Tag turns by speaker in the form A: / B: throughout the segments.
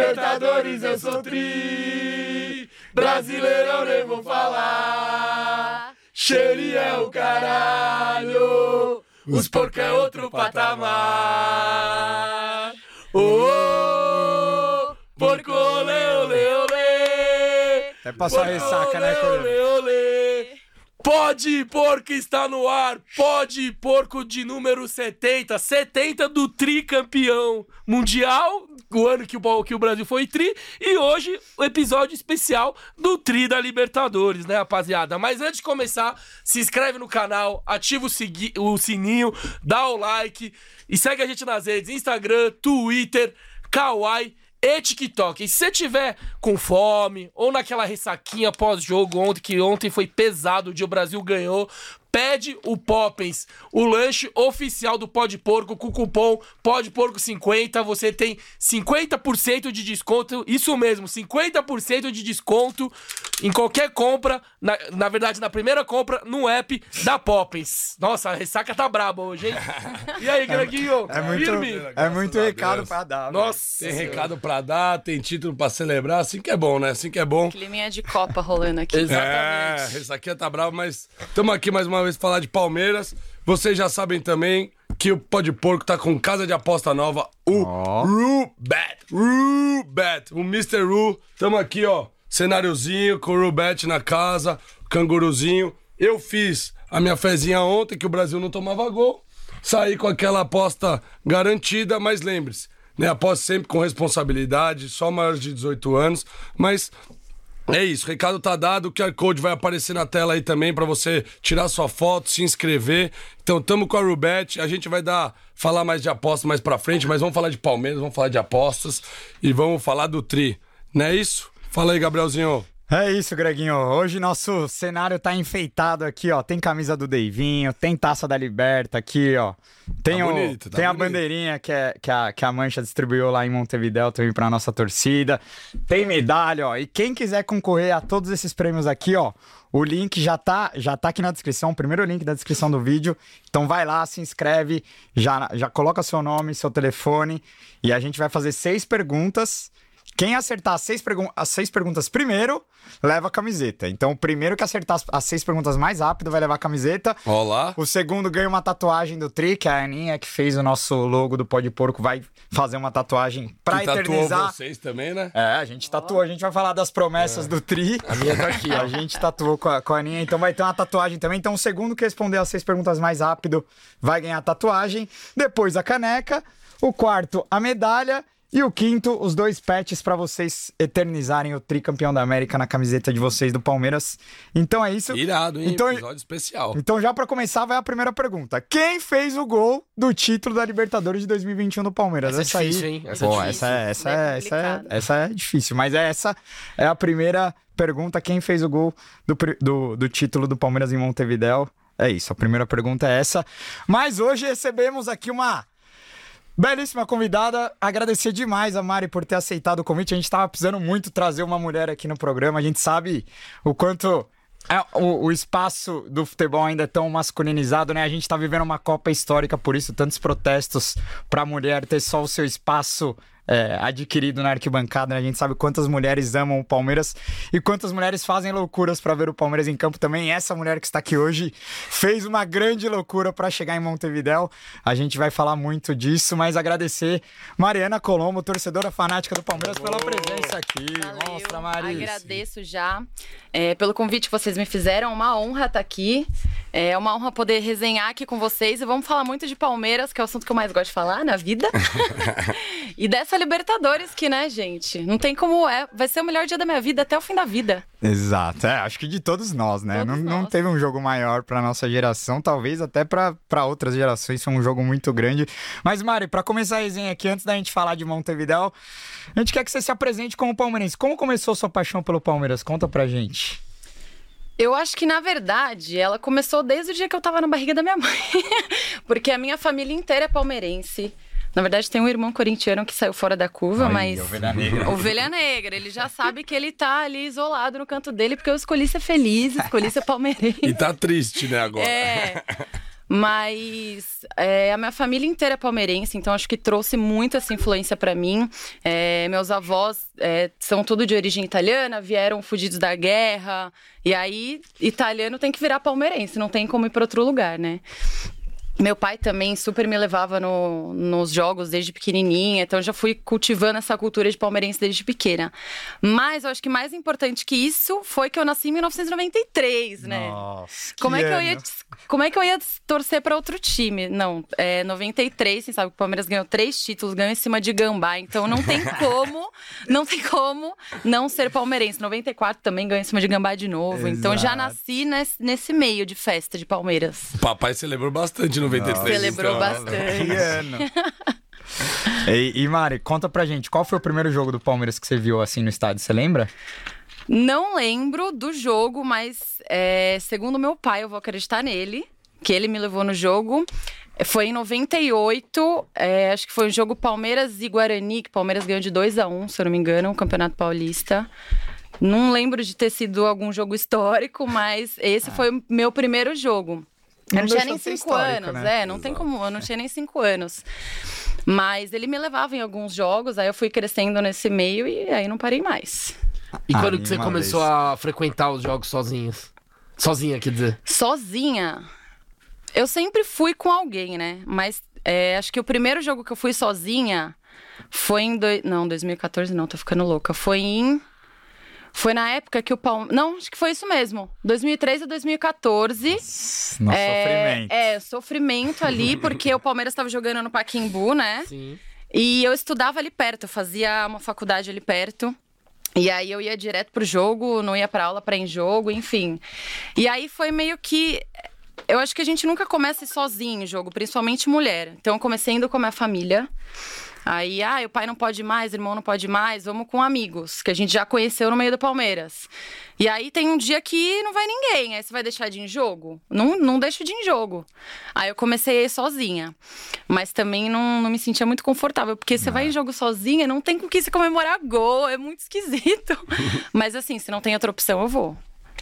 A: Libertadores eu sou tri, Brasileirão nem vou falar. Xeri é o caralho, os porcos é outro patamar. Ô, ô, porco, olê, olê, olê.
B: É passar
A: Porco,
B: ressaca, né,
A: olê,
B: Coelho?
A: olê, olê. Pode Porco está no ar! Pode Porco de número 70, 70 do tricampeão mundial, o ano que o, Bo- que o Brasil foi tri, e hoje o episódio especial do Tri da Libertadores, né, rapaziada? Mas antes de começar, se inscreve no canal, ativa o, segui- o sininho, dá o like e segue a gente nas redes: Instagram, Twitter, Kawaii e TikTok. E se você tiver com fome ou naquela ressaquinha pós-jogo ontem, que ontem foi pesado, o dia o Brasil ganhou, pede o Poppins, o lanche oficial do Pó de Porco com o cupom PODPORCO50. Você tem 50% de desconto, isso mesmo, 50% de desconto em qualquer compra, na, na verdade, na primeira compra, no app da Poppins. Nossa, a ressaca tá braba hoje, hein? E aí, Greginho?
B: É muito,
A: Firme?
B: é muito
C: a
B: recado
C: Deus.
B: pra dar.
A: Nossa,
C: Tem recado pra dar, tem título pra celebrar, assim que é bom, né? Assim que é bom.
D: Climinha de Copa rolando aqui.
C: É, essa aqui tá bravo, mas estamos aqui mais uma vez pra falar de Palmeiras. Vocês já sabem também que o Pó de Porco tá com casa de aposta nova, o
B: Ó.
C: Rubet. Rubet, o Mr. Ru. Tamo aqui, ó, cenáriozinho com o Rubet na casa, canguruzinho. Eu fiz a minha fezinha ontem que o Brasil não tomava gol. Saí com aquela aposta garantida, mas lembre-se, né? Aposta sempre com responsabilidade, só maiores de 18 anos, mas é isso, recado tá dado, o QR Code vai aparecer na tela aí também pra você tirar sua foto, se inscrever. Então tamo com a Rubet, a gente vai dar falar mais de apostas mais pra frente, mas vamos falar de Palmeiras, vamos falar de apostas e vamos falar do Tri. Não é isso? Fala aí, Gabrielzinho.
B: É isso, Greguinho. Hoje nosso cenário tá enfeitado aqui, ó. Tem camisa do Deivinho, tem taça da Liberta aqui, ó. Tem,
C: Tá
B: o-
C: bonito, tá
B: tem a
C: bonito.
B: bandeirinha que, é- que a, que a Mancha distribuiu lá em Montevidéu também pra nossa torcida. Tem medalha, ó. E quem quiser concorrer a todos esses prêmios aqui, ó, o link já tá, já tá aqui na descrição, o primeiro link da descrição do vídeo. Então vai lá, se inscreve, já, já coloca seu nome, seu telefone e a gente vai fazer seis perguntas. Quem acertar as seis, pergun- as seis perguntas primeiro, leva a camiseta. Então, o primeiro que acertar as, as seis perguntas mais rápido vai levar a camiseta.
C: Olá.
B: O segundo ganha uma tatuagem do Tri, que é a Aninha, que fez o nosso logo do Pó de Porco, vai fazer uma tatuagem pra
C: Que tatuou
B: eternizar.
C: tá vocês também, né?
B: É, a gente tatuou, a gente vai falar das promessas do Tri. É. A minha tá aqui, A gente tatuou com a, com a Aninha, então vai ter uma tatuagem também. Então, o segundo que responder as seis perguntas mais rápido vai ganhar a tatuagem. Depois, a caneca. O quarto, a medalha. E o quinto, os dois patches pra vocês eternizarem o tricampeão da América na camiseta de vocês do Palmeiras. Então é isso.
C: Irado, hein?
B: Então-
C: Episódio especial.
B: Então, já pra começar, vai a primeira pergunta. Quem fez o gol do título da Libertadores de 2021 do Palmeiras?
A: Essa é
B: Essa, aí.
A: difícil, hein? Essa
B: Essa
A: é
B: Pô,
D: difícil.
B: essa é, essa,
D: Bem
B: é, essa, é,
D: complicado.
B: essa é difícil, mas essa é a primeira pergunta. Quem fez o gol do, pri- do, do título do Palmeiras em Montevidéu? É isso, a primeira pergunta é essa. Mas hoje recebemos aqui uma Belíssima convidada, agradecer demais a Mari por ter aceitado o convite. A gente tava precisando muito trazer uma mulher aqui no programa. A gente sabe o quanto é, o, o espaço do futebol ainda é tão masculinizado, né? A gente tá vivendo uma Copa histórica, por isso tantos protestos pra mulher ter só o seu espaço é, adquirido na arquibancada. né? A gente sabe quantas mulheres amam o Palmeiras e quantas mulheres fazem loucuras pra ver o Palmeiras em campo também. Essa mulher que está aqui hoje fez uma grande loucura pra chegar em Montevidéu. A gente vai falar muito disso, mas agradecer Mariana Colombo, torcedora fanática do Palmeiras, pela presença aqui.
D: Valeu,
B: Mostra, Mari.
D: Agradeço já é, pelo convite que vocês me fizeram. É Uma honra estar aqui. É uma honra poder resenhar aqui com vocês. E vamos falar muito de Palmeiras, que é o assunto que eu mais gosto de falar na vida. e dessa Libertadores, que, né, gente? Não tem como é. Vai ser o melhor dia da minha vida até o fim da vida.
B: Exato, é, acho que de todos nós, né?
D: Todos
B: não, não
D: nós.
B: teve um jogo maior pra nossa geração, talvez até pra pra outras gerações, foi um jogo muito grande. Mas, Mari, pra começar a resenha aqui, antes da gente falar de Montevidéu, a gente quer que você se apresente como palmeirense. Como começou sua paixão pelo Palmeiras? Conta pra gente.
D: Eu acho que, na verdade, ela começou desde o dia que eu tava na barriga da minha mãe. Porque a minha família inteira é palmeirense. Na verdade, tem um irmão corintiano que saiu fora da curva, mas. Ovelha Negra, ele já sabe que ele tá ali isolado no canto dele, porque eu escolhi ser feliz, escolhi ser palmeirense.
C: E tá triste, né, agora?
D: É. Mas é, a minha família inteira é palmeirense, então acho que trouxe muito essa influência para mim. É, meus avós é, são tudo de origem italiana, vieram fugidos da guerra. E aí, italiano tem que virar palmeirense, não tem como ir para outro lugar, né? Meu pai também super me levava no- nos jogos desde pequenininha, então já fui cultivando essa cultura de palmeirense desde pequena. Mas eu acho que mais importante que isso foi que eu nasci em 1993, né?
B: Nossa,
D: Como é, que eu ia,
B: ano.
D: des- como é que eu ia des- torcer pra outro time? Não, é 93, vocês sabem que o Palmeiras ganhou três títulos, ganhou em cima de Gambá. Então não tem como, não tem como não ser palmeirense. 94 também ganhou em cima de Gambá de novo. Então já
B: Exato.
D: nasci nesse, nesse meio de festa de Palmeiras.
C: Papai celebrou bastante em 93.
D: Celebrou
C: então, né?
D: bastante.
B: Que ano. E, e Mari, conta pra gente, qual foi o primeiro jogo do Palmeiras que você viu assim no estádio, você lembra?
D: Não lembro do jogo, mas é, segundo meu pai, eu vou acreditar nele, que ele me levou no jogo. Foi em 98, é, acho que foi um jogo Palmeiras e Guarani, que o Palmeiras ganhou de 2 a 1 se eu não me engano, o Campeonato Paulista. Não lembro de ter sido algum jogo histórico, mas
B: Ah.
D: esse foi o meu primeiro jogo. Eu
B: Não
D: não, tinha
B: deixa
D: nem
B: de ser
D: cinco
B: histórico,
D: anos,
B: né?
D: é, não tem como, eu não tinha nem cinco anos. Mas ele me levava em alguns jogos, aí eu fui crescendo nesse meio e aí não parei mais.
A: E
B: Ah,
A: quando que você
B: nenhuma
A: começou
B: vez.
A: a frequentar os jogos sozinhos? Sozinha, quer dizer.
D: Sozinha, eu sempre fui com alguém, né? Mas é, acho que o primeiro jogo que eu fui sozinha foi em. doi- Não, 2014 não, tô ficando louca. Foi em. Foi na época que o Palmeiras. Não, acho que foi isso mesmo. 2013 a 2014.
B: No
D: É,
B: sofrimento.
D: é, sofrimento ali, porque o Palmeiras estava jogando no Paquimbu, né?
A: Sim.
D: E eu estudava ali perto, eu fazia uma faculdade ali perto. E aí eu ia direto pro jogo, não ia pra aula pra ir em jogo, enfim. E aí foi meio que. Eu acho que a gente nunca começa sozinho em jogo, principalmente mulher. Então eu comecei indo com a minha família. Aí, ah, o pai não pode mais, o irmão não pode mais, vamos com amigos, que a gente já conheceu no meio do Palmeiras. E aí tem um dia que não vai ninguém, aí você vai deixar de ir em jogo? Não, não deixo de ir em jogo. Aí eu comecei a ir sozinha, mas também não, não me sentia muito confortável, porque você vai em jogo sozinha, não tem com que se comemorar gol, é muito esquisito. mas assim, se não tem outra opção, eu vou.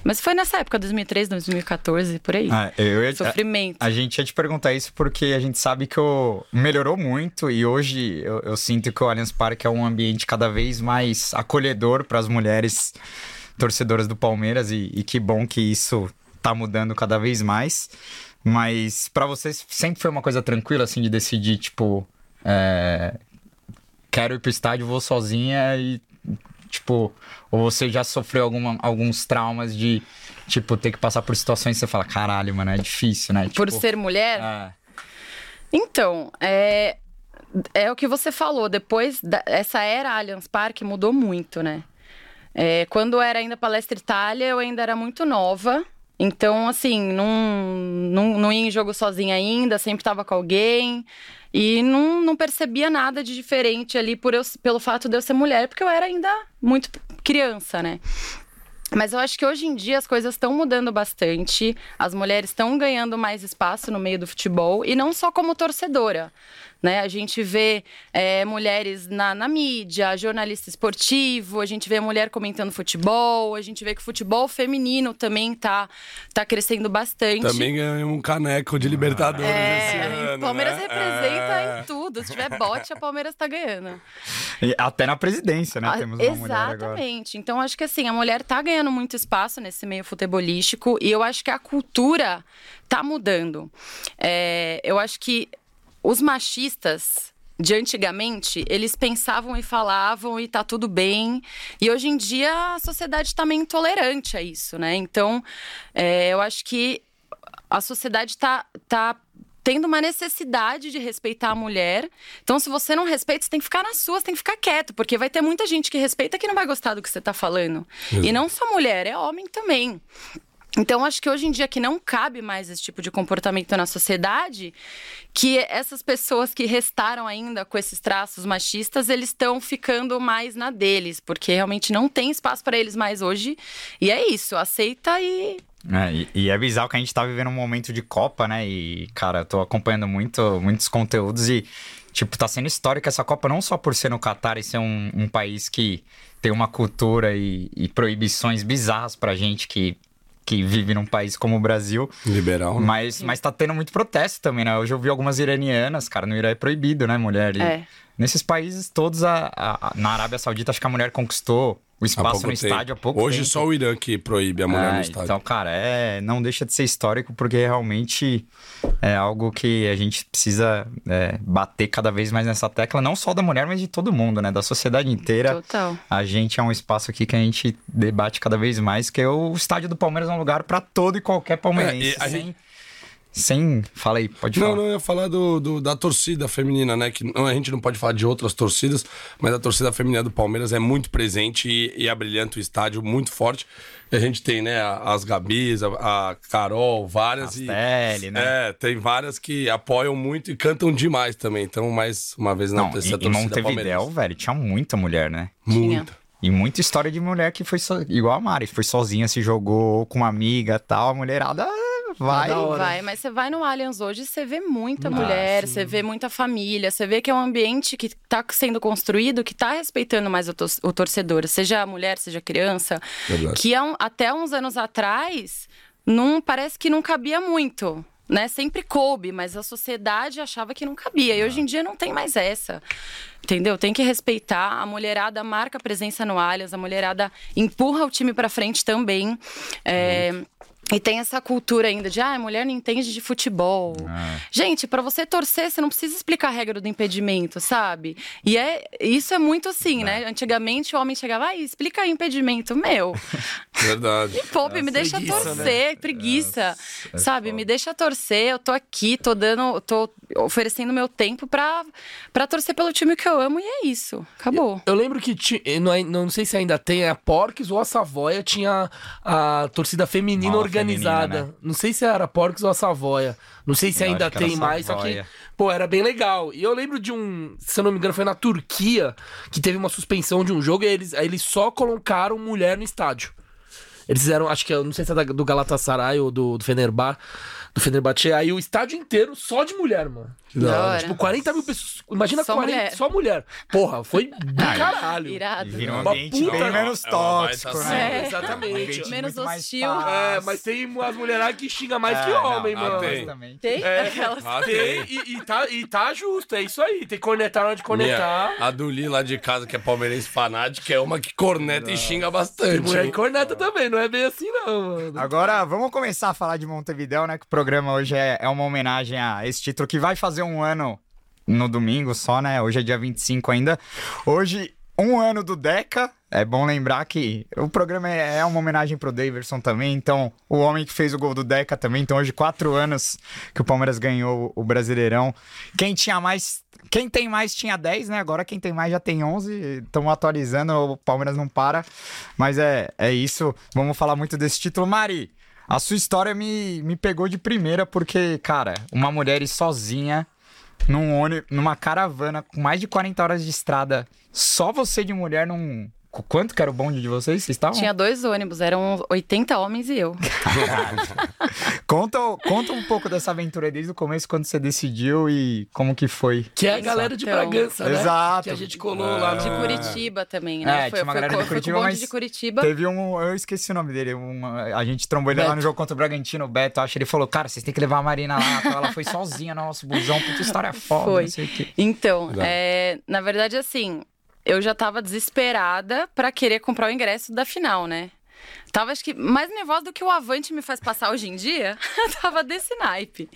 D: Mas foi nessa época, 2013, 2014, por aí.
B: Ah, eu ia-
D: Sofrimento.
B: A gente ia te perguntar isso porque a gente sabe que o- melhorou muito e hoje eu, eu sinto que o Allianz Parque é um ambiente cada vez mais acolhedor para as mulheres torcedoras do Palmeiras e, e que bom que isso tá mudando cada vez mais. Mas para vocês sempre foi uma coisa tranquila assim de decidir tipo é, quero ir pro estádio, vou sozinha e tipo ou você já sofreu alguma- alguns traumas de tipo ter que passar por situações que você fala caralho mano é difícil né
D: por
B: Tipo,
D: ser mulher,
B: é.
D: Então, é, é o que você falou. Depois, da- essa era Allianz Parque mudou muito, né? É, quando era ainda Palestra Itália, eu ainda era muito nova. Então, assim, não, não, não ia em jogo sozinha ainda, sempre estava com alguém. E não, não percebia nada de diferente ali por eu, pelo fato de eu ser mulher, porque eu era ainda muito criança, né? Mas eu acho que hoje em dia as coisas estão mudando bastante. As mulheres estão ganhando mais espaço no meio do futebol e não só como torcedora. Né? A gente vê eh, mulheres na, na mídia, jornalista esportivo, a gente vê mulher comentando futebol, a gente vê que o futebol feminino também tá, tá crescendo bastante.
C: Também ganhamos um caneco de Libertadores esse
D: É,
C: ano.
D: o Palmeiras
C: né?
D: representa
C: É.
D: em tudo. Se tiver bote, a Palmeiras tá ganhando.
B: E Até na presidência, né?
D: Ah,
B: Temos uma mulher agora.
D: Exatamente. Então, acho que assim, a mulher tá ganhando muito espaço nesse meio futebolístico e eu acho que a cultura tá mudando. É, eu acho que os machistas de antigamente, eles pensavam e falavam e tá tudo bem. E hoje em dia a sociedade tá meio intolerante a isso, né? Então, é, eu acho que a sociedade tá, tá tendo uma necessidade de respeitar a mulher. Então, se você não respeita, você tem que ficar na sua, você tem que ficar quieto, porque vai ter muita gente que respeita que não vai gostar do que você tá falando. E não só mulher, é homem também. Então, acho que hoje em dia que não cabe mais esse tipo de comportamento na sociedade, que essas pessoas que restaram ainda com esses traços machistas, eles estão ficando mais na deles, porque realmente não tem espaço para eles mais hoje. E é isso, aceita e
B: É, e, e é bizarro que a gente tá vivendo um momento de Copa, né? E, cara, eu tô acompanhando muito, muitos conteúdos e, tipo, tá sendo histórica essa Copa, não só por ser no Catar e ser um, um país que tem uma cultura e, e proibições bizarras pra gente que que vive num país como o Brasil.
C: Liberal, né?
B: Mas, mas tá tendo muito protesto também, né? Hoje eu vi algumas iranianas, cara, no Irã é proibido, né, mulher? E
D: É.
B: Nesses países todos, a, a- a- na Arábia Saudita, acho que a mulher conquistou o
C: Há
B: espaço
C: pouco
B: no estádio há
C: tempo.
B: pouco
C: Hoje
B: tempo.
C: só o Irã que proíbe a mulher
B: É,
C: no estádio.
B: Então, cara, é, não deixa de ser histórico, porque realmente é algo que a gente precisa é, bater cada vez mais nessa tecla, não só da mulher, mas de todo mundo, né? Da sociedade inteira.
D: Total.
B: A gente é um espaço aqui que a gente debate cada vez mais, que é o estádio do Palmeiras é um lugar pra todo e qualquer palmeirense.
C: É, e a
B: sem,
C: gente-
B: sem. Fala aí, pode falar.
C: Não, não, eu ia falar do, do- da torcida feminina, né? Que não, a gente não pode falar de outras torcidas, mas a torcida feminina do Palmeiras é muito presente e, e abrilhanta o estádio muito forte. E a gente tem, né, a- as Gabis, a, a Carol, várias. e-
B: Castelli, né?
C: É, tem várias que apoiam muito e cantam demais também. Então, mais uma vez, não,
B: Não,
C: precisa
B: e, e Montevidéu, velho, tinha muita mulher, né?
C: Muito.
B: E muita história de mulher que foi so- igual a Mari, foi sozinha, se jogou com uma amiga tal, a mulherada vai. Ah,
A: Da hora.
D: Vai, mas você vai no Allianz hoje e você vê muita mulher, você vê muita família, você vê que é um ambiente que está sendo construído, que está respeitando mais o, tos- o torcedor, seja mulher, seja criança,
C: Verdade.
D: que há um- até uns anos atrás não parece que não cabia muito. Né? Sempre coube, mas a sociedade achava que não cabia. E hoje
B: Ah.
D: em dia não tem mais essa. Entendeu? Tem que respeitar. A mulherada marca presença no Allianz, a mulherada empurra o time pra frente também. É,
B: Uhum.
D: E tem essa cultura ainda de, ah, mulher não entende de futebol. Gente, pra você torcer, você não precisa explicar a regra do impedimento, sabe? E é, isso é muito assim, né? Antigamente o homem chegava, ah, explica aí impedimento. Meu,
C: Verdade.
D: Pope, me deixa
E: preguiça,
D: torcer, é preguiça. sabe, me deixa torcer, eu tô aqui, tô dando, tô oferecendo meu tempo pra, pra torcer pelo time que eu amo e é isso. Acabou.
A: Eu lembro que ti- eh, não, é- não sei se ainda tem a Porques ou a Savoia tinha a torcida feminina
B: Uma aula
A: organizada.
B: feminina, né?
A: Não sei se era a Porques ou a Savoia. Não sei se
B: Eu
A: ainda
B: acho que era
A: tem
B: a
A: mais, só que
B: Savoia.
A: pô, era bem legal. E eu lembro de um, se eu não me engano, foi na Turquia que teve uma suspensão de um jogo e eles, aí eles só colocaram mulher no estádio. Eles fizeram, acho que, eu não sei se é da- do Galatasaray ou do, do Fenerbah, do Fenerbahçe, aí o estádio inteiro só de mulher, mano.
D: da hora.
A: Tipo, 40 mil pessoas. Imagina
D: Só
A: 40,
D: mulher.
A: só mulher. Porra, foi do caralho.
D: Irado.
B: Vira um
A: Uma
B: ambiente
A: puta-
B: bem menos
C: É uma baita
B: tóxico,
C: cena.
B: né?
A: É,
B: Um
A: exatamente.
B: ambiente
D: Menos
B: muito mais
D: hostil.
A: É,
B: fácil.
A: mas tem umas mulheradas que xingam mais
B: É,
A: que
B: não,
A: homem,
B: ah,
A: mano.
C: tem.
B: Exatamente.
D: Tem?
A: É.
D: Aquelas-
C: Ah,
A: Tem, e, e tá, e tá justo, é isso aí. Tem que cornetar na hora de cornetar.
C: Minha, a Duli lá de casa, que é palmeirense fanática, é uma que corneta e xinga bastante.
A: Tem mulher que corneta também, não é bem assim, não, mano.
B: Agora vamos começar a falar de Montevidéu, né? Que o programa hoje é, é uma homenagem a esse título que vai fazer um ano no domingo só, né? Hoje é dia 25 ainda. Hoje, um ano do Deca. É bom lembrar que o programa é é uma homenagem pro Daverson também, então o homem que fez o gol do Deca também. Então hoje quatro anos que o Palmeiras ganhou o Brasileirão. Quem tinha mais, quem tem mais tinha 10, né? Agora quem tem mais já tem 11. Estamos atualizando, o Palmeiras não para. Mas é, é isso. Vamos falar muito desse título, Mari. A sua história me, me pegou de primeira porque, cara, uma mulher ir sozinha num ônibus, numa caravana com mais de 40 horas de estrada, só você de mulher num Qu- quanto que era o bonde de vocês? Vocês estavam?
D: Tinha dois ônibus, eram 80 homens e eu.
B: Conta, o- conta um pouco dessa aventura aí desde o começo, quando você decidiu e como que foi.
A: Que é a galera de
D: Então.
A: Bragança, né?
B: Exato.
A: Que a gente colou lá no...
D: De
C: É.
D: Curitiba também, né?
B: Ah. É, tinha uma
D: foi,
B: galera de
D: foi, foi com
B: Curitiba,
D: o bonde
B: mas
D: de Curitiba.
B: Teve um, eu esqueci o nome dele, um, a gente trombou ele lá
A: Beto.
B: no jogo contra o Bragantino, o Beto, acho, ele falou, cara, vocês têm que levar a Marina lá, ela foi sozinha, nossa, busão, puta história foda,
D: Foi.
B: não sei o quê.
D: Então,
C: Exato.
D: é, na verdade, assim, eu já tava desesperada pra querer comprar o ingresso da final, né? Tava, acho que, mais nervosa do que o Avante me faz passar hoje em dia. tava desse naipe.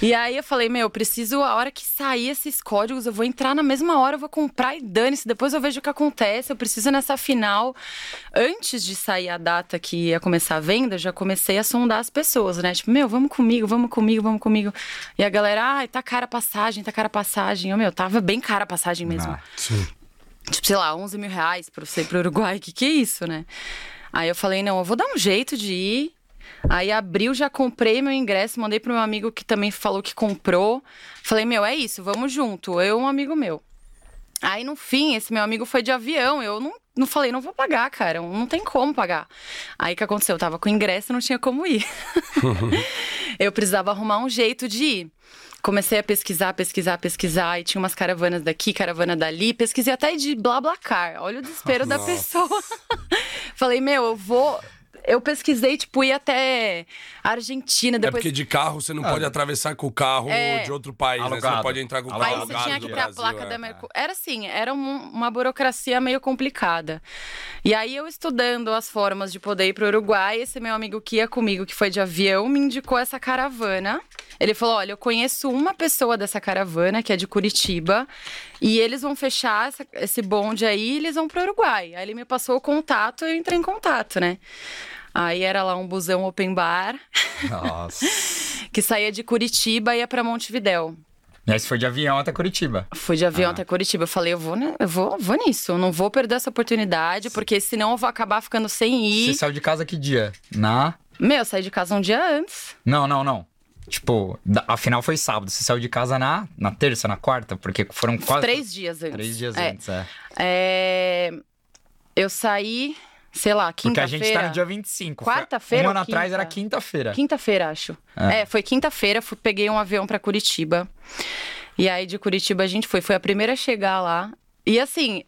D: E aí eu falei, meu, preciso, a hora que sair esses códigos, eu vou entrar na mesma hora, eu vou comprar e dane-se. Depois eu vejo o que acontece. Eu preciso ir nessa final. Antes de sair a data que ia começar a venda, eu já comecei a sondar as pessoas, né? Tipo, meu, vamos comigo, vamos comigo, vamos comigo. E a galera, ai, tá cara a passagem, tá cara a passagem. Eu, meu, tava bem cara a passagem mesmo.
B: Ah,
D: Tipo, sei lá, 11 mil reais pra você ir pro Uruguai, que que é isso, né? Aí eu falei, não, eu vou dar um jeito de ir. Aí abriu, já comprei meu ingresso, mandei pro meu amigo que também falou que comprou. Falei, meu, é isso, vamos junto, eu e um amigo meu. Aí no fim, esse meu amigo foi de avião, eu não, não falei, não vou pagar, cara, não tem como pagar. Aí o que aconteceu? Eu tava com ingresso, não tinha como ir. eu precisava arrumar um jeito de ir. Comecei a pesquisar, pesquisar, pesquisar, e tinha umas caravanas daqui, caravana dali, pesquisei até de Blablacar. Olha o desespero da pessoa. Falei, meu, eu vou eu pesquisei, tipo, ir até a Argentina,
C: É
D: depois.
C: porque de carro você não pode atravessar com o carro
D: É.
C: de outro país, né? Você não
B: Alugado.
C: pode entrar com o carro
D: Aí
C: alugado
D: você tinha
C: do
D: que ter a
C: Brasil,
D: placa
C: é.
D: da Mercur. Era assim, era um- uma burocracia meio complicada. E aí eu estudando as formas de poder ir pro Uruguai, esse meu amigo que ia comigo, que foi de avião, me indicou essa caravana. Ele falou: olha, eu conheço uma pessoa dessa caravana, que é de Curitiba, e eles vão fechar essa- esse bonde aí e eles vão pro Uruguai. Aí ele me passou o contato e eu entrei em contato, né? Aí era lá um busão open bar,
B: Nossa.
D: que saía de Curitiba e ia pra Montevidéu.
B: Aí você foi de avião até Curitiba.
D: Fui de
B: Ah.
D: avião até Curitiba. Eu falei, eu vou, ne- eu vou, vou nisso. Eu não vou perder essa oportunidade, porque senão eu vou acabar ficando sem
B: Você
D: ir.
B: saiu de casa que dia? Na.
D: Meu, eu saí de casa um dia antes.
B: Não, não, não. Tipo, da- afinal foi sábado. Você saiu de casa na, na terça, na quarta? Porque foram quase.
D: Três dias antes.
B: Três dias
D: É.
B: antes, é.
D: É, Eu saí, sei lá,
B: Porque a
D: quinta-feira.
B: gente tá no dia 25. Foi-
D: Quarta-feira
B: Um
D: ou
B: ano atrás
D: quinta?
B: era quinta-feira. Ah.
D: Quinta-feira, acho. É, foi quinta-feira, fui- peguei um avião pra Curitiba. E aí de Curitiba a gente foi, foi a primeira a chegar lá. E assim,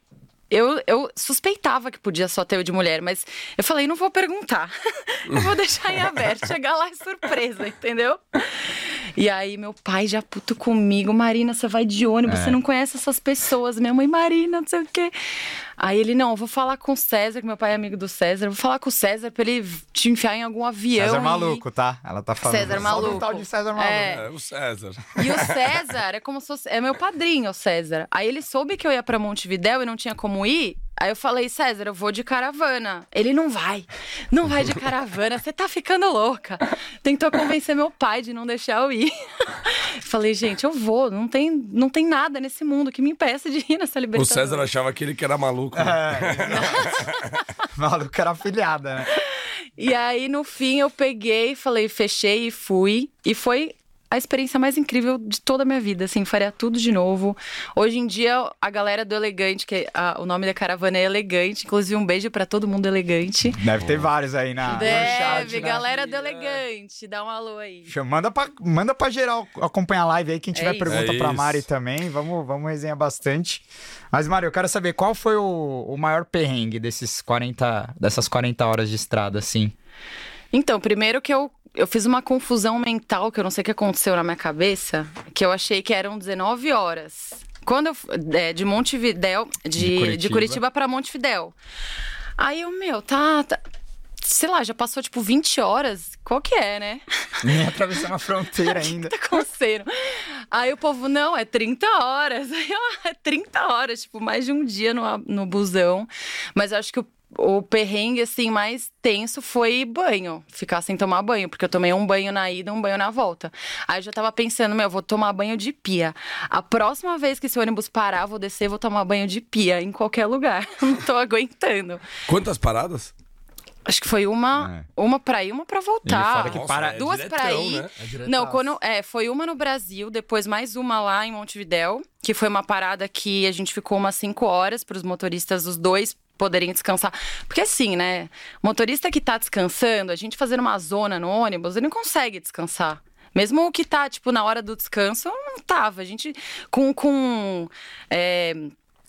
D: eu, eu suspeitava que podia só ter eu de mulher, mas eu falei, não vou perguntar. eu vou deixar em aberto, chegar lá é surpresa, entendeu? E aí, meu pai já puto comigo, Marina, você vai de ônibus,
B: É.
D: você não conhece essas pessoas. Minha mãe, Marina, não sei o quê. Aí ele, não, eu vou falar com o César, que meu pai é amigo do César, eu vou falar com o César pra ele te enfiar em algum avião.
B: César
D: e-
B: maluco, tá? Ela tá falando.
D: César
B: Só do
D: maluco.
B: tal de César maluco.
D: É.
C: É, o César.
D: E o César é como se fosse. É meu padrinho, o César. Aí ele soube que eu ia pra Montevidéu e não tinha como ir. Aí eu falei, César, eu vou de caravana. Ele não vai. Não vai de caravana, você tá ficando louca. Tentou convencer meu pai de não deixar eu ir. Falei, gente, eu vou. Não tem, não tem nada nesse mundo que me impeça de ir nessa
C: O
D: Libertadores.
C: César achava que ele que era maluco.
D: É.
C: né?
B: É. Maluco era afilhada, né?
D: E aí, no fim, eu peguei, falei, fechei e fui. E foi a experiência mais incrível de toda a minha vida, assim, faria tudo de novo. Hoje em dia, a galera do Elegante, que é a- o nome da caravana é Elegante, inclusive um beijo pra todo mundo elegante.
B: Deve ter vários aí na.
D: Deve, galera do Elegante, dá um alô aí.
B: Chama- Manda pra, manda pra geral acompanhar a live aí. Quem tiver
D: isso.
B: pergunta
C: É
B: pra
C: isso.
B: Mari também, vamos, vamos resenhar bastante. Mas, Mari, eu quero saber qual foi o, o maior perrengue desses 40, dessas 40 horas de estrada, assim.
D: Então, primeiro que eu, eu fiz uma confusão mental, que eu não sei o que aconteceu na minha cabeça, que eu achei que eram 19 horas. Quando eu. f- é, de Montevidéu.
B: De
D: De,
B: Curitiba.
D: de Curitiba pra Montevidéu. Aí eu, meu, tá, tá. Sei lá, já passou tipo 20 horas? Qual que é, né?
B: Nem atravessando a fronteira ainda.
D: tá acontecendo? Aí o povo, não, é 30 horas. Aí eu, é 30 horas, tipo, mais de um dia no, no busão. Mas eu acho que o, o perrengue, assim, mais tenso foi banho. Ficar sem tomar banho, porque eu tomei um banho na ida, um banho na volta. Aí eu já tava pensando, meu, eu vou tomar banho de pia. A próxima vez que esse ônibus parar, eu vou descer, vou tomar banho de pia em qualquer lugar. Não tô aguentando.
C: Quantas paradas?
D: Acho que foi uma, uma pra ir, uma pra voltar.
B: É. fora que Nossa, para- é
D: duas pra
C: diretão,
D: ir.
C: né?
D: Não, quando é, foi uma no Brasil, depois mais uma lá em Montevidéu, que foi uma parada que a gente ficou umas cinco horas para os motoristas, os dois poderem descansar. Porque assim, né? Motorista que tá descansando, a gente fazendo uma zona no ônibus, ele não consegue descansar. Mesmo o que tá, tipo, na hora do descanso, não tava. A gente com. com é,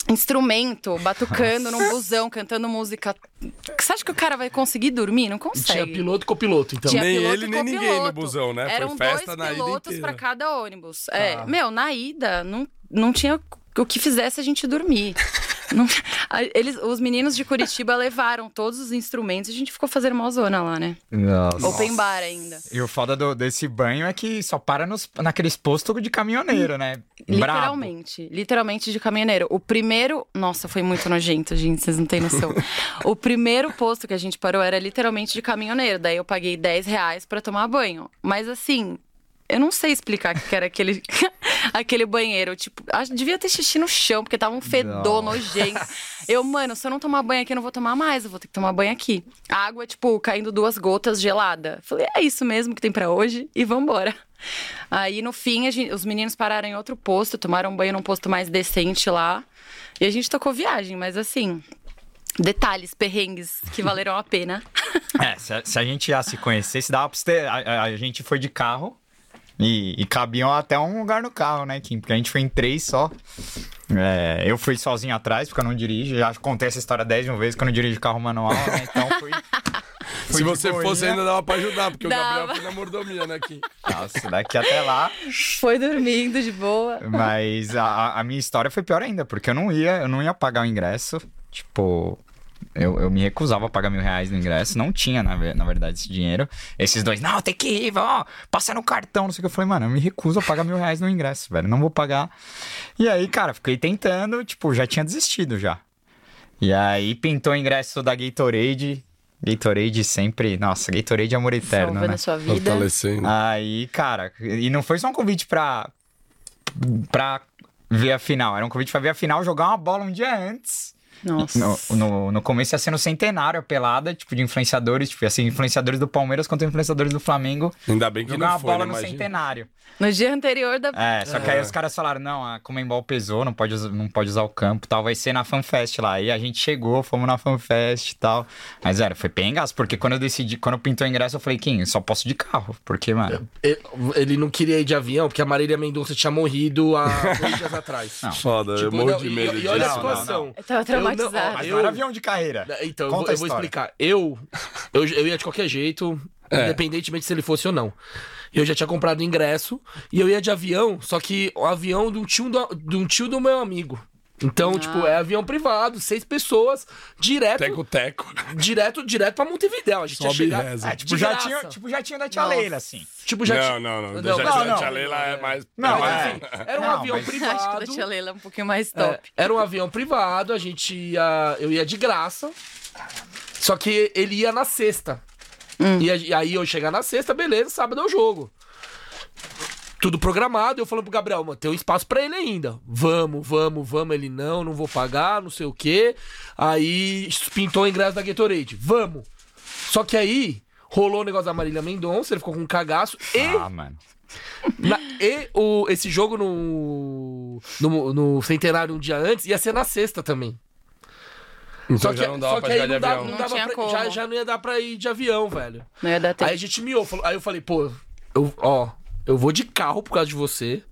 D: Instrumento, batucando num busão, cantando música. Você acha que o cara vai conseguir dormir? Não
A: E
D: consegue.
A: tinha piloto e copiloto, então.
D: Tinha
C: Nem
D: piloto
C: ele,
D: e
C: nem ninguém
D: copiloto.
C: no busão, né? Foi
D: Eram
C: festa na
D: dois
C: ida
D: pilotos
C: inteira. Tá.
D: pra cada ônibus. É, meu, na ida não, não tinha o que fizesse a gente dormir. Não- a- eles, os meninos de Curitiba levaram todos os instrumentos e a gente ficou fazendo uma zona lá, né?
B: Nossa.
D: Open bar ainda.
B: E o foda do- desse banho é que só para nos, naqueles postos de caminhoneiro, né? Brabo.
D: Literalmente, literalmente de caminhoneiro. O primeiro. Nossa, foi muito nojento, gente, vocês não têm noção. o primeiro posto que a gente parou era literalmente de caminhoneiro. Daí eu paguei 10 reais pra tomar banho. Mas assim. Eu não sei explicar o que era aquele, aquele banheiro. Tipo, acho- devia ter xixi no chão, porque tava um fedor nojento. Eu, mano, se eu não tomar banho aqui, eu não vou tomar mais. Eu vou ter que tomar banho aqui. A água, tipo, caindo duas gotas gelada. Falei, é isso mesmo que tem pra hoje e vambora. Aí no fim, a gente- os meninos pararam em outro posto, tomaram banho num posto mais decente lá. E a gente tocou viagem, mas assim, detalhes, perrengues que valeram a pena.
B: É, se a, se a gente já se conhecesse, dava pra você ter. A, a- a gente foi de carro e, e cabiam até um lugar no carro, né, Kim? Porque a gente foi em três só. É, eu fui sozinho atrás, porque eu não dirijo. Já contei essa história dez de uma vez que eu não dirijo carro manual, né? Então fui.
C: Se você
B: boinha.
C: fosse, ainda dava pra ajudar, porque o
D: Dava.
C: Gabriel foi na mordomia, né, Kim?
B: Nossa, daqui até lá.
D: Foi dormindo de boa.
B: Mas a- a, a minha história foi pior ainda, porque eu não ia, eu não ia pagar o ingresso. Tipo, eu, eu me recusava a pagar mil reais no ingresso. Não tinha, na, ve- na verdade, esse dinheiro. Esses dois, não, tem que ir, ó, passa no cartão, não sei o que. Eu falei, mano, eu me recuso a pagar mil reais no ingresso, velho. Não vou pagar. E aí, cara, fiquei tentando, tipo, já tinha desistido já. E aí pintou o ingresso da Gatorade. Gatorade sempre. Nossa, Gatorade é amor eterno,
D: Salvando
B: né?
D: a sua vida.
C: Fortalecendo.
B: Aí, cara, e não foi só um convite pra, pra ver a final. Era um convite pra ver a final, jogar uma bola um dia antes.
D: Nossa.
B: No, no, no começo ia ser no centenário, a pelada, tipo, de influenciadores. Tipo, ia ser influenciadores do Palmeiras contra influenciadores do Flamengo.
C: Ainda bem que
B: Jogar
C: não
B: uma
C: foi,
B: bola no
C: né? Imagina.
B: centenário.
D: No dia anterior da.
B: É, só que aí os caras falaram, não, a Comembol pesou, não pode, usar- não pode usar o campo e tal, vai ser na FanFest lá. Aí a gente chegou, fomos na FanFest e tal. Mas, velho, foi pengas, porque quando eu decidi, quando pintou o ingresso, eu falei, Kim, eu só posso de carro, porque, mano...
A: Ele- Ele não queria ir de avião, porque a Marília Mendonça tinha morrido há dois dias atrás.
B: Não.
C: Foda, eu
A: Tipo,
C: morro
A: não,
C: de
A: e-
C: medo
A: e,
C: disso.
A: olha a
B: Não, não,
A: situação.
D: Eu tava
C: É,
D: traumatizada.
A: Eu
B: Mas
A: não-
B: não era avião de carreira.
A: Então, eu
B: Conta
A: vou,
B: a
A: eu vou
B: história.
A: explicar. Eu, eu, eu ia de qualquer jeito,
C: É.
A: independentemente se ele fosse ou não. Eu já tinha comprado ingresso e eu ia de avião, só que o avião de um tio do, de um tio do meu amigo. Então, tipo, é avião privado, seis pessoas, direto,
C: Teco-teco.
A: direto, direto pra Montevidéu. A gente ia
C: Sobe e
A: chegar.
C: reza.
B: É, tipo,
A: De
B: já
A: graça.
B: tinha, tipo, já tinha da tia
D: Nossa.
B: Leila, assim.
A: Tipo, já
C: Não,
A: tinha.
C: não, não.
A: Não,
C: Deixa
A: não,
C: a
B: não.
C: tia Leila é mais...
B: Não,
C: é
A: Mas,
C: mais-
A: enfim, era um
B: Não,
A: avião
B: mas-
A: privado.
D: Acho que da tia Leila é um pouquinho mais
A: É,
D: top.
A: era um avião privado, a gente ia. Eu ia de graça. Só que ele ia na sexta. E a- e aí eu chegar na sexta, beleza, sábado eu jogo. Tudo programado, eu falo pro Gabriel, mano, tem um espaço pra ele ainda. Vamos, vamos, vamos. Ele, não, não vou pagar, não sei o quê. Aí pintou o ingresso da Gatorade. Vamos. Só que aí rolou o negócio da Marília Mendonça, ele ficou com um cagaço. E
B: Ah, mano.
A: na- e o, esse jogo no, no, no centenário um dia antes ia ser na sexta também.
C: Então
A: Só
C: já
A: que,
C: não dava
A: só
C: pra
A: que
C: jogar
A: aí
C: de
A: não dava,
C: avião.
A: não
D: Não
A: dava
D: tinha
A: pra-
D: como.
A: já, já não ia dar pra ir de avião, velho.
D: Não ia dar tempo.
A: Aí a gente miou. falou- aí eu falei, pô, eu, ó, eu vou de carro por causa de você,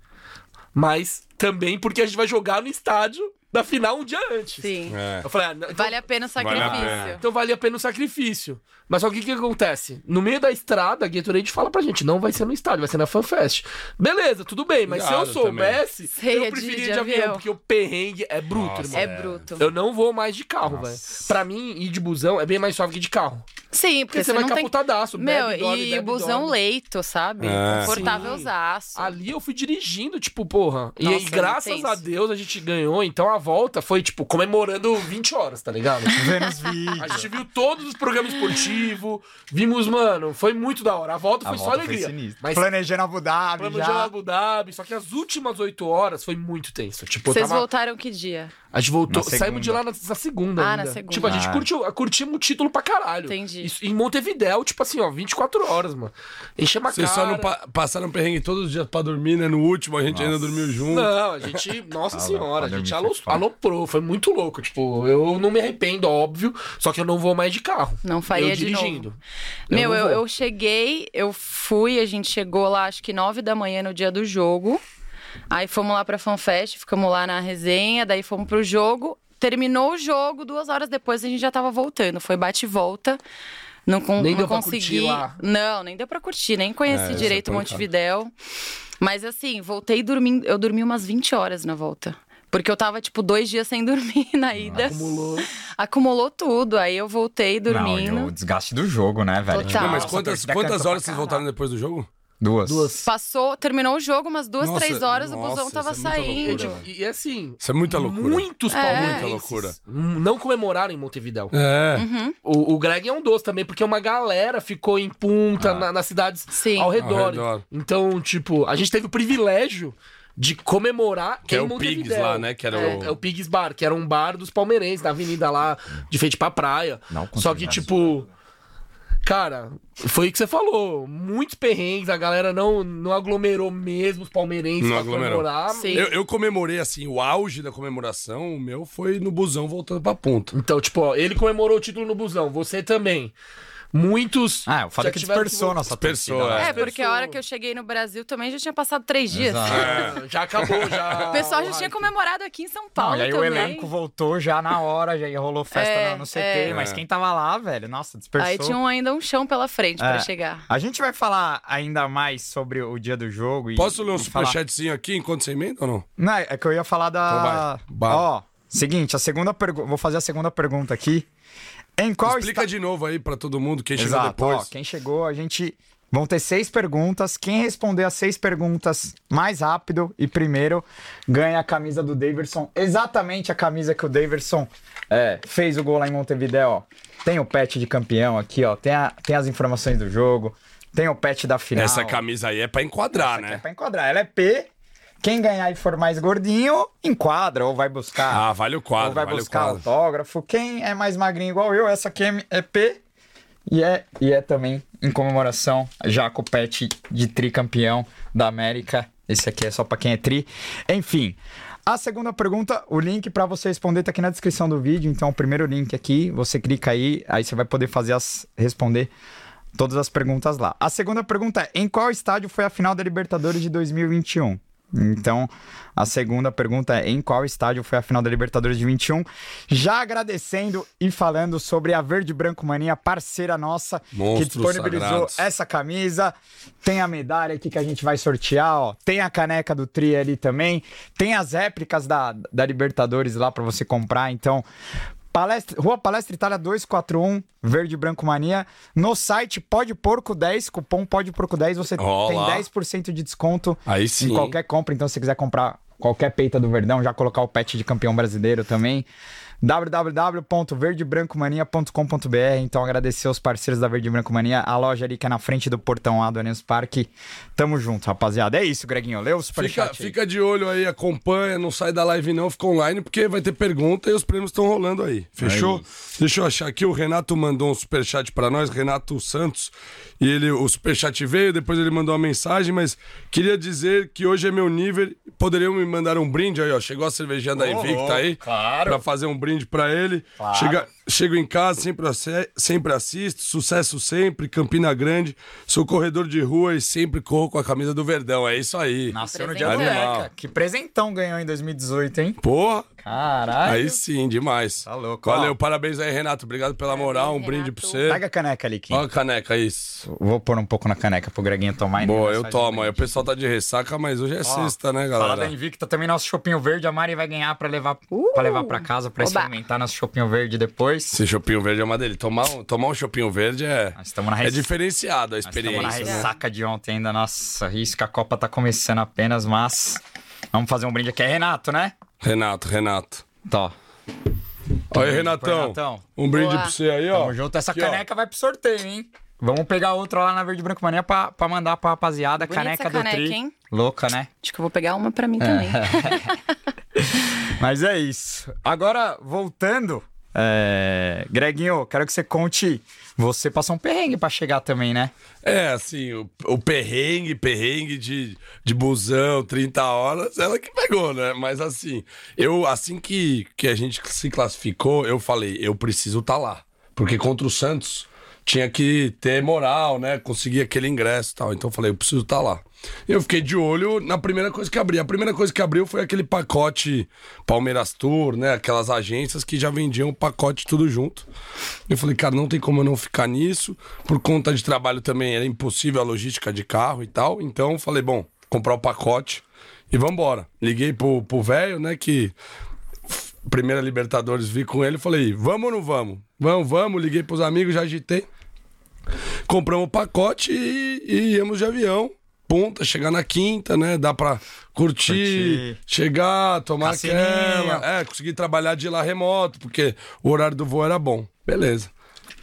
A: mas também porque a gente vai jogar no estádio da final um dia antes.
D: Sim.
C: É.
A: Eu falei, ah, não, então,
D: Vale a pena o
C: Vale a
D: sacrifício.
C: pena.
A: então vale a pena o sacrifício. Mas só que o que, que acontece? No meio da estrada, a Gatorade fala pra gente: não vai ser no estádio, vai ser na FanFest. Beleza, tudo bem, mas
C: Cuidado
A: se eu soubesse,
D: também. Seria
A: eu preferia
D: de-
A: de,
D: de
A: avião,
D: avião.
A: porque o perrengue é bruto, irmão.
C: Nossa,
D: É
C: É.
D: bruto.
A: Eu não vou mais de carro,
B: Nossa.
A: velho. Pra mim, ir de busão é bem mais suave que de carro. Porque,
D: Sim, porque,
A: você vai
D: não tem.
A: capotadaço,
D: Meu,
A: bebe, dorme,
D: e
A: bebe,
D: busão
A: dorme. Ah,
D: leito, sabe?
C: É.
D: Confortável zaço.
A: Ali eu fui dirigindo, tipo, porra. E
D: Nossa, é
A: aí, graças
D: intenso.
A: a Deus, a gente ganhou. Então a volta foi, tipo, comemorando 20 horas, tá ligado?
B: Vendo os vídeos.
A: A gente viu todos os programas esportivos, vimos, mano, foi muito da hora. A volta
B: A
A: foi só
B: volta foi
A: alegria.
B: sinistra.
A: mas
B: Planejando Abu Dhabi
A: plano de
B: já.
A: Abu Dhabi, só que as últimas oito horas foi muito tenso. Tipo, eu
D: Vocês
A: tava-
D: voltaram que dia?
A: a gente voltou,
B: Na segunda.
A: saímos de lá na, na segunda
D: Ah,
A: ainda.
D: na segunda.
A: Tipo, a gente
B: Ah.
A: curtiu, curtimos o título pra caralho.
D: Entendi.
A: Isso, em Montevidéu, tipo assim, ó, 24 horas, mano. Enchemos a
C: Vocês
A: cara.
C: só não pa- passaram perrengue todos os dias pra dormir, né? No último, a gente ainda dormiu junto.
A: Não, a gente. Nossa
B: Fala,
A: senhora, a
B: fala,
A: gente
B: me
A: alo-
B: fala.
A: aloprou. Foi muito louco. Tipo, eu não me arrependo, óbvio. Só que eu não vou mais de carro.
D: Não faria
A: eu
D: de novo.
A: dirigindo.
D: Meu,
A: não
D: eu,
A: vou.
D: eu cheguei, eu fui, a gente chegou lá acho que nove da manhã no dia do jogo. Aí fomos lá pra FanFest, ficamos lá na resenha, daí fomos pro jogo. Terminou o jogo, duas horas depois a gente já tava voltando. Foi bate e volta. Não, con-
A: Nem
D: não
A: deu pra
D: consegui.
A: curtir lá. tá
D: Não, nem deu pra curtir, nem conheci
C: É,
D: direito
C: essa é
D: Montevidéu. Mas assim, voltei dormindo. Eu dormi umas 20 horas na volta. Porque eu tava, tipo, dois dias sem dormir na ida.
A: Acumulou.
D: Acumulou tudo. Aí eu voltei
B: Não, e
D: dormindo.
B: o desgaste do jogo, né, velho?
D: Total.
B: Tipo,
D: Não,
C: mas
B: nossa,
C: quantas,
B: torcida
C: quantas
B: cantou
C: horas
B: pra
C: vocês
B: caralho.
C: voltaram depois do jogo?
B: Duas.
A: Duas.
D: Passou, terminou o jogo umas duas,
C: Nossa,
D: três horas, o
C: nossa,
D: busão tava
C: isso é muita
A: Eu
B: Tipo,
D: saindo.
A: digo,
C: loucura.
A: E e assim,
C: Isso é muita loucura.
A: muitos
D: É.
A: palmeirenses
C: Muita loucura.
A: não comemoraram em Montevidéu.
C: É.
B: Uhum.
A: O, o Greg é um doce também, porque uma galera ficou em punta na- nas cidades
D: Sim.
A: ao redor.
C: Ah. Ao redor.
A: Então, tipo, a gente teve o privilégio de comemorar
C: Que
A: em
C: é o
A: Montevidéu.
C: Pigs lá, né? Que era
A: É,
C: o...
A: é o Pigs Bar, que era um bar dos palmeirenses, na avenida lá, de frente pra praia.
B: Não
A: Só que,
B: consigo.
A: tipo. Cara, foi o que você falou. Muitos perrengues, a galera não, não aglomerou mesmo os palmeirenses
C: Não
A: pra
C: aglomerou.
A: comemorar.
D: Sim.
C: Eu, eu comemorei, assim, o auge da comemoração, o meu foi no busão voltando pra ponta.
A: Então, tipo, ó, ele comemorou o título no busão, você também. muitos.
B: Ah, o fato
A: já
B: é que
A: tiveram
B: dispersou
A: voltar.
B: nossa torcida.
C: Dispersou,
B: né?
D: É, porque a hora que eu cheguei no Brasil também já tinha passado três dias.
B: Exato.
A: É, já acabou, já.
D: O pessoal já tinha comemorado aqui em São Paulo
B: Não, e aí o
D: também.
B: elenco voltou já na hora, já rolou festa
D: É,
B: no, no CT,
D: é.
B: mas quem tava lá, velho, nossa, dispersou.
D: Aí tinha um- ainda um chão pela frente
B: É.
D: pra chegar.
B: A gente vai falar ainda mais sobre o dia do jogo e.
C: Posso ler um
B: e falar-
C: superchatzinho aqui enquanto você emenda ou não?
B: Não, é que eu ia falar da.
C: Então vai, bala.
B: Ó, seguinte, a segunda pergunta. Vou fazer a segunda pergunta aqui. Em qual
C: Explica
B: esta-
C: de novo aí pra todo mundo quem chegou
B: Exato, ó,
C: depois.
B: quem chegou, a gente. Vão ter seis perguntas. Quem responder as seis perguntas mais rápido e primeiro ganha a camisa do Daverson. Exatamente a camisa que o Daverson é, fez o gol lá em Montevideo. ó. Tem o pet de campeão aqui, ó. Tem, a- tem as informações do jogo. Tem o pet da final.
C: Essa camisa aí é pra enquadrar,
B: É
C: né?
B: pra enquadrar. Ela é P. Quem ganhar e for mais gordinho, enquadra ou vai buscar
C: Ah, vale o quadro,
B: ou vai
C: vale o
B: buscar
C: quadro.
B: autógrafo. Quem é mais magrinho igual eu, essa aqui é- é P. E é, e é também em comemoração já com o pet de tricampeão da América. Esse aqui é só pra quem é tri. Enfim, a segunda pergunta, o link pra você responder tá aqui na descrição do vídeo. Então, o primeiro link aqui, você clica aí, aí você vai poder fazer as responder todas as perguntas lá. A segunda pergunta é: em qual estádio foi a final da Libertadores de 2021? Então, a segunda pergunta é: em qual estádio foi a final da Libertadores de 21? Já agradecendo e falando sobre a Verde Branco Mania, parceira nossa, que
C: Monstros
B: disponibilizou
C: sagrados.
B: essa camisa. Tem a medalha aqui que a gente vai sortear, ó. Tem a caneca do Tri ali também. Tem as réplicas da, da Libertadores lá pra você comprar. Então, palestra, Rua Palestra Itália 241, Verde e Branco Mania. No site Pode Porco 10, cupom Pode Porco 10, você
C: Ó
B: tem
C: lá.
B: 10% de desconto
C: Aí sim.
B: em qualquer compra. Então, se quiser comprar qualquer peita do Verdão, já colocar o pet de campeão brasileiro também www.verdebrancomania.com.br Então, agradecer aos parceiros da Verde e Branco Mania, a loja ali que é na frente do portão A do Anils Parque. Tamo junto, rapaziada. É isso, Greginho. Leu o
C: Fica,
B: superchat aí.
C: fica de olho aí, acompanha, não sai da live não, fica online, porque vai ter pergunta e os prêmios estão rolando aí. Fechou? Deixa eu achar aqui, o Renato mandou um superchat pra nós, Renato Santos, e ele, o superchat veio, depois ele mandou uma mensagem, mas queria dizer que hoje é meu nível, poderiam me mandar um brinde aí, ó, chegou a cervejinha da Invicta aí, claro. pra fazer um brinde pra ele. Chega, chego em casa, sempre, asse- sempre assisto, sucesso sempre, Campina Grande, sou corredor de rua e sempre corro com a camisa do Verdão, é isso aí.
B: Nasceu no dia
D: Presentão.
B: do Leca.
C: Animal.
B: Que presentão ganhou em 2018, hein?
C: Porra,
D: Tá
B: Caralho.
C: aí sim, demais.
B: Tá louco,
C: Valeu,
B: ó.
C: parabéns aí, Renato. Obrigado pela moral. Um
D: Renato.
C: brinde pra você.
B: Pega a caneca ali, Kim.
C: Olha a caneca, isso.
B: Vou pôr um pouco na caneca pro Greginho tomar. e
C: Boa,
B: nós
C: eu
B: faz um
C: tomo. Aí o
B: brinde.
C: pessoal tá de ressaca, mas hoje é sexta, né,
B: Fala da
C: galera?
B: Invicta também, nosso chopinho verde. A Mari vai ganhar pra levar, pra, levar pra casa, pra
D: Uh! Oba.
B: experimentar nosso chopinho verde depois.
C: Esse chopinho verde é uma dele. Tomar um, tomar um chopinho verde é,
B: Nós estamos na
C: é
B: res-
C: diferenciado a
B: Nós estamos na
C: experiência. né?
B: ressaca de ontem ainda. Nossa, risco, a Copa tá começando apenas, mas. Vamos fazer um brinde aqui. É Renato, né?
C: Renato, Renato.
B: Tá.
C: Olha aí,
B: Pô,
C: Renatão.
B: Renatão.
C: Um brinde
D: Boa.
C: pra você aí, ó.
B: Tamo junto. Essa
C: Aqui, ó.
B: caneca vai pro sorteio, hein? Vamos pegar outra lá na Verde e Branco Mania pra, pra mandar pra rapaziada.
D: Bonita
B: caneca
D: essa
B: do
D: caneca,
B: Tri.
D: hein?
B: Louca, né?
D: Acho que eu vou pegar uma pra mim
C: É.
D: também.
B: Mas é isso. Agora, voltando. É... Greginho, quero que você conte. Você passou um perrengue pra chegar também, né?
C: É, assim, o, o perrengue, perrengue de, de busão, 30 horas, ela que pegou, né? Mas assim, eu assim que, que a gente se classificou, eu falei, eu preciso estar lá. Porque contra o Santos tinha que ter moral, né? Conseguir aquele ingresso e tal. Então eu falei, eu preciso estar lá. Eu fiquei de olho na primeira coisa que abri. A primeira coisa que abriu foi aquele pacote Palmeiras Tour, né? Aquelas agências que já vendiam o pacote tudo junto. Eu falei, cara, não tem como eu não ficar nisso. Por conta de trabalho também era impossível a logística de carro e tal. Então eu falei, bom, comprar o pacote e vambora. Liguei pro pro velho, né, que primeira Libertadores vi com ele, falei, vamos ou não vamos? Vamos, vamos, liguei pros amigos, já agitei. Compramos o pacote e, e íamos de avião. Ponta, chegar na quinta, né? Dá pra curtir,
B: Curtir.
C: chegar, tomar
B: Cassininho.
C: aquela. É, consegui trabalhar de lá remoto, porque o horário do voo era bom. Beleza.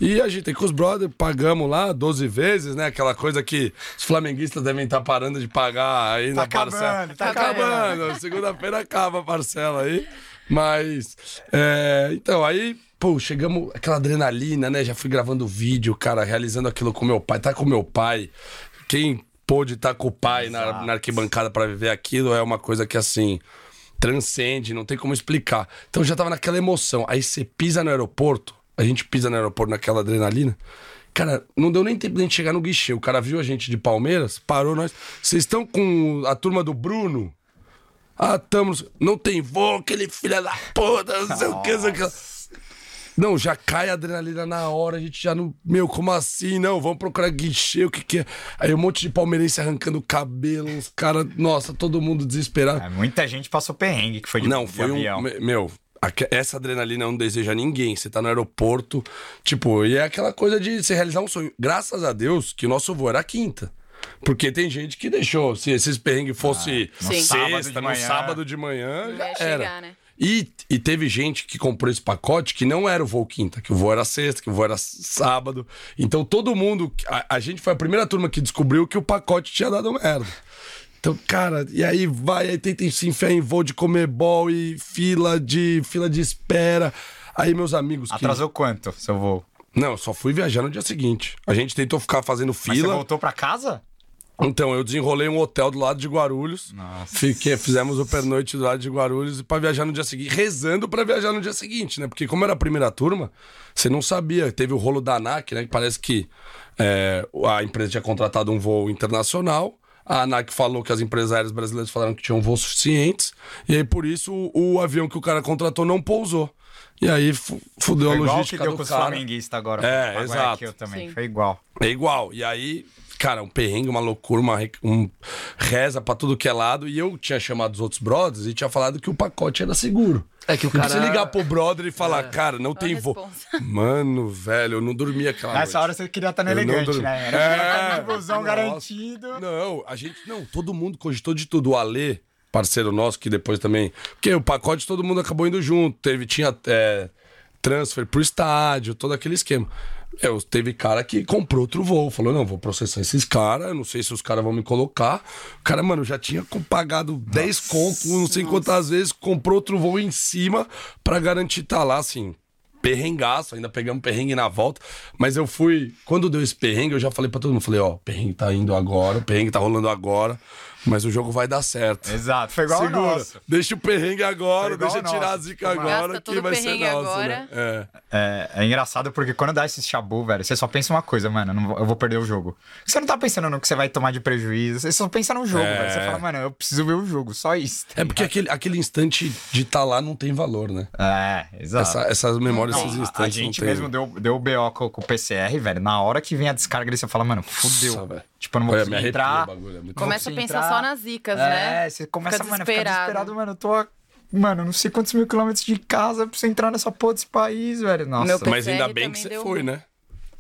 C: E agitei com os brothers, pagamos lá 12 vezes, né? Aquela coisa que os flamenguistas devem estar parando de pagar aí na
B: acabando,
C: parcela.
B: tá
C: Tá acabando. Segunda-feira acaba a parcela aí. Mas. é, então, aí, pô, chegamos aquela adrenalina, né? Já fui gravando vídeo, cara, realizando aquilo com meu pai. Tá com meu pai. Quem pôde estar com o pai na, na arquibancada pra viver aquilo é uma coisa que assim. Transcende, não tem como explicar. Então já tava naquela emoção. Aí você pisa no aeroporto, a gente pisa no aeroporto naquela adrenalina. Cara, não deu nem tempo de a gente chegar no guichê. O cara viu a gente de Palmeiras, parou nós. Vocês estão com a turma do Bruno? Ah, estamos. Não tem voo, aquele filho da puta, não sei o que, não sei o que. Não, já cai a adrenalina na hora, a gente já não. Meu, como assim? Não, vamos procurar guichê, o que que é? Aí um monte de palmeirense arrancando o cabelo, os caras. Nossa, todo mundo desesperado.
B: É, muita gente passou perrengue que foi de,
C: Não,
B: de
C: foi
B: avião.
C: um. me- Meu, aque- essa adrenalina não deseja a ninguém. Você tá no aeroporto, tipo, e é aquela coisa de você realizar um sonho. Graças a Deus que o nosso voo era quinta. Porque tem gente que deixou, se esses perrengues fosse
D: no Sim.
B: Ah, sábado de
C: sexta, no
B: manhã.
C: sábado de manhã, já
D: Vai
C: era.
D: chegar, né?
C: E, e teve gente que comprou esse pacote que não era o voo quinta, que o voo era sexta, que o voo era sábado. Então todo mundo. A, a gente foi a primeira turma que descobriu que o pacote tinha dado merda. Então, cara, e aí vai, aí tentem se enfiar em voo de comebol e fila de fila de espera. Aí meus amigos. que-
B: Atrasou quanto seu voo?
C: Não, eu só fui viajar no dia seguinte. A gente tentou ficar fazendo
B: Mas você
C: fila.
B: voltou pra casa?
C: Então, eu desenrolei um hotel do lado de Guarulhos. Fiquei, fizemos o pernoite do lado de Guarulhos pra viajar no dia seguinte, rezando pra viajar no dia seguinte, né? Porque como era a primeira turma, você não sabia. Teve o rolo da ANAC, né? Que parece que é, a empresa tinha contratado um voo internacional. A ANAC falou que as empresárias brasileiras falaram que tinham voos suficientes. E aí, por isso, o, o avião que o cara contratou não pousou. E aí, fu- fudeu
B: Foi
C: a
B: igual
C: logística
B: que deu
C: do
B: com os
C: cara.
B: flamenguistas agora.
C: É,
B: pra
C: exato.
B: Guayaquil também.
D: Sim.
B: Foi igual.
C: É igual. E aí, cara, um perrengue, uma loucura, uma re- um reza pra tudo que é lado. E eu tinha chamado os outros brothers e tinha falado que o pacote era seguro.
A: É que o
C: Não
A: cara. É.
C: precisa ligar pro brother e falar, cara, não tem voo.
D: responsa.
C: Mano, velho, eu não dormi aquela
B: Nessa
C: noite.
B: hora você queria estar no
C: Eu não
B: elegante,
C: durmo.
B: né? Era
C: É.
B: um busão
C: Nossa.
B: garantido.
C: Não, a gente. Não, todo mundo cogitou de tudo. O Alê, parceiro nosso, que depois também. Porque o pacote todo mundo acabou indo junto. Teve, tinha é, transfer pro estádio, todo aquele esquema. Eu, teve cara que comprou outro voo, falou: não, vou processar esses caras, eu não sei se os caras vão me colocar. O cara, mano, já tinha com- pagado 10 conto, não sei quantas vezes, comprou outro voo em cima pra garantir tá lá, assim, perrengaço, ainda pegamos perrengue na volta, mas eu fui, quando deu esse perrengue, eu já falei pra todo mundo, falei, ó, o perrengue tá indo agora, o perrengue tá rolando agora, mas o jogo vai dar certo.
B: Exato, foi é igual o
C: Segura,
B: nosso.
C: deixa o perrengue agora,
B: Foi igual
C: deixa
B: ao
C: tirar a
B: nosso.
C: zica
B: Gasta
C: agora,
D: todo
C: que
D: o
C: vai ser
D: perrengue
C: nosso, né?
D: agora.
C: É.
B: É, é engraçado porque quando dá esse chabu, velho, você só pensa uma coisa, mano, eu não vou- eu vou perder o jogo. Você não tá pensando no que você vai tomar de prejuízo, você só pensa no jogo,
C: É.
B: velho. Você fala, mano, eu preciso ver o jogo, só isso.
C: É porque aquele, aquele instante de estar tá lá não tem valor, né?
B: É, exato.
C: Essa- essas memórias, esses
B: Não,
C: instantes
B: a, a gente
C: não tem.
B: mesmo deu, deu o BO com, com o PCR, velho. Na hora que vem a descarga, ele você fala, mano, fudeu.
C: Nossa, velho.
B: tipo, eu não vou
C: Olha, me
B: conseguir
C: arrepia
B: entrar.
C: o bagulho, é muito
B: não vou
D: Começa a
B: conseguir
D: pensar
B: entrar.
D: só nas dicas,
B: É,
D: né?
B: você começa,
D: Fica
B: mano, a ficar
D: desesperado.
B: desesperado, mano. Eu tô. a- Mano, não sei quantos mil quilômetros de casa pra você entrar nessa porra desse país, velho. Nossa,
D: Meu
C: Mas
D: PCR
C: ainda bem que
D: também
C: você
D: deu
C: foi,
D: ruim.
C: né?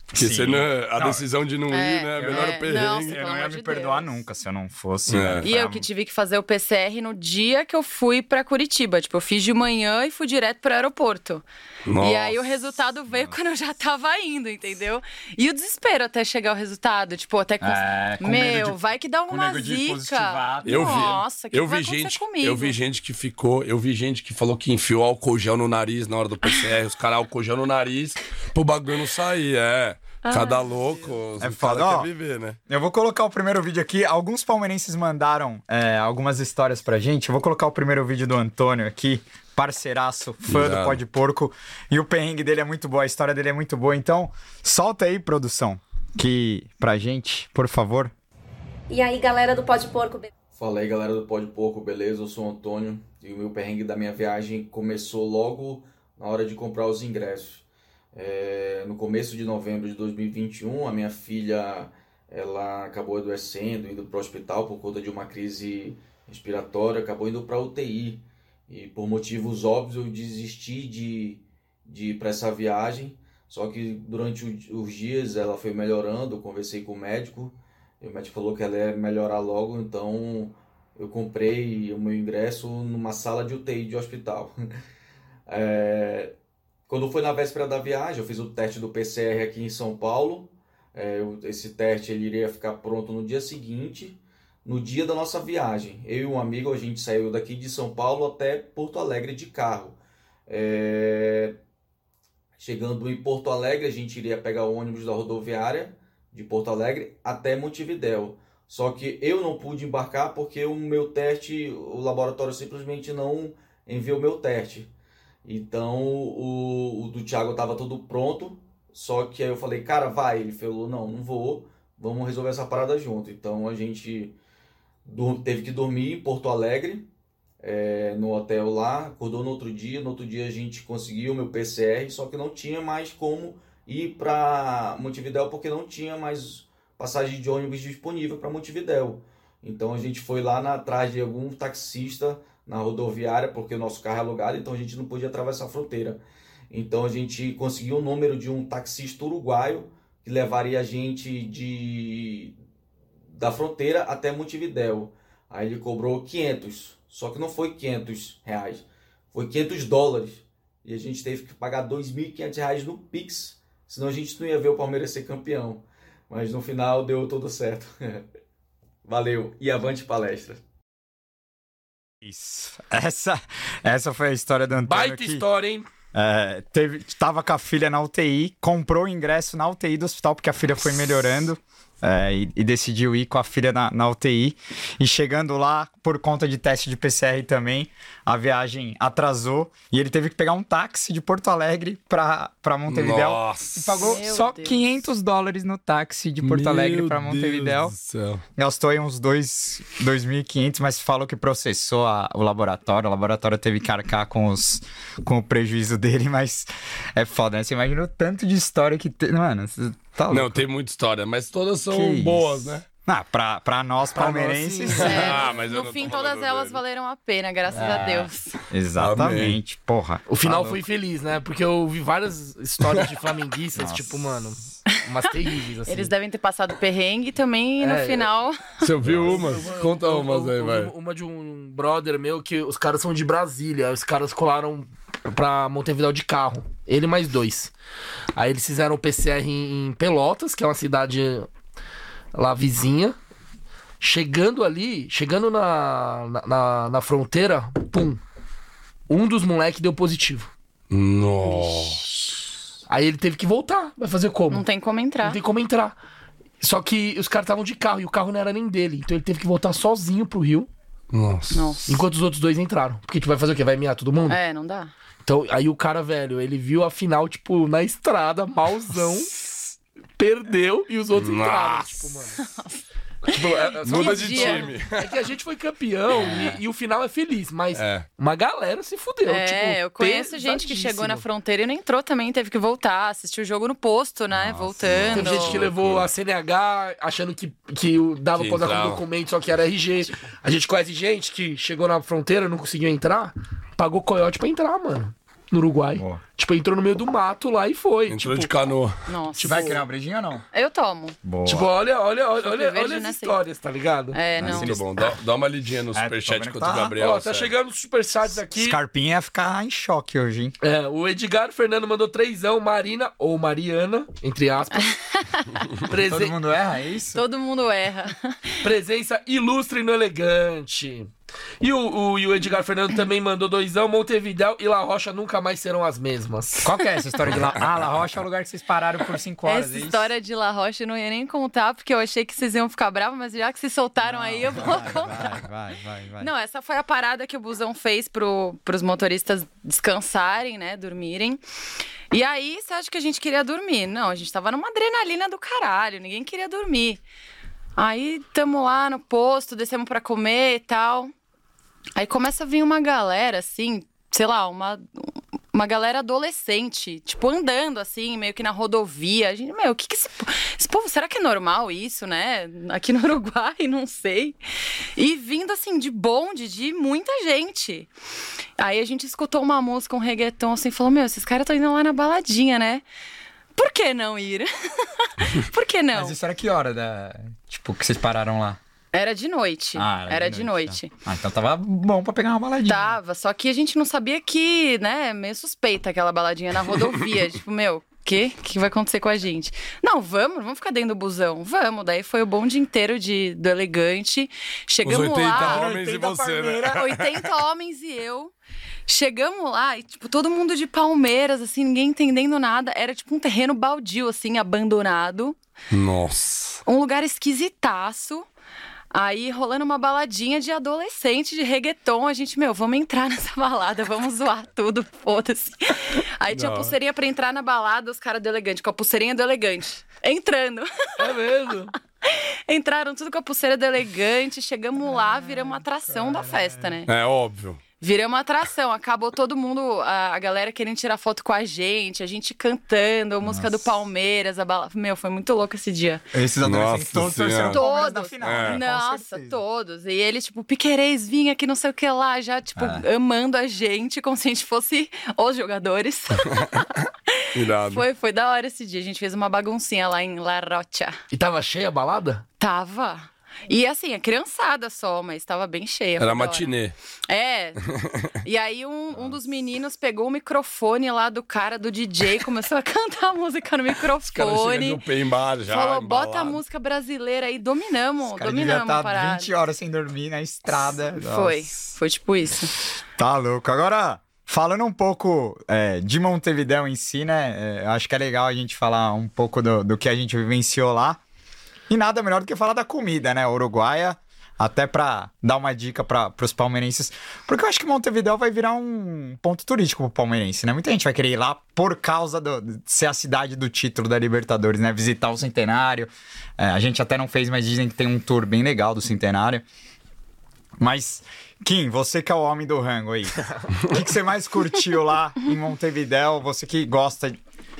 C: Porque
B: Sim.
C: você não, a
B: Não.
C: decisão de não ir, né?
D: É,
C: Melhor
D: é.
C: o perrengue.
D: Nossa,
B: eu não
D: Pelo
B: ia
D: amor
B: me
D: de
B: perdoar
D: Deus.
B: nunca se eu não fosse.
C: É.
B: velho.
D: E eu que tive que fazer o PCR no dia que eu fui pra Curitiba. Tipo, eu fiz de manhã e fui direto pro aeroporto. E aí o
C: Nossa.
D: resultado veio quando eu já tava indo, entendeu? E o desespero até chegar o resultado. Tipo, até com.
B: É, com
D: Meu,
B: medo de-
D: vai que dá
B: com
D: alguma
B: nego de
D: zica.
B: positivar.
C: Eu vi.
D: Nossa, que
C: eu
D: vai
C: vi
D: acontecer
C: gente,
D: comigo?
C: Eu vi gente que ficou, eu vi gente que falou que enfiou álcool gel no nariz na hora do PCR, os caras álcool gel no nariz pro bagulho não sair, é.
D: Ah.
C: Cada louco,
B: É
C: o
B: foda,
C: cara
B: ó.
C: quer viver, né?
B: Eu vou colocar o primeiro vídeo aqui. Alguns palmeirenses mandaram é, algumas histórias pra gente. Eu vou colocar o primeiro vídeo do Antônio aqui, parceiraço, fã do
C: Irado.
B: Pó de Porco. E o perrengue dele é muito boa, a história dele é muito boa. Então, solta aí, produção, que pra gente, por favor.
F: E aí, galera do Pode Porco, beleza?
G: Fala aí galera do Pode Porco, beleza? Eu sou o Antônio e o meu perrengue da minha viagem começou logo na hora de comprar os ingressos. É, no começo de novembro de 2021, a minha filha ela acabou adoecendo, indo para o hospital por conta de uma crise respiratória, acabou indo para UTI. E por motivos óbvios eu desisti de, de ir para essa viagem. Só que durante o- os dias ela foi melhorando, eu conversei com o médico e o médico falou que ela ia melhorar logo, então eu comprei o meu ingresso numa sala de UTI de hospital. É, Quando foi na véspera da viagem, eu fiz o teste do PCR aqui em São Paulo. É, eu- Esse teste ele iria ficar pronto no dia seguinte, no dia da nossa viagem. Eu e um amigo, a gente saiu daqui de São Paulo até Porto Alegre de carro. É, Chegando em Porto Alegre, a gente iria pegar o ônibus da rodoviária de Porto Alegre até Montevidéu. Só que eu não pude embarcar porque o meu teste, o laboratório simplesmente não enviou meu teste. Então o, o do Thiago estava todo pronto, Só que aí eu falei, cara, vai. Ele falou, não, não vou. Vamos resolver essa parada junto. Então a gente dur- teve que dormir em Porto Alegre, é, no hotel lá. Acordou no outro dia. No outro dia a gente conseguiu o meu PCR, só que não tinha mais como ir para Montevidéu porque não tinha mais passagem de ônibus disponível para Montevidéu. Então a gente foi lá na, atrás de algum taxista na rodoviária, porque o nosso carro é alugado, então a gente não podia atravessar a fronteira. Então a gente conseguiu o número de um taxista uruguaio que levaria a gente de da fronteira até Montevidéu. Aí ele cobrou 500, só que não foi 500 reais, foi 500 dólares. E a gente teve que pagar 2.500 reais no Pix, senão a gente não ia ver o Palmeiras ser campeão. Mas no final deu tudo certo. Valeu e avante palestra.
B: Isso. Essa, essa foi a história do Antônio.
A: Baita
B: que,
A: história, hein?
B: é, teve, tava com a filha na UTI, comprou o ingresso na UTI do hospital, porque a filha foi melhorando. é, e, e decidiu ir com a filha na, na UTI. E chegando lá, por conta de teste de PCR também, a viagem atrasou. E ele teve que pegar um táxi de Porto Alegre pra, pra Montevidéu. E
C: Nossa.
B: pagou
D: Meu
B: só
D: Deus.
B: 500 dólares no táxi de Porto Alegre
C: Meu
B: pra Montevidéu.
C: Deus do céu.
B: Gastou aí uns dois- 2.500, mas falou que processou a- o laboratório. O laboratório teve que arcar com, os, com o prejuízo dele, mas é foda, né? Você imagina o tanto de história que tem. Mano, você tá louco.
C: Não, tem muita história, mas todas são
B: Que isso.
C: boas, né?
B: Ah, pra, pra nós palmeirenses.
D: É,
C: Ah, mas eu
D: no
C: não tô
D: fim,
C: falando
D: todas elas
C: dele.
D: valeram a pena, graças a Deus.
B: Exatamente, porra.
A: O final
C: Tá
A: foi infeliz, né? Porque eu vi várias histórias de flamenguistas, tipo, mano, umas terríveis, assim.
D: Eles devem ter passado perrengue e também no
A: É,
D: final.
C: Você ouviu umas? Conta
A: Eu- eu-
C: umas aí,
A: eu vi
C: vai.
A: Uma de um brother meu que os caras são de Brasília. Os caras colaram pra Montevideo de carro. Ele mais dois. Aí eles fizeram o PCR em em Pelotas, que é uma cidade lá vizinha. Chegando ali, chegando na, na, na- na fronteira, pum. Um dos moleques deu positivo.
C: Nossa.
A: Aí ele teve que voltar. Vai fazer como?
D: Não tá. tem como entrar.
A: Não tem como entrar. Só que os caras estavam de carro e o carro não era nem dele. Então ele teve que voltar sozinho pro Rio.
C: Nossa.
D: Nossa.
A: Enquanto os outros dois entraram. Porque tu vai fazer o quê? Vai miar todo mundo?
D: É, não dá.
A: Então, aí o cara, velho, ele viu a final, tipo, na estrada, malzão. Perdeu e os outros entraram. Tipo, mano.
C: Tipo, é- é-
D: Que
C: muda de
D: dia.
C: time.
A: É que a gente foi campeão e, e o final é feliz, mas
C: É.
A: uma galera se fudeu.
D: é,
A: tipo,
D: eu conheço gente que chegou na fronteira e não entrou também, teve que voltar, assistir o jogo no posto, né? voltando.
A: Tem gente que levou a CNH achando que, que o- dava
C: Que
A: pra usar
C: entrava.
A: como documento, só que era RG. A gente conhece gente que chegou na fronteira, não conseguiu entrar, pagou coiote pra entrar, mano. No Uruguai.
B: Boa.
A: Tipo, entrou no meio do mato lá e foi.
C: Entrou
A: tipo,
C: de canoa.
D: Nossa.
B: Vai querer uma brejinha ou não?
D: Eu tomo.
B: Boa.
A: tipo, olha, olha, olha, olha,
D: verde
A: olha as
D: nessa aí.
A: histórias, tá ligado?
D: É, não.
C: Muito bom. Dá, dá uma lidinha no
B: É, tô
C: superchat
B: vendo que
C: contra o
B: tá-
C: Gabriel.
A: Ó, tá
C: sério.
A: chegando os superchats aqui.
B: Scarpinha ia ficar em choque hoje, hein?
A: É, o Edgar Fernando mandou trêsão, Marina, ou Mariana, entre aspas.
B: Todo
A: Presen-
B: mundo erra, é isso?
D: Todo mundo erra.
A: Presença ilustre no elegante. E o, o- e o Edgar Fernando também mandou doisão. Montevidéu e La Rocha nunca mais serão as mesmas.
B: Qual que é essa história de La... Ah, La Rocha é o lugar que vocês pararam por 5 horas.
D: Essa
B: é isso?
D: história de La Roche eu não ia nem contar, porque eu achei que vocês iam ficar bravos, mas já que se soltaram aí, eu vou contar.
B: Vai, vai, vai, vai.
D: Não, essa foi a parada que o busão fez pro, pros motoristas descansarem, né? Dormirem. E aí, você acha que a gente queria dormir? Não, a gente tava numa adrenalina do caralho, ninguém queria dormir. Aí tamo lá no posto, descemos pra comer e tal. Aí começa a vir uma galera, assim, sei lá, uma, uma galera adolescente, tipo, andando assim, meio que na rodovia. A gente, meu, o que que esse, po- esse povo, será que é normal isso, né? Aqui no Uruguai, não sei. E vindo assim, de bonde, de muita gente. Aí a gente escutou uma música, um reggaeton, assim, falou, meu, esses caras estão indo lá na baladinha, né? Por que não ir? Por que não?
B: Mas isso era que hora da. Tipo, que vocês pararam lá?
D: Era de noite.
B: Ah,
D: era, de noite. Tá.
B: tá. Ah, então tava bom pra pegar uma baladinha.
D: Tava, só que a gente não sabia que, né, meio suspeita aquela baladinha na rodovia. tipo, meu, o quê? O que vai acontecer com a gente? Não, vamos, vamos ficar dentro do busão. Vamos. Daí foi o bonde inteiro de, do elegante.
C: Os
D: Chegamos
C: 80
D: lá.
C: homens e você, né?
D: Era 80 homens e eu. Chegamos lá e, tipo, todo mundo de Palmeiras, assim, ninguém entendendo nada. Era tipo um terreno baldio, assim, abandonado
C: Nossa.
D: um lugar esquisitaço. Aí rolando uma baladinha de adolescente, de reggaeton, a gente, meu, vamos entrar nessa balada, vamos zoar tudo, foda-se. Aí tinha
C: Da hora.
D: pulseirinha pra entrar na balada, os caras do elegante, com a pulseirinha do elegante. Entrando.
A: É mesmo?
D: Entraram tudo com a pulseira do elegante, chegamos lá, viramos uma atração da festa, né?
C: É óbvio.
D: Viramos atração, acabou todo mundo, a, a galera querendo tirar foto com a gente, a gente cantando, a música do Palmeiras, a bala. Meu, foi muito louco esse dia.
B: Esses adolescentes
C: Nossa
B: todos torceram
C: Senhora.
B: pro Palmeiras na
D: Todos.
B: final.
C: É.
B: né? Com
D: Nossa,
B: certeza.
D: todos. E ele, tipo, Piquerez vinha aqui, não sei o que lá, já, tipo,
C: É.
D: amando a gente, como se a gente fosse os jogadores.
C: Irado.
D: foi, foi da hora esse dia. A gente fez uma baguncinha lá em La Rocha.
A: E tava cheia a balada?
D: Tava. E assim, é criançada só, mas tava bem cheia.
C: Era
D: foi da hora.
C: matinê.
D: É. E aí um, um dos meninos pegou o microfone lá do cara do DJ, começou a cantar a música no
C: Os caras chegam
D: microfone.
C: no pé embaixo já.
D: Falou, bota a
C: embalado.
D: música brasileira aí, dominamos,
B: O cara devia
D: dominamos
C: tá
D: a
B: estar
D: parada.
B: 20 horas sem dormir na estrada. Nossa.
D: Foi, foi tipo isso.
B: Tá louco. Agora, falando um pouco é, de Montevidéu em si, né? é, eu acho que é legal a gente falar um pouco do, do que a gente vivenciou lá. E nada melhor do que falar da comida, né? Uruguaia. Até pra dar uma dica para os palmeirenses. Porque eu acho que Montevidéu vai virar um ponto turístico pro palmeirense, né? Muita gente vai querer ir lá por causa do- de ser a cidade do título da Libertadores, né? Visitar o centenário. É, a gente até não fez, mas dizem que tem um tour bem legal do centenário. Mas, Kim, você que é o homem do rango aí, o que, que você mais curtiu lá em Montevidéu? Você que gosta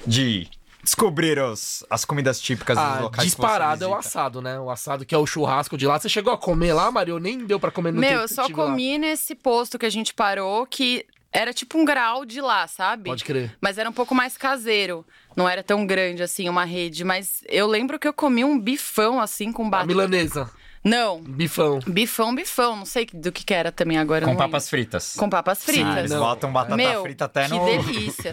B: de descobrir os, as comidas típicas dos
A: Ah,
B: locais que você
A: disparado é o
B: visita.
A: assado, né? O assado que é o churrasco de lá. Você chegou a comer lá, Mario? Nem deu pra comer no
D: Meu,
A: tempo
D: eu
A: que
D: só
A: tive lá.
D: comi nesse posto que a gente parou, que era tipo um grau de lá, sabe?
A: Pode crer.
D: Mas era um pouco mais caseiro. Não era tão grande assim, uma rede. Mas eu lembro que eu comi um bifão assim com
A: A
D: batata.
A: milanesa,
D: Não,
A: bifão.
D: bifão, bifão. Não sei do que que era também agora. eu
B: Com
D: não lembro.
B: papas fritas.
D: Com papas
B: Ah,
D: fritas.
B: eles
A: Não. É.
B: botam batata
D: Meu,
B: frita até
D: que
B: no...
D: delícia,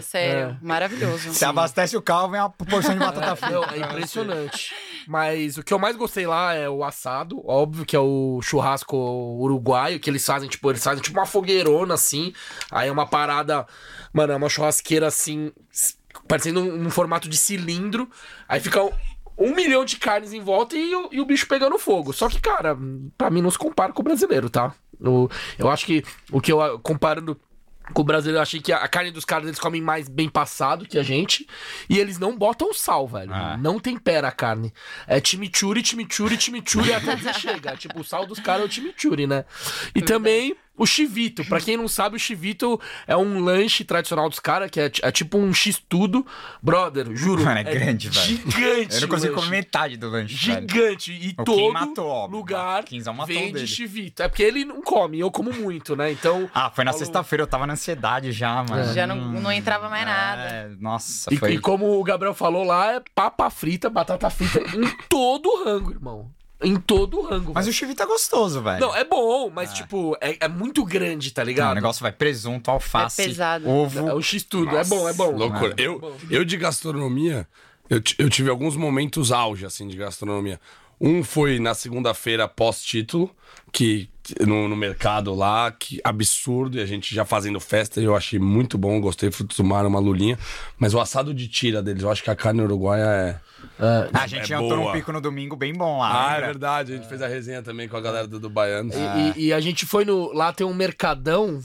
D: sério. Maravilhoso.
B: Você abastece o carro, vem uma porção de batata frita.
A: Não, é impressionante. Mas o que eu mais gostei lá é o assado, óbvio, que é o churrasco uruguaio, que eles fazem, tipo, eles fazem tipo uma fogueirona, assim. Aí é uma parada, mano, é uma churrasqueira assim, s- parecendo um, um formato de cilindro. Aí fica um, um milhão de carnes em volta e, o- e o bicho pegando fogo. Só que, cara, pra mim não se compara com o brasileiro, tá? Eu, eu acho que o que eu comparando. Com o brasileiro, eu achei que a a carne dos caras eles comem mais bem passado que a gente. E eles não botam sal, velho. Não tempera a carne. É chimichurri, chimichurri, chimichurri até dizer chega. Tipo, o sal dos caras é o chimichurri, né? E também o chivito. Pra quem não sabe, o chivito é um lanche tradicional dos caras, que é, ti- é tipo um x-tudo. Brother, juro.
B: Mano, é grande, velho.
A: Gigante.
B: Eu não consigo
A: o
B: comer
A: lanche.
B: metade do lanche, velho. É
A: Gigante. E
B: O Kim
A: todo
B: matou, ó.
A: lugar
B: O Kimzão matou um
A: vende
B: dele.
A: chivito. É porque ele não come, eu como muito, né? Então.
B: Ah, foi na
A: Falou.
B: sexta-feira, eu tava na ansiedade já, mano.
D: Já não, não entrava mais nada.
B: É, nossa,
A: E,
B: foi...
A: e como o Gabriel falou lá, é papa frita, batata frita em todo o rango, irmão. Em todo o rango.
B: Mas o
A: velho.
B: chivito é gostoso, velho.
A: Não, é bom, mas, tipo, é, é muito grande, tá
B: Não, o
C: É um
A: ligado?
B: negócio vai presunto, alface,
D: É pesado.
B: ovo.
A: É o X tudo, é bom, é bom.
C: Loucura. Eu, eu de gastronomia, eu, ti- eu tive alguns momentos auge, assim, de gastronomia. Um foi na segunda-feira pós-título, que no, no mercado lá, que absurdo, e a gente já fazendo festa, e eu achei muito bom, gostei, frutos do mar, uma lulinha. Mas o assado de tira deles, eu acho que a carne uruguaia é...
B: A gente
C: É
B: jantou num
C: boa.
B: pico no domingo bem bom lá.
C: Ah, é
B: lembra?
C: verdade, a gente fez a resenha também com a galera do, do Baiano. Ah.
A: E, e- e a gente foi no. Lá tem um mercadão,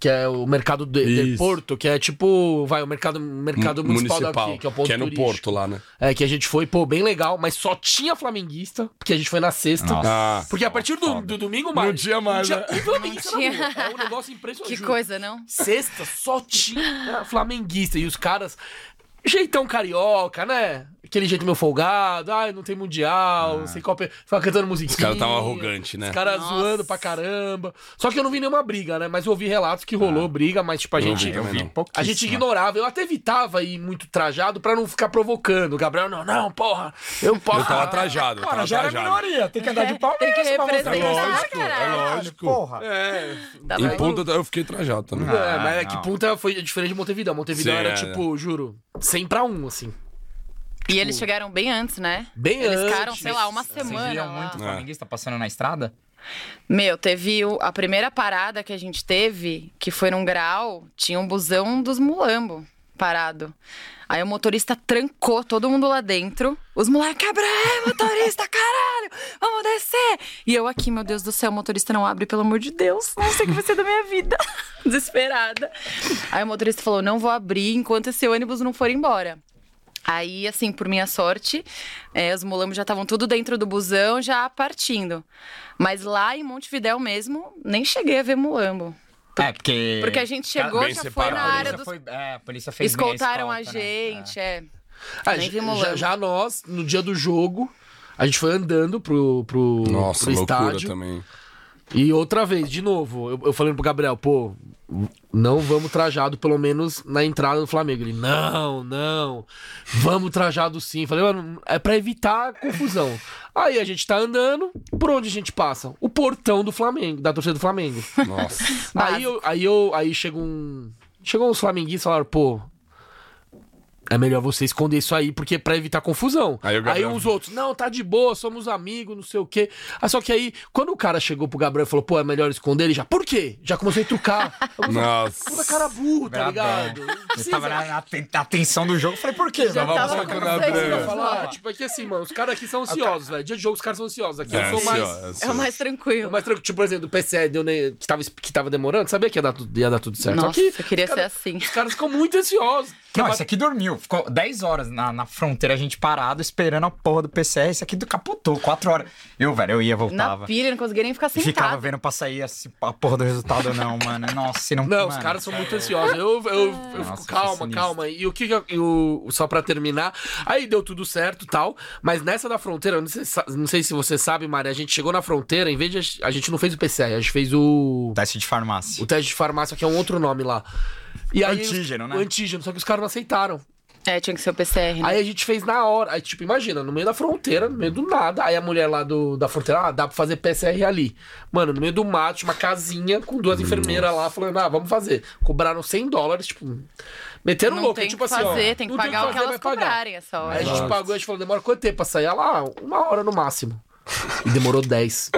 A: que é o mercado de, de
C: Isso.
A: Porto, que é tipo. Vai, o mercado, mercado municipal, daqui, que é o ponto
C: que é no
A: turístico.
C: Porto lá, né?
A: É, que a gente foi, pô, bem legal, mas só tinha flamenguista, porque a gente foi na sexta.
B: Nossa.
C: Ah,
A: Porque a partir do, do domingo, Mário,
C: tinha mais,
A: não
C: né?
A: tinha um flamenguista
D: Não
A: na
D: tinha.
A: rua. É um negócio impressionante.
D: Que
A: juro.
D: coisa, não?
A: Sexta só tinha flamenguista. E os caras. Jeitão carioca, né? Aquele jeito meio folgado, ai, não tem mundial, sei qual. pe- Ficava cantando musiquinha.
C: É. Os caras tavam arrogantes, né?
A: Os caras
D: Nossa.
A: zoando pra caramba. Só que eu não vi nenhuma briga, né? Mas eu ouvi relatos que rolou briga, mas tipo, a
C: Não
A: gente.
C: É. vi também, não.
A: A gente
B: Pouquíssimo.
A: ignorava, eu até evitava ir muito trajado pra não ficar provocando. O Gabriel, não, não, porra. Eu, porra.
C: Eu tava trajado, eu tava
B: Cara, já era
C: trajado.
B: minoria, tem que andar de
D: Tem que
B: palmeiras pra mostrar.
C: É
D: representar,
C: lógico, é
D: caralho.
C: lógico.
B: tá Porra.
D: Tá
C: Em
D: bom.
C: ponta eu fiquei trajado também.
A: É, mas é
B: não.
A: que Punta foi diferente de Montevideo. Montevideo
C: Ah, Sim,
A: era
C: é,
A: tipo, juro, 100 pra 1, assim. Tipo-
D: E eles chegaram bem antes, né?
A: Bem
D: Eles
A: antes.
D: ficaram, sei lá, uma
B: Vocês
D: semana.
B: viam
D: lá.
B: muito flamenguista tá passando na estrada?
D: Meu, teve o- a primeira parada que a gente teve, que foi num grau, tinha um busão dos mulambo. parado. Aí o motorista trancou todo mundo lá dentro. Os moleques, abre aí, motorista, caralho, vamos descer. E eu aqui, meu Deus do céu, o motorista não abre, pelo amor de Deus, não sei o que vai ser da minha vida. Desesperada. Aí o motorista falou, não vou abrir enquanto esse ônibus não for embora. Aí, assim, por minha sorte, eh, os molambos já estavam tudo dentro do busão, já partindo. Mas lá em Montevidéu mesmo, nem cheguei a ver mulambo.
B: É, porque.
D: Porque a gente chegou,
C: bem
D: já foi
C: separado, né?
D: na
B: A
D: área
B: polícia
D: dos...
B: foi- é, a polícia fez bem
D: Escoltaram a
B: escolta, né?
D: gente, é.
A: Ah,
D: Nem vi
A: já-
D: mulambo.
A: já, já nós, no dia do jogo, a gente foi andando pro, pro,
C: Nossa,
A: pro
C: loucura
A: estádio.
C: também.
A: E outra vez, de novo, eu, eu falando pro Gabriel, pô, não vamos trajado, pelo menos na entrada do Flamengo. Ele, não, não, vamos trajado sim. Falei, mano, é pra evitar a confusão. Aí a gente tá andando, por onde a gente passa? O portão do Flamengo, da torcida do Flamengo.
C: Nossa.
A: Aí eu, aí eu, aí chega um, chegou uns flamenguistas e falaram, pô, é melhor você esconder isso aí, porque é pra evitar confusão.
C: Aí o Gabriel-
A: uns outros, não, tá de boa, somos amigos, não sei o quê. Ah, só que aí, quando o cara chegou pro Gabriel e falou, pô, é melhor esconder, ele já, por quê? Já começou a trucar. Puta
C: Nossa.
A: cara burro, tá ligado?
B: Brabão. Eu tava na, na ten- na tensão do jogo, falei, por quê?
C: Tava
D: tava
C: pouco
D: com
C: na
D: vocês,
A: Eu ia
C: briga.
D: não.
A: falar, tipo, é que assim, mano, os caras aqui são ansiosos, velho. Dia de jogo, os caras são ansiosos. Aqui
C: É,
A: eu sou mais...
C: assim, ó, é assim.
D: É o mais
A: Eu
D: tranquilo.
A: mais tranquilo, tipo, por exemplo, o PCE deu, ne- que, tava, que tava demorando, sabia que ia dar, tudo- ia dar tudo certo.
D: Nossa,
A: Só que
D: eu queria
A: cara-
D: ser assim.
A: os caras ficam muito ansiosos.
B: Não, esse aqui dormiu. Ficou 10 horas na, na fronteira, a gente parado, esperando a porra do PCR. Esse aqui do- capotou, 4 horas. Eu, velho, eu ia,
D: Na
B: voltava.
D: pilha, não conseguia nem ficar
B: E ficava
D: sentado.
B: vendo pra sair esse- a porra do resultado ou não, mano. Nossa, e não...
A: Não,
B: mano.
A: os
B: é.
A: caras são muito ansiosos. Eu, eu, eu
B: Nossa,
A: fico,
B: que
A: calma,
B: sinistro.
A: calma. E o que que eu, eu- Só pra terminar. Aí deu tudo certo tal. Mas nessa da fronteira, eu não sei, se- não sei se você sabe, Maria, a gente chegou na fronteira, em vez de. A, a gente não fez o PCR, a gente fez o.
B: Teste de farmácia.
A: O teste de farmácia, que é um outro nome lá. E aí,
B: Antígeno, né?
A: O antígeno, só que os caras não aceitaram.
D: É, tinha que ser o PCR, né?
A: Aí a gente fez na hora. Aí, tipo, imagina, no meio da fronteira, no meio do nada. Aí a mulher lá do, da fronteira, ah, dá pra fazer PCR ali. Mano, no meio do mato, tinha uma casinha com duas enfermeiras lá falando, ah, vamos fazer. Cobraram 100 dólares, tipo. Meteram
D: não
A: louco,
D: tem
A: é tipo
D: que
A: assim, ó.
D: fazer, tem que
A: não
D: pagar o que
A: fazer,
D: elas
A: vai pagar.
D: cobrarem é essa hora.
A: Aí a gente pagou, a gente falou, demora quanto tempo pra sair? Ah lá, uma hora no máximo. E demorou 10.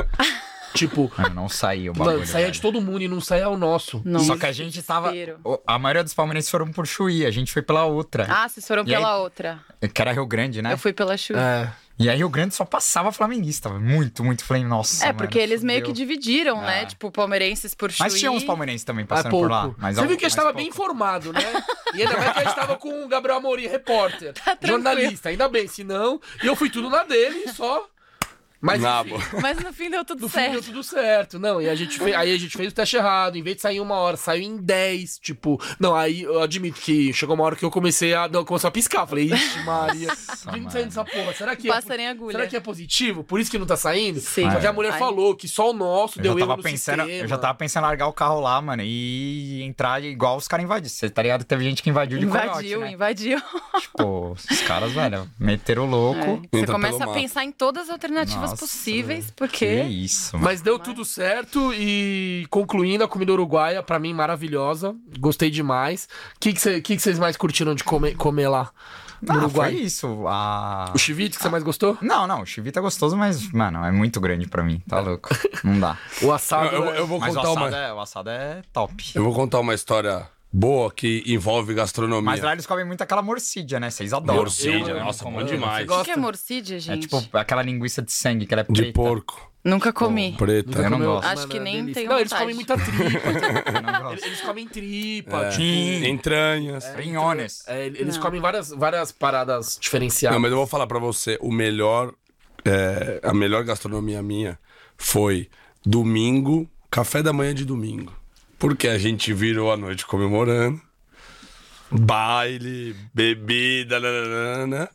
A: tipo,
B: Mano, não saiu o bagulho.
A: mano, saia
B: velho.
A: de todo mundo e não saia o nosso.
D: Não.
B: Só que a gente tava.
D: Desespero.
B: o- A maioria dos palmeirenses foram por Chuí, a gente foi pela outra.
D: Ah, vocês foram
B: E aí-
D: pela outra.
B: Que era Rio Grande, né?
D: Eu fui pela chuva.
A: É.
B: E aí Rio Grande só passava flamenguista. velho. Muito, muito. Falei, nossa.
D: É, porque
B: mano,
D: eles meio que
B: fudeu.
D: dividiram, né?
B: É.
D: Tipo, palmeirenses por Chuí.
B: Mas tinha uns palmeirenses também
A: Mas
B: passando
A: pouco.
B: por lá. Mas
A: Você
B: al-
A: viu que a gente
B: mas
A: tava bem
B: pouco.
A: informado, né? E ainda mais que a gente tava com o Gabriel Amorim, repórter,
D: Tá
A: jornalista. Ainda bem, senão. E eu fui tudo na dele, só. Mas
C: Nabo.
A: enfim,
D: Mas no fim deu tudo
A: no fim deu
D: certo.
A: tudo certo. Não, e a gente fez, aí a gente fez o teste errado. Em vez de sair em uma hora, saiu em 10. Tipo, não, aí eu admito que chegou uma hora que eu comecei a. Não, começou a piscar. Falei, ixi, Maria.
B: Nossa,
A: Vim
B: mano.
A: saindo dessa porra. Será que.
D: Um Passarinho
A: é,
D: agulha.
A: será que é positivo? Por isso que não tá saindo?
D: Sim.
A: Só que a
D: É.
A: mulher
D: Ai.
A: falou que só o nosso
B: Eu
A: deu
B: já,
A: erro
B: tava
A: no
B: pensando, eu já
A: sistema.
B: tava pensando em largar o carro lá, mano, e entrar igual os caras invadiram. Você tá ligado que teve gente que invadiu de coiote,
D: Invadiu,
B: né?
D: invadiu.
B: Tipo, os caras, velho, meteram o louco.
D: Você
C: Então, pelo
D: começa a
C: mato.
D: pensar em todas as alternativas
B: Nossa,
D: possíveis,
B: Que
D: porque
B: isso, mano.
A: Mas deu tudo certo e concluindo a comida uruguaia, pra mim maravilhosa. Gostei demais. O que que vocês mais curtiram de comer, comer lá no
B: Ah,
A: Uruguai?
B: foi isso. A...
A: O chivite que você mais gostou?
B: Não, não, o chivita é gostoso, mas, mano, é muito grande pra mim, tá louco. Não dá.
A: O assado.
C: Eu, eu-
A: é-
C: eu vou
B: Mas o
C: contar
B: assado,
C: uma.
B: é, o assado é top.
C: Eu vou contar uma história boa que envolve gastronomia.
A: é
B: Mas lá eles comem muito aquela morcídia, né? Vocês adoram.
C: Morcídia,
B: Eu
A: né?
B: amo,
C: nossa,
B: como
C: bom
B: eu amo.
C: demais.
D: o que, que é morcídia,
B: É
D: gente?
B: tipo aquela linguiça de sangue que ela é preta.
C: De porco.
D: Nunca comi.
C: Preta.
B: Eu não
A: Comeu-
B: gosto.
D: Acho que nem
A: delícia.
D: tenho
A: Não, eles
D: vontade.
A: comem muita tripa.
B: Eu não gosto.
A: eles comem tripa. tipo,
B: Sim.
C: é, Entranhas.
B: Rinhones.
A: é, eles
D: Não.
A: comem várias, várias paradas diferenciadas.
C: Não, mas eu vou falar pra você, o melhor, é, a melhor gastronomia minha foi domingo, café da manhã de domingo. Porque a gente virou a noite comemorando, baile, bebida, né, nananana.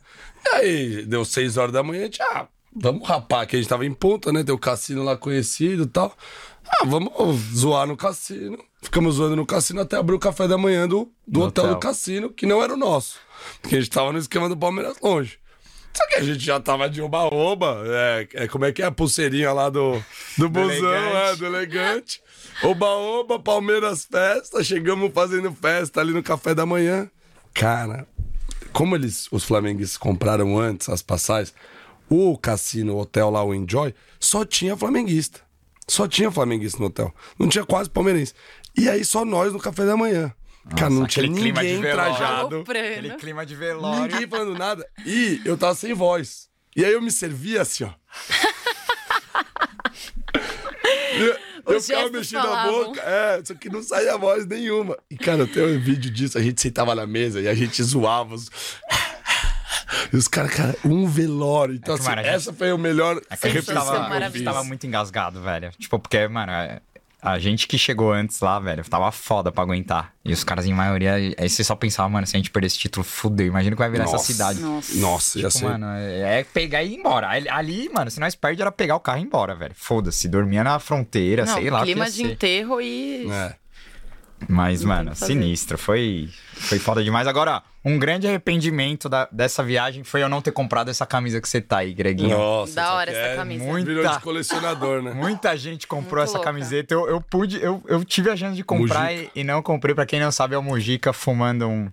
C: E aí, deu seis horas da manhã, a gente, ah, vamos rapar, que a gente tava em ponta, né? Tem o cassino lá conhecido e tal. Ah, vamos zoar no cassino. Ficamos zoando no cassino até abrir o café da manhã do, do hotel.
B: hotel.
C: do cassino, que não era o nosso. Porque a gente tava no esquema do Palmeiras longe. Só que a gente já tava de oba-oba, é, é, como é que é a pulseirinha lá do, do busão,
B: elegante.
C: é, do elegante. Oba-oba, Palmeiras festa, chegamos fazendo festa ali no café da manhã. Cara, como eles, os flamenguistas compraram antes as passagens, o cassino, o hotel lá, o Enjoy, só tinha flamenguista. Só tinha flamenguista no hotel. Não tinha quase palmeirense. E aí só nós no café da manhã. Cara, não
B: Nossa,
C: tinha
B: aquele clima de
C: ninguém
B: velório.
C: trajado.
D: Aloprando.
B: Aquele clima de velório.
C: Ninguém falando nada. E eu tava sem voz. E aí eu me servia assim, ó. Eu, eu
D: Os
C: ficava
D: gestos
C: mexendo a
D: falavam.
C: boca, é, só que não saía voz nenhuma. E, cara, tem um vídeo disso, a gente sentava na mesa e a gente zoava. Os... E os caras, cara, um velório. Então,
B: É que,
C: assim,
B: mano, a gente-
C: essa foi o melhor
B: É que a gente,
D: Sensação
B: tava, a gente
D: maravilhosa.
B: tava muito engasgado, velho. Tipo, porque, mano, é- a gente que chegou antes lá, velho, tava foda pra aguentar. E os caras, em maioria, aí você só pensava, mano, se a gente perder esse título, fudeu. Imagina o que vai virar essa
C: Nossa.
B: cidade.
D: Nossa.
C: Nossa, já
B: Tipo,
C: sei.
B: mano, é é pegar e ir embora. Ali- Ali, mano, se nós perde, era pegar o carro e ir embora, velho. Foda-se, dormia na fronteira,
D: Não,
B: sei lá. o que
D: clima
B: ia
D: de
B: ser.
D: enterro e.
C: É.
B: Mas,
D: Não tem o
B: mano,
D: que fazer.
B: sinistro. Foi, foi foda demais. Agora, um grande arrependimento da- dessa viagem foi eu não ter comprado essa camisa que você tá aí, Greguinho.
C: Nossa,
D: Da
C: essa
D: hora
C: aqui
D: essa
C: é
D: camisa.
B: muito-
C: Virou
B: Muita.
C: de colecionador, né?
B: Muita gente comprou
D: Muito
B: essa
D: louca.
B: camiseta. Eu, eu pude, eu, eu tive a chance de comprar e, e não comprei. Pra quem não sabe, é o Mujica fumando um.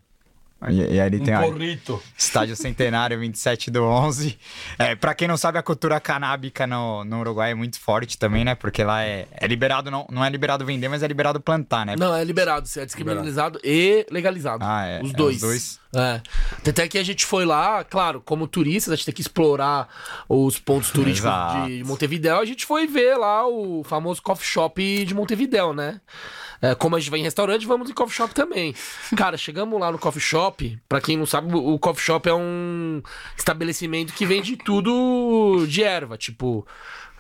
B: E, e aí ele tem
A: Um
B: a
C: Um Porrito.
B: Estádio Centenário 27 do 11. É, pra quem não sabe, a cultura canábica no, no Uruguai é muito forte também, né? Porque lá é, é liberado, não, não é liberado vender, mas é liberado plantar, né?
A: Não, é liberado, você é descriminalizado e legalizado.
B: Ah, é,
A: Os
B: é,
A: dois.
B: os dois.
A: É. Tanto É. Até que a gente foi lá, claro, como turistas, a gente tem que explorar os pontos turísticos
B: Exato.
A: de Montevidéu. A gente foi ver lá o famoso coffee shop de Montevidéu, né? É, como a gente vai em restaurante, vamos em coffee shop também. Cara, chegamos lá no coffee shop. Pra quem não sabe, o o coffee shop é um estabelecimento que vende tudo de erva, tipo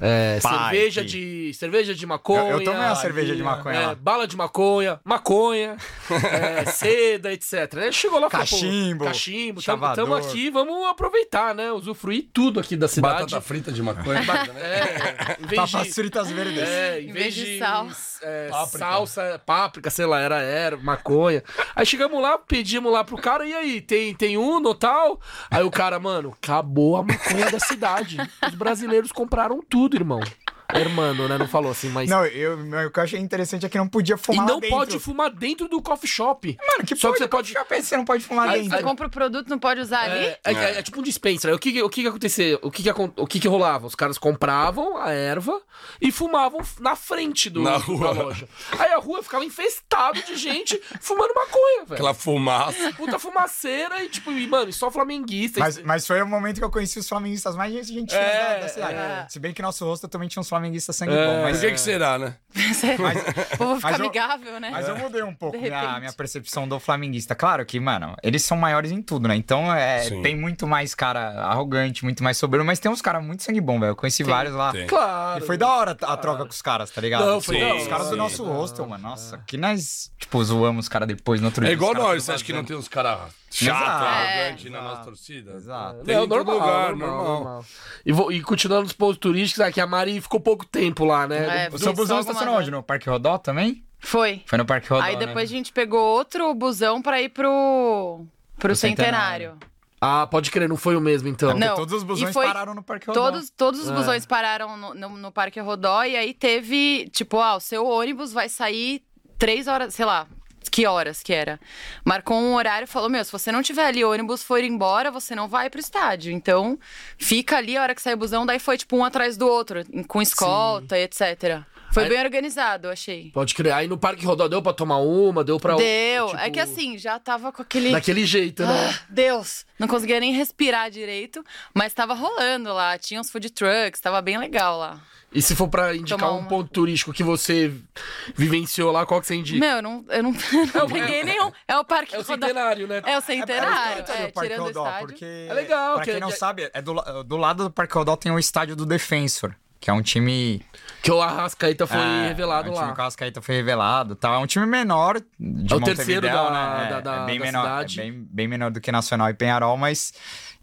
A: é,
B: Pai,
A: cerveja
B: que-
A: de cerveja de maconha.
B: Eu- eu tomei uma cerveja de maconha
A: é,
B: lá.
A: bala de maconha, maconha, é, seda, etc. Aí chegou lá e falou, pô,
B: Cachimbo,
A: cachimbo, tamo,
B: chavador.
A: tamo aqui, vamos aproveitar, né? Usufruir tudo aqui da cidade.
C: Batata frita de maconha.
A: É, em vez
B: Papas
A: de,
B: fritas verdes.
A: é, em
D: Em
A: vez
D: vez
A: de,
D: de sal.
A: é,
C: Páprica.
A: salsa, páprica, sei lá, era, era, maconha. Aí chegamos lá, pedimos lá pro cara, e aí, tem, tem um no tal? Aí o cara, mano, acabou a maconha da cidade. Os brasileiros compraram tudo, irmão. Hermano, né? Não falou assim, mas.
B: Não, eu, eu- o que eu achei interessante é que não podia
A: e
B: fumar lá
A: não
B: dentro.
A: pode fumar dentro do coffee shop.
B: Mano, que
A: Só
B: porra
A: que você
B: de
A: pode-
B: coffee shop é esse? Você não pode fumar
D: Aí
B: dentro.
D: você compra o produto, não pode usar ali?
A: É, é- é- é tipo um dispenser. Aí O que que- o que que acontecia? O que que, acon- o que que rolava? Os caras compravam a erva e fumavam f- na frente do,
C: Na
A: da
C: rua.
A: loja. Aí a rua ficava infestada de gente fumando maconha, velho.
C: Aquela fumaça.
A: Puta fumaceira e tipo, e, mano, e só flamenguista.
B: Mas,
A: E-
B: mas foi o momento que eu conheci os flamenguistas mais gente gente
A: É,
B: da, da cidade.
D: é.
B: Se bem que nosso rosto também tinha uns flamenguistas sangue
A: É.
B: bom, mas
C: Por que, que será, né?
D: o povo fica
B: mas eu-
D: amigável, né?
B: Mas eu mudei um pouco
D: De
B: minha,
D: repente.
B: minha percepção do flamenguista. Claro que, mano, eles são maiores em tudo, né? Então é,
C: Sim.
B: tem muito mais cara arrogante, muito mais soberbo, mas tem uns caras muito sangue bom, velho. Eu conheci vários lá.
C: tem.
B: E
A: Claro.
B: foi da hora a troca com os caras, tá ligado?
A: Não, foi
B: Sim,
A: da hora.
B: Os caras do
A: Sim.
B: nosso hostel, mano. Nossa, que nós, tipo, zoamos os caras depois no outro
C: É
B: dia.
C: igual
B: os caras
C: nós,
B: tudo
C: você acha que não
B: vazando.
C: tem uns caras
B: Exato.
C: chato,
D: É.
C: arrogante na nossa torcida?
B: Exato.
C: Tem em todo lugar, normal.
A: E, vou- e continuando os pontos turísticos, aqui a Mari ficou pouco tempo lá, né?
D: É,
B: O seu
D: fiz
B: busão
D: só
B: estacionou
D: algumas-
B: onde? No Parque Rodó também?
D: Foi.
B: Foi no Parque Rodó,
D: Aí
B: né?
D: depois a gente pegou outro busão pra ir pro. Pro
B: Pro centenário.
D: centenário.
A: Ah, pode crer, não foi o mesmo então.
D: Não.
B: Todos os
D: e
B: busões
D: foi-
B: pararam no Parque Rodó.
D: Todos, todos
A: É.
D: os busões pararam no, no- no Parque Rodó e aí teve, tipo, ah, o seu ônibus vai sair três horas, sei lá, que horas que era. Marcou um horário e falou: Meu, se você não tiver ali, o ônibus for embora, você não vai pro estádio. Então, fica ali a hora que sair o busão, daí foi, tipo, um atrás do outro, em- com escolta e etc. Foi
A: Aí-
D: bem organizado, achei.
A: Pode crer. Aí no Parque Rodó deu pra tomar uma, deu pra.
D: Deu.
A: tipo,
D: É que assim, já tava com aquele.
A: Daquele jeito, né?
D: Ah, Deus, não conseguia nem respirar direito, mas tava rolando lá. Tinha uns food trucks, tava bem legal lá.
A: E se for pra indicar
D: Tomar
A: um
D: uma.
A: ponto turístico que você vivenciou lá, qual que você indica?
D: Meu, eu não, eu não, não peguei nenhum. É o parque Rodó.
A: né?
D: É o
B: É
D: centenário,
B: bastante
D: é,
B: o Parque
D: tirando o
B: Rodó,
D: estádio.
B: porque...
A: É legal,
B: Pra
A: que-
B: quem não
A: que-
B: sabe, é do, la- do lado do Parque Rodó tem o estádio do Defensor, que é um time...
A: Que o Arrascaeta foi
B: é,
A: revelado
B: é um time
A: lá.
B: que o Arrascaeta foi revelado. Tá? É um time menor de
A: É o
B: Montevidéu,
A: terceiro da-
B: né? É-
A: da- da-
B: é bem
A: da
B: menor,
A: cidade.
B: É bem, bem menor do que Nacional e Penharol, mas...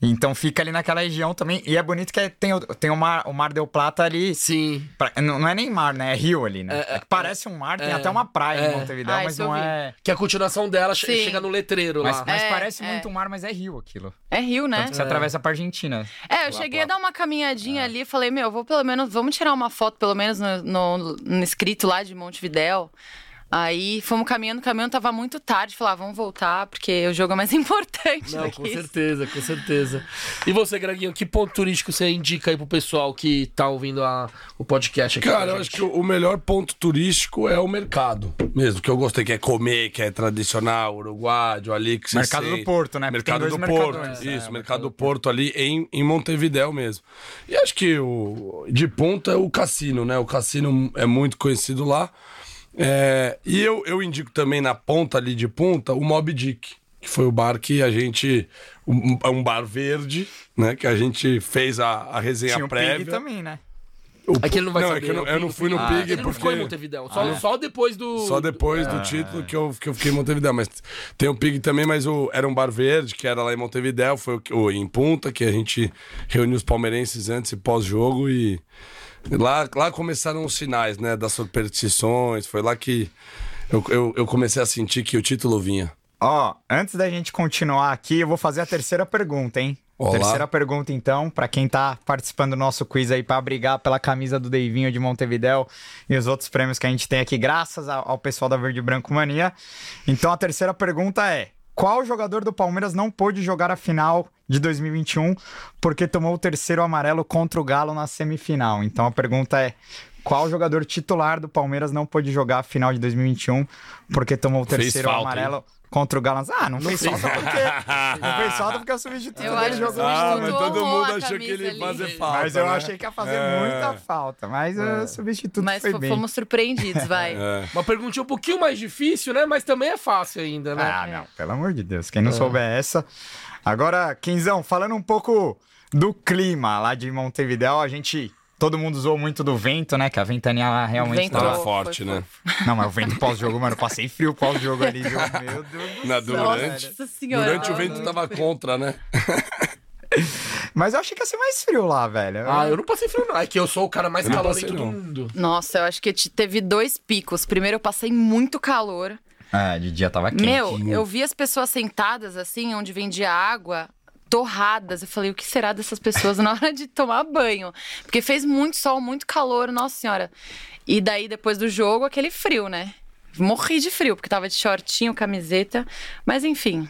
B: Então fica ali naquela região também. E é bonito que é- tem, o, tem o, mar, o Mar del Plata ali...
A: Sim.
B: pra- não, não é nem mar, né? É rio ali, né? É que parece um mar, tem até uma praia
A: é.
B: em Montevidéu,
D: Ah,
B: mas
D: isso eu
B: não
D: vi.
B: é...
A: Que a continuação dela che-
D: Sim.
A: chega no letreiro
B: Mas,
A: lá.
B: mas
D: É,
B: parece
D: é.
B: muito mar, mas é rio aquilo.
D: É Rio, né?
B: Tanto que você atravessa pra Argentina.
D: É, eu cheguei a dar uma caminhadinha ali e falei, meu, vou pelo menos, vamos tirar uma foto pelo menos no, no- no escrito lá de Montevidéu. Aí fomos caminhando, caminhando, tava muito tarde. Falei, ah, vamos voltar, porque o jogo é mais importante
A: Não,
D: do que
A: com
D: isso.
A: certeza, com certeza. E você, Greginho, que ponto turístico você indica aí pro pessoal que tá ouvindo a- o podcast aqui?
C: Cara, eu acho que o o melhor ponto turístico é o mercado mesmo, que eu gostei, que é comer, que é tradicional, uruguádio, ali que você
B: Mercado do
C: sente.
B: Porto, né? Porque tem
C: Mercado do
B: dois
C: Porto,
B: mercadões, né? É,
C: isso, mercado, do Porto ali em, em Montevidéu mesmo. E acho que o de ponta é o cassino, né? O cassino é muito conhecido lá. É, e eu, eu indico também na ponta ali de ponta o Mob Dick, que foi o bar que a gente. um- É um bar verde, né? Que a gente fez a, a resenha
B: Tinha o
C: prévia.
B: Pig também, né?
C: O
A: É que ele não vai
C: não,
A: saber,
C: É que eu, não,
A: é o
C: eu não fui no
A: Pig.
C: Pig
A: Ele não
C: porque... Ah, é.
A: ficou em Montevidéu, só, só depois do.
C: Só depois
A: Ah.
C: do título que eu, que eu fiquei em Montevidéu. Mas tem o Pig também, mas o, era um bar verde, que era lá em Montevidéu, foi o, que- o- em Punta, que a gente reuniu os palmeirenses antes e pós-jogo e. Lá, lá começaram os sinais, né? Das superstições. Foi lá que eu, eu, eu comecei a sentir que o título vinha.
B: Ó, antes da gente continuar aqui, eu vou fazer a terceira pergunta, hein?
C: Olá.
B: Terceira pergunta, então, pra quem tá participando do nosso quiz aí pra brigar pela camisa do Deivinho de Montevidéu e os outros prêmios que a gente tem aqui, graças a- ao pessoal da Verde e Branco Mania. Então, a terceira pergunta é: qual jogador do Palmeiras não pôde jogar a final de 2021 porque tomou o terceiro amarelo contra o Galo na semifinal? Então, a pergunta é: qual jogador titular do Palmeiras não pôde jogar a final de 2021 porque tomou o
C: Fez
B: terceiro
C: falta, hein?
B: amarelo? Contra o Galo. Ah, não, fez falta porque. não fez falta porque eu substituto
D: Eu
B: dele
D: acho que
B: jogou.
D: o
C: Ah,
D: substituto
C: mas todo
D: honrou
C: mundo
D: a
C: achou que
D: camisa
C: ele ia
D: ali.
C: fazer falta.
B: Mas eu
C: né?
B: achei que ia fazer
C: É.
B: muita falta. Mas o substituto
D: Mas
B: foi
D: fo-
B: bem.
D: fomos surpreendidos, vai.
C: É,
A: Uma perguntinha um pouquinho mais difícil, né? Mas também é fácil ainda, né?
B: Ah,
D: é.
B: não, pelo amor de Deus.
C: É.
B: Quem não souber essa. Agora, Quinzão, falando um pouco do clima lá de Montevidéu, a gente. Todo mundo usou muito do vento, né? Que a ventania lá realmente tá-
D: Vento.
C: Tava
D: Foi,
C: forte,
D: foi,
C: né?
B: Não, mas o vento pós-jogo, mano, eu passei frio pós-jogo ali, viu? Meu Deus. do
C: Na
B: céu,
C: durante.
B: velho.
D: Nossa senhora.
C: Durante o vento tava contra, né?
B: Mas eu achei que ia ser mais frio lá, velho.
A: Ah, eu não passei frio, não. É que eu sou o cara mais
C: não
A: calorento
C: passei,
A: do
C: não.
A: mundo.
D: Nossa, eu acho que te- teve dois picos. Primeiro, eu passei muito calor.
B: Ah, de dia tava quente.
D: Meu, eu vi as pessoas sentadas assim, onde vendia água, torradas. Eu falei, o que será dessas pessoas na hora de tomar banho? Porque fez muito sol, muito calor, nossa senhora. E daí, depois do jogo, aquele frio, né? Morri de frio, porque tava de shortinho, camiseta. Mas enfim.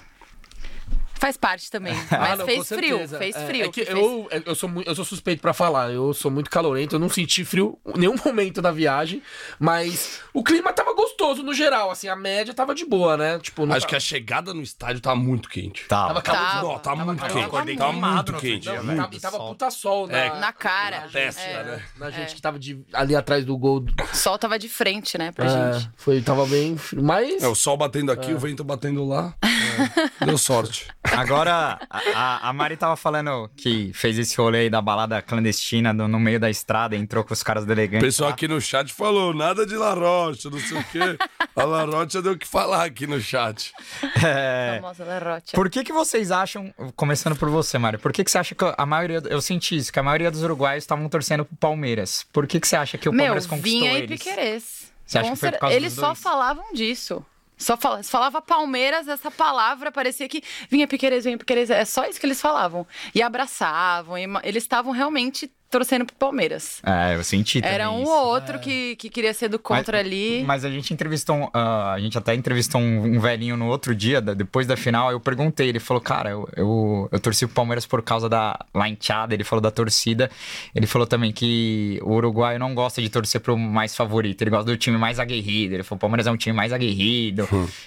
D: Faz parte também. Mas
A: Ah, não,
D: fez
A: com
D: frio,
A: certeza.
D: fez
A: É,
D: frio.
A: é que
D: fez-
A: eu, é, eu, sou muito, eu sou suspeito pra falar, eu sou muito calorento, eu não senti frio em nenhum momento da viagem, mas o clima tava gostoso no geral, assim, a média tava de boa, né? Tipo, não
C: Acho que
A: tava-
C: a chegada no estádio tá muito quente.
B: Tava.
A: tava calor
D: Tava.
C: Não, tá muito
A: calor, tava
C: quente. Tá
B: queimado
C: muito
B: no outro
C: quente.
B: dia,
A: Não,
B: velho.
A: tava, e tava
C: né?
B: Sol.
A: puta sol
C: É.
A: na,
D: Na cara.
C: testa,
D: é.
C: né?
A: na gente que tava de- ali atrás do gol.
D: O sol tava de frente, né, pra
A: É,
D: gente.
A: foi, tava bem frio, mas...
C: É, o sol batendo aqui, o vento batendo lá.
A: É.
C: Deu sorte.
B: Agora, a- a, a Mari tava falando que fez esse rolê aí da balada clandestina no, no meio da estrada, entrou com os caras do
C: O
A: É.
B: elegante.
C: pessoal aqui no chat falou nada de La Rocha, não sei o quê. A La Rocha deu o que falar aqui no chat.
B: É,
D: Famosa Lerote.
B: Por que, que vocês acham, começando por você, Mário, por que, que você acha que a maioria, eu senti isso, que a maioria dos uruguaios estavam torcendo pro Palmeiras. Por que, que você acha que o
D: Meu,
B: Palmeiras conquistou
D: Vinha e
B: eles?
D: Piquerez.
B: Você acha
D: Com
B: que foi por
D: cer-
B: causa dos
D: Eles só
B: dois?
D: falavam disso. Só fala- falava Palmeiras, essa palavra parecia que vinha Piquerez, vinha Piquerez. É só isso que eles falavam. E abraçavam, e ma- eles estavam realmente torcendo pro Palmeiras.
B: É, eu senti também
D: Era um
B: isso. é.
D: ou outro que, que queria ser do contra
B: Mas-
D: ali.
B: Mas a gente entrevistou, um, ah, a gente até entrevistou um, um velhinho no outro dia, da- depois da final, eu perguntei, ele falou, cara, eu, eu, eu torci pro Palmeiras por causa da lá enteada, ele falou da torcida, ele falou também que o Uruguai não gosta de torcer pro mais favorito, ele gosta do time mais aguerrido, ele falou, o Palmeiras é um time mais aguerrido,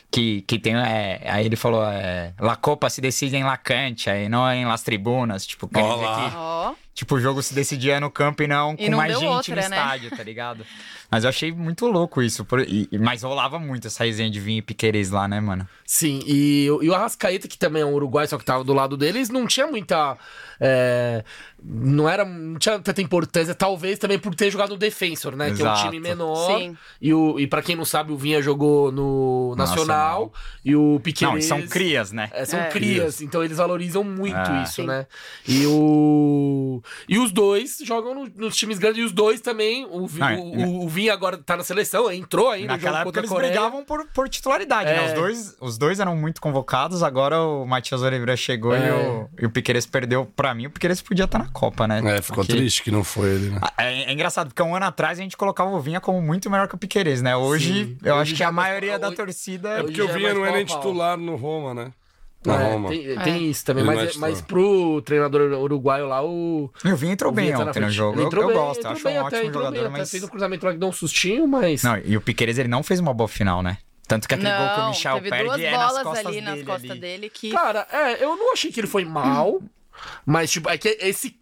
B: que, que tem, é, aí ele falou, é, La Copa se decide em La Cancha, e não em Las Tribunas, tipo, quer dizer
C: Olá.
B: que...
D: Ó,
B: Tipo, o jogo se decidia no campo e não com
D: não
B: mais
D: deu
B: gente
D: outra,
B: no
D: né?
B: estádio, tá ligado? Mas eu achei muito louco isso. por- e- e- mas rolava muito essa resenha de vinho e piqueires lá, né, mano?
A: Sim, e, o- e o Arrascaeta, que também é um uruguai, só que tava do lado deles, não tinha muita. é, não era. Não tinha tanta importância, talvez também por ter jogado no Defensor, né? Que é um
B: Exato.
A: time menor.
D: Sim.
A: E, o, e para quem não sabe, o Vinha jogou no Nacional,
B: Nacional.
A: e o
B: Não, e
A: Piqueires.
B: são crias, né?
A: É, são
D: É.
A: crias, então eles valorizam muito
B: Ah.
A: isso,
D: Sim.
A: né? E o. E os dois jogam no- nos times grandes, e os dois também. O, Vi-
B: Ah,
A: o, o, o Copinha agora tá na seleção, entrou ainda. no jogo
B: Naquela época
A: contra a
B: eles
A: Coreia.
B: brigavam por, por titularidade, né?
A: É.
B: Os dois, os dois eram muito convocados, agora o Matias Oliveira chegou
A: É.
B: e, o, e o Piqueires perdeu. Pra mim, o Piqueires podia estar na Copa, né?
C: É, ficou
B: Porque-
C: triste que não foi ele, né?
B: Ah, É, é engraçado, porque um ano atrás a gente colocava o Vinha como muito melhor que o Piqueires, né? Hoje,
A: Sim.
B: eu
A: Hoje
B: acho que
A: já
B: a
A: mais-
B: maioria da
A: hoje-
B: torcida...
C: É porque o
A: já é
C: Vinha
A: mais
C: não é
A: pau a
C: nem
A: pau.
C: titular no Roma, né? Na
A: É,
C: Roma.
A: tem, tem isso também,
C: Ele
A: mas,
C: não é
A: é-
C: titular.
A: mas pro treinador uruguaio lá, o.
B: E o Vinha entrou
A: o
B: bem
A: Vinha tá na
B: ontem no
A: frente.
B: jogo.
A: Ele
B: Eu,
A: entrou
B: eu
A: bem,
B: gosto, eu
A: entrou
B: acho
A: bem
B: um
A: até,
B: ótimo
A: entrou
B: jogador,
A: bem até,
B: mas...
A: Fez um cruzamento lá que deu um sustinho, mas.
B: Não, e o Piqueires, ele não fez uma boa final, né? Tanto que aquele gol que o
D: Não,
B: Michel
D: teve
B: perde
D: duas
B: é nas
D: bolas
B: costas
D: ali
B: dele.
D: nas costas
B: ali.
D: dele que.
A: Cara, é, eu não achei que ele foi mal, mas, tipo, é que esse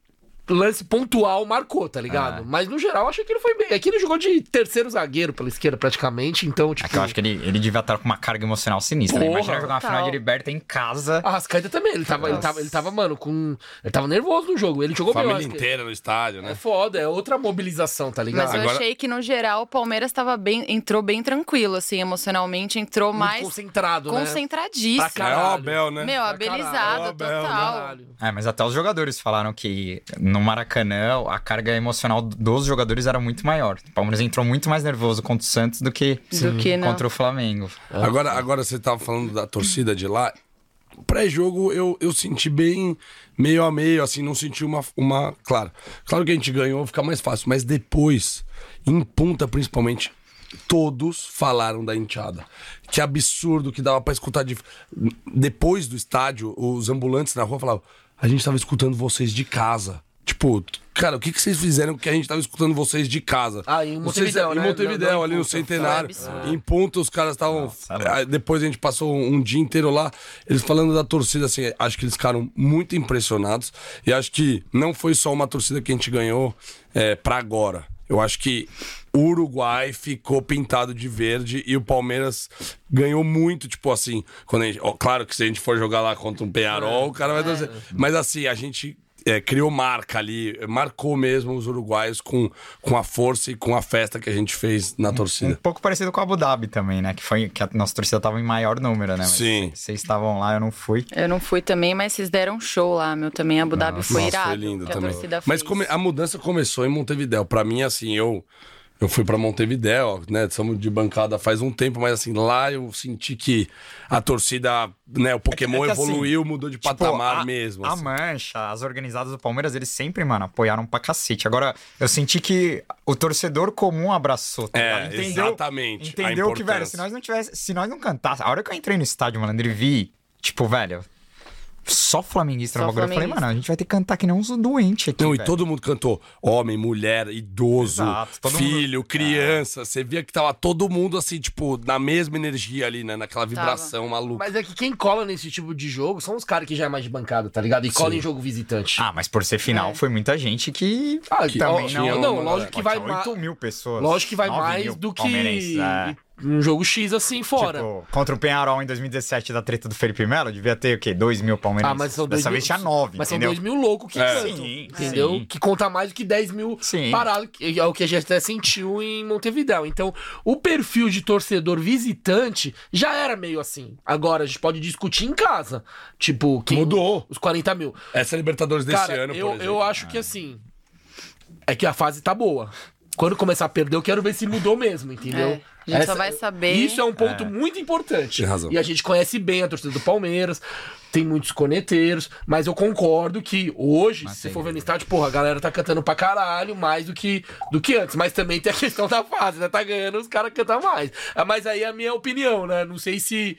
A: lance pontual marcou, tá ligado?
B: Ah.
A: Mas, no geral, eu achei que ele foi bem. É que ele jogou de terceiro zagueiro pela esquerda, praticamente, então,
B: É
A: tipo...
B: que eu acho que ele, ele devia estar com uma carga emocional sinistra. Né?
A: Porra.
B: Imagina jogar uma final de
D: Total.
B: liberta em casa.
A: A Rascaeta também, ele tava, ele tava, ele tava, mano, com... Ele tava nervoso no jogo, ele jogou bem. eu
C: Família
A: acho que-
C: inteira no estádio,
A: É
C: né?
A: foda, é outra mobilização, tá ligado?
B: é
D: Mas eu
C: agora-
D: achei que, no geral, o Palmeiras tava bem, entrou bem tranquilo, assim, emocionalmente. Entrou
A: Muito
D: mais
A: concentrado, né?
D: concentradíssimo.
A: Pra cá,
C: É o Abel, né?
A: pra
D: Meu,
A: caralho,
D: abelizado,
C: ó, Bel,
D: total.
A: Caralho.
B: É, mas até os jogadores falaram que no Maracanã a carga emocional dos jogadores era muito maior. O Palmeiras entrou muito mais nervoso contra o Santos do que,
D: Do que não.
B: contra o Flamengo.
A: Ah.
C: Agora, agora você tava falando da torcida de lá. O Pré-jogo eu, eu senti bem meio a meio, assim, não senti uma, uma. Claro, claro que a gente ganhou, fica mais fácil, mas depois, em punta principalmente, todos falaram da enteada. Que absurdo que dava pra escutar. De... Depois do estádio, os ambulantes na rua falavam: a gente tava escutando vocês de casa. Tipo, cara, o que, que vocês fizeram que a gente tava escutando vocês de casa?
A: Ah, em
C: Vocês-
A: Montevidéu,
C: em
A: né?
C: Montevidéu,
A: Não, não em
C: ali no
A: Punta.
C: Centenário.
D: absurdo.
C: Em ponto, os caras estavam. Ah, Depois a gente passou um, um dia inteiro lá, eles falando da torcida, assim, acho que eles ficaram muito impressionados. E acho que não foi só uma torcida que a gente ganhou é, pra agora. Eu acho que o Uruguai ficou pintado de verde e o Palmeiras ganhou muito, tipo assim, quando a gente, ó, claro que se a gente for jogar lá contra um Penharol, o cara vai torcer. Mas assim, a gente é, criou marca ali, marcou mesmo os uruguaios com, com a força e com a festa que a gente fez na
B: Um
C: torcida.
B: pouco parecido com a Abu Dhabi também, né? Que, foi, que a nossa torcida tava em maior número, né? Mas
C: Sim.
B: c- Vocês estavam lá, eu não fui.
D: Eu não fui também, mas vocês deram um show lá, meu. Também a Abu Dhabi foi
C: Nossa,
D: irado.
C: foi lindo
D: que a
C: também.
D: torcida
C: Mas
D: fez.
C: come- a mudança começou em Montevidéu. Pra mim, assim, eu eu fui pra Montevidéu, né? Estamos de bancada faz um tempo, mas assim, lá eu senti que a torcida, né? O Pokémon
B: É que, assim,
C: evoluiu, mudou de
B: Tipo,
C: patamar
B: a-
C: mesmo.
B: A
C: assim.
B: mancha, as organizadas do Palmeiras, eles sempre, mano, apoiaram pra cacete. Agora, eu senti que o torcedor comum abraçou. Tá
C: É,
B: ligado? entendeu,
C: exatamente, a
B: Entendeu que, velho,
C: importância.
B: se nós não tivesse, se nós não cantasse, a hora que eu entrei no estádio, mano, ele vi, tipo, velho, só flamenguista no
D: Só
B: bagulho. Eu falei,
D: flamenguista.
B: mano, a gente vai ter que cantar que nem uns doentes aqui.
C: Não, e
B: velho.
C: todo mundo cantou. Homem, mulher, idoso,
B: Exato, todo É.
C: filho, criança. Você via que tava todo mundo, assim, tipo, na mesma energia ali, né? Naquela vibração maluca.
A: Mas é que quem cola nesse tipo de jogo são os caras que já é mais de bancada, tá ligado? E cola em jogo visitante.
B: Ah, mas por ser final, foi muita gente que.
A: Ah,
B: que
A: ó,
B: também
A: tinha
B: não. é
A: não,
C: uma-
A: É. lógico que vai mais.
B: 8 mil pessoas.
A: Lógico que vai
B: 9
A: mais
B: mil
A: do
B: palmeirenses,
A: que
B: é.
A: um jogo X assim fora.
B: Tipo, contra o Penharol em 2017 da treta do Felipe Melo, devia ter o quê? 2 mil palmeirenses.
A: ah, mas são dois
B: Dessa
A: mil,
B: vez tinha 9,
A: Mas
B: entendeu?
A: são dois mil loucos que
C: É.
A: cantam,
B: Sim,
A: entendeu?
B: sim.
A: Que conta mais do que 10 mil
B: Sim.
A: parados, que é o que a gente até sentiu em Montevidéu. Então, o perfil de torcedor visitante já era meio assim. Agora, a gente pode discutir em casa. Tipo, quem...
C: Mudou.
A: Os 40 mil.
C: Essa Libertadores desse
A: Cara,
C: ano,
A: eu,
C: por exemplo.
A: eu acho que assim. É que a fase tá boa. Quando começar a perder, eu quero ver se mudou mesmo, entendeu?
D: É, a gente só vai saber.
A: Isso é um ponto muito importante.
C: Tem razão.
A: E a gente conhece bem a torcida do Palmeiras, tem muitos coneteiros, mas eu concordo que hoje, se for ver no estádio, porra, a galera tá cantando pra caralho mais do que, do que antes. Mas também tem a questão da fase, né? Tá ganhando, os caras cantam mais. Ah, Mas aí é a minha opinião, né? Não sei se.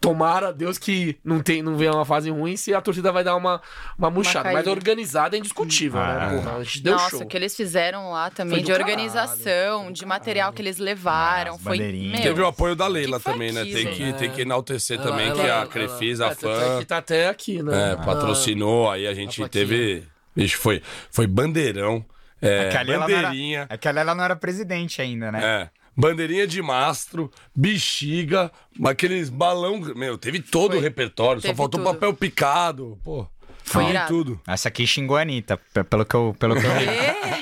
A: Tomara, Deus, que não, tem, não venha uma fase ruim se a torcida vai dar uma, uma murchada. mas
D: caída.
A: organizada é indiscutível,
B: Ah.
A: né? Porra, a gente deu
D: Nossa,
A: show.
D: o que eles fizeram lá
A: Foi
D: também,
A: do
D: de
A: caralho,
D: organização, de material que eles levaram.
B: Ah, as
D: foi.
B: bandeirinhas.
D: Meu,
C: Teve o apoio da Leila
D: que foi
C: também, né? Tem
D: aquilo?
C: que, tem que enaltecer também
A: Ela-
C: que
A: ela-
C: a Crefisa,
A: ela-
C: a
A: é, tanto é
C: fã,
A: que tá até aqui, né?
C: é, patrocinou.
D: tá
C: Aí a gente
A: plaquinha.
C: teve. Vixe, foi, foi bandeirão. É,
B: É que ali ela não era-
C: bandeirinha.
B: É que ali ela não era presidente ainda, né?
C: É. Bandeirinha de mastro, bexiga, aqueles balão. Meu, teve todo o repertório, só
D: Teve
C: faltou
D: tudo.
C: papel picado. Pô,
D: Foi
C: teve
D: irado.
C: tudo.
D: É,
B: Essa aqui xingou a Anitta, p- pelo que eu, pelo que eu,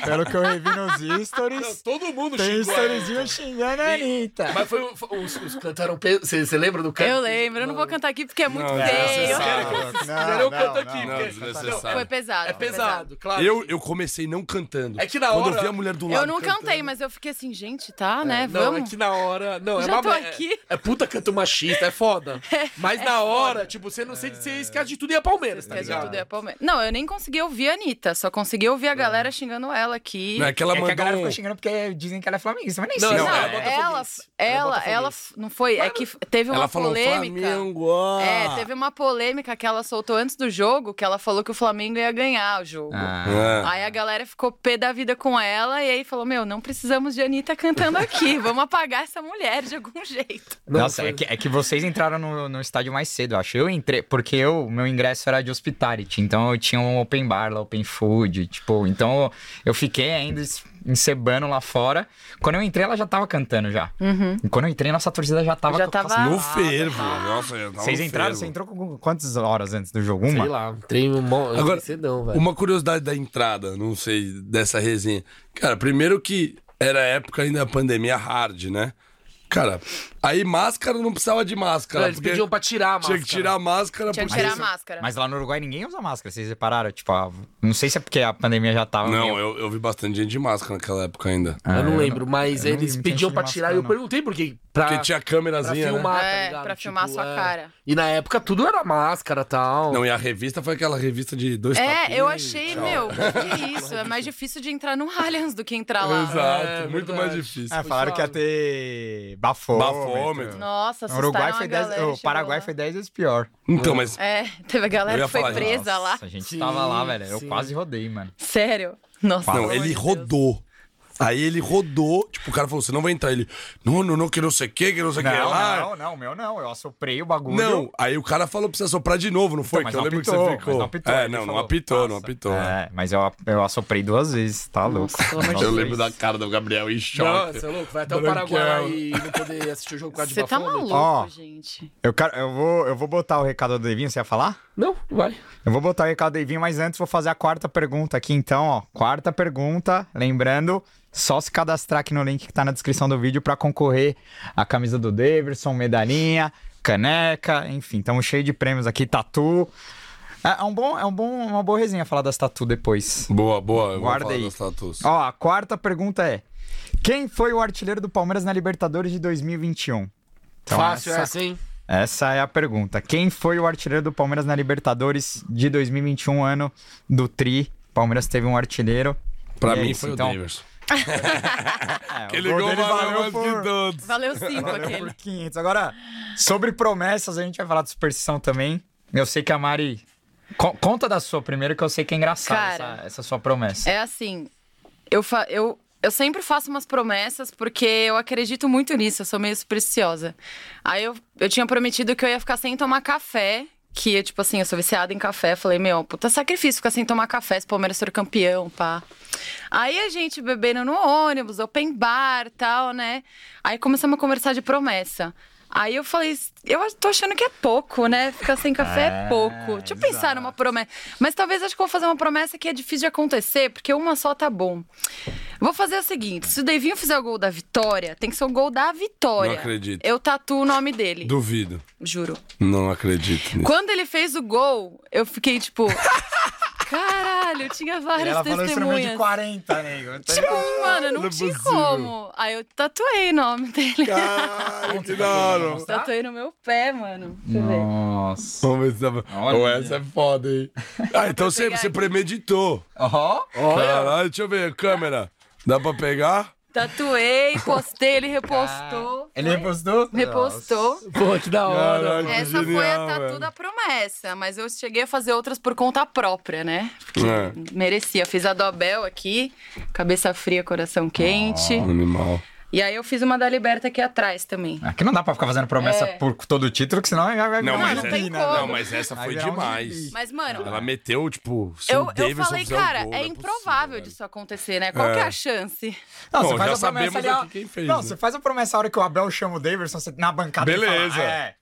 B: pelo que eu revi nos nos stories.
A: Todo mundo
B: Tem
A: xingou.
B: storyzinho xingando a Anitta.
A: Mas foi, o- foi- os, os cantaram. pe- Você você lembra do canto?
D: Eu lembro, eu não vou cantar aqui porque é muito
C: Não, é
D: feio.
C: necessário.
B: Não,
A: eu
B: não,
A: canto aqui,
B: não.
C: Não,
A: porque-
D: Foi
C: desnecessário.
D: pesado.
A: É
D: foi
A: pesado, claro.
C: Eu, eu comecei não cantando.
A: É que na
C: Quando
A: hora-
C: eu vi a mulher do lado.
D: Eu não
C: cantando-
D: cantei, mas eu fiquei assim, gente, tá, né?
A: É, Não,
D: Vamos.
A: é que na hora. Não, é
D: Já
A: uma
D: tô
A: merda.
D: aqui.
A: É puta canto machista, é foda. Mas na hora, tipo, você não sente, você esquece de tudo e é Palmeiras, tá
D: Quer dizer,
A: ligado?
D: tudo é Palmeiras. Não, eu nem consegui ouvir a Anitta, só consegui ouvir a
A: É.
D: galera xingando ela aqui.
C: Não, é que ela
B: É que a
C: mandou
B: galera ficou
C: um...
B: xingando porque dizem que ela é flamenguista, mas nem
A: Não,
B: sei.
D: Não,
C: não,
B: é.
C: é-
D: ela, ela, ela f- não foi. É que f- teve uma
C: Ela falou
D: polêmica.
C: Flamengo. ah.
D: É, teve uma polêmica que ela soltou antes do jogo, que ela falou que o Flamengo ia ganhar o jogo.
C: Ah.
D: Aí a galera ficou pé da vida com ela e aí falou: Meu, não precisamos de Anitta cantando aqui, vamos apagar essa mulher de algum jeito.
B: Nossa, é que, é que vocês entraram no, no estádio mais cedo, eu acho. Eu entrei, porque eu, meu ingresso era de hospitality, então eu tinha um open bar lá, open food, tipo, então eu fiquei ainda es- encebando lá fora. Quando eu entrei, ela já tava cantando já. E quando eu entrei, nossa torcida já tava...
D: Já
B: com- com as-
D: tava-
C: No fervo. Nossa, eu tava
B: Vocês
C: no
B: entraram,
C: fervo.
B: você entrou com quantas horas antes do jogo?
A: Sei
B: Uma?
A: lá, um trem mó. eu
C: Agora,
A: não sei não, velho.
C: Uma curiosidade da entrada, não sei, dessa resenha. Cara, primeiro que era época ainda da pandemia hard, né? Cara, aí máscara não precisava de máscara.
A: Eles
C: porque
A: pediam pra tirar a máscara.
C: Tinha que tirar a máscara.
D: Tinha que
C: porque-
D: tirar a máscara.
B: Mas lá no Uruguai ninguém usa máscara, vocês repararam? Tipo, a- não sei se é porque a pandemia já tava...
C: Não,
B: meio-
C: eu, eu vi bastante gente de máscara naquela época ainda.
A: Eu
B: Ah,
A: não
B: eu
A: lembro, mas
B: eu não
A: eles
B: entendi
A: pediam pra
B: máscara,
A: tirar e eu
B: não.
A: perguntei por quê. Ah, Pra,
C: Porque tinha a
A: pra
C: câmerazinha, né?
A: filmar, tá
D: É,
A: ligado?
D: pra filmar a sua cara.
A: E na época tudo era máscara e tal.
C: Não, e a revista foi aquela revista de dois
D: É,
C: tapinhas
D: eu
C: e
D: achei,
C: tchau.
D: meu, que isso? É mais difícil de entrar no Allianz do que entrar lá.
C: Exato,
A: É,
C: muito
A: verdade.
C: mais difícil.
B: Ah, falaram que ia ter bafômetro.
C: Bafômetro.
D: Nossa,
B: O
D: assustaram
B: Uruguai
D: a
B: foi
D: galera,
B: 10, o
D: chegou
B: Paraguai
D: lá.
B: foi 10 vezes pior.
C: Então, mas
D: É, teve a
C: Eu
D: galera
C: ia
D: que foi
C: falar,
D: presa lá.
B: A gente
A: Sim,
B: tava lá, velho. Eu
A: sim.
B: quase rodei, mano.
D: Sério? Nossa,
C: Não,
D: pelo amor
C: ele
D: de Deus.
C: rodou. Aí ele rodou, tipo, o cara falou, você não vai entrar. Ele, não, não, não, que não sei o que, que não sei o que lá.
B: não, não, o meu não. Eu assoprei o bagulho.
C: Não, aí o cara falou pra você soprar de novo, não foi?
B: mas
C: que eu
B: não
C: lembro
B: apitou,
C: que você ficou.
B: mas não apitou,
C: é,
B: ele
C: não, não
B: falou,
C: apitou, não
B: passa.
C: apitou. né?
B: É, mas eu, eu assoprei duas vezes, tá louco.
D: pelo amor de
C: Eu
D: Nossa,
B: é
C: lembro da cara do Gabriel em choque.
A: Nossa, é louco, vai até o
C: Branquelo.
A: Paraguai lá e não poder assistir o jogo por causa de
D: Você tá
A: bafômetro.
D: maluco,
B: Ó.
D: gente.
B: Eu, quero- eu vou, eu vou botar o recado do Evinho, você ia falar?
A: né? Não, vai.
B: Eu vou botar o recado do Evinho, mas antes vou fazer a quarta pergunta aqui, então, ó. Quarta pergunta, lembrando, só se cadastrar aqui no link que tá na descrição do vídeo pra concorrer a camisa do Davidson, medalhinha, caneca, enfim, estamos cheio de prêmios aqui, tatu. É, é um bom, é um bom, uma boa resenha falar das tatu depois.
C: Boa, boa. eu vou
B: Guarda
C: falar
B: aí.
C: das tatuas.
B: Ó, a quarta pergunta é: Quem foi o artilheiro do Palmeiras na Libertadores de 2021? Então,
A: Fácil
B: essa,
A: essa, hein?
B: essa é a pergunta. Quem foi o artilheiro do Palmeiras na Libertadores de 2021, ano do Tri? Palmeiras teve um artilheiro.
C: Pra
B: E é
C: mim
B: isso,
C: foi
B: então.
C: o Davis.
B: É, o
C: Aquele
B: gol
C: gol
B: dele
C: valeu mais
B: por-
C: que todos.
D: Valeu cinco
B: valeu
D: aquele.
B: por 500. Agora, sobre promessas, a gente vai falar de superstição também. Eu sei que a Mari. co- conta da sua primeiro, que eu sei que é engraçada
D: Cara,
B: essa, essa sua promessa.
D: É assim, eu, fa eu, eu sempre faço umas promessas porque eu acredito muito nisso, eu sou meio supersticiosa. Aí eu, eu tinha prometido que eu ia ficar sem tomar café. Que, eu, tipo assim, eu sou viciada em café. Falei, meu, puta sacrifício ficar sem tomar café se o Palmeiras for campeão, pá. Aí a gente bebendo no ônibus, open bar tal, né? Aí começamos a conversar de promessa. Aí eu falei, eu tô achando que é pouco, né? Ficar sem café é,
B: É,
D: pouco. Deixa eu pensar numa promessa. Mas talvez acho que eu vou fazer uma promessa que é difícil de acontecer, porque uma só tá bom. Vou fazer o seguinte: se o Devinho fizer o gol da vitória, tem que ser o gol da vitória.
C: Não acredito.
D: Eu tatuo o nome dele.
C: Duvido.
D: Juro.
C: Não acredito nisso.
D: Quando ele fez o gol, eu fiquei tipo. Caralho, eu tinha várias
B: ela falou
D: testemunhas.
B: isso no meio de né? 40, nego. Eu tô
D: Tipo, mano, não,
C: Não é
D: tinha
C: possível.
D: como. Aí eu tatuei o nome
B: é?
D: dele.
C: Caralho,
B: tá
C: que da hora.
D: Tatuei no meu pé, mano. Deixa eu ver.
B: Nossa.
C: Vamos ver se dá
B: Olha.
C: Ou essa é foda, hein? Ah, então você,
D: pegar
C: você
D: aqui.
C: premeditou.
B: Ó.
C: Caralho, deixa eu ver. Câmera, dá pra pegar?
D: Tatuei, postei, ele repostou.
B: Ah, Ele repostou?
D: Repostou.
A: Pô, que da hora.
C: Caralho, que
D: Essa foi
C: genial,
D: a tatu
C: velho.
D: da promessa, mas eu cheguei a fazer outras por conta própria, né?
C: É, Ah.
D: Merecia. Fiz a do Abel aqui, cabeça fria, coração quente.
C: animal.
D: E aí eu fiz uma da Liberta aqui atrás também.
B: Aqui não dá pra ficar fazendo promessa
D: É.
B: por todo o título, que senão vai- vai
C: Não,
B: virar
C: mas,
D: não
C: é-
D: tem como.
C: não, mas essa
B: Vai
C: foi
B: virar um
C: demais.
B: gibi.
D: Mas, mano,
C: Ela meteu, tipo, se
D: eu,
C: o
D: eu
C: Davidson
D: falei,
C: fizer um
D: cara,
C: gol, não
D: é
C: possível,
D: improvável
C: velho.
D: disso acontecer, né? Qual que é a chance?
B: Não,
C: Bom,
B: você faz
C: já
B: a promessa
C: sabemos
B: ali,
C: aqui
B: ó.
C: quem fez.
B: Não,
C: né?
B: você faz a promessa a hora que o Abel chama o Davidson você- tá na bancada. ele
C: Beleza.
B: fala, é.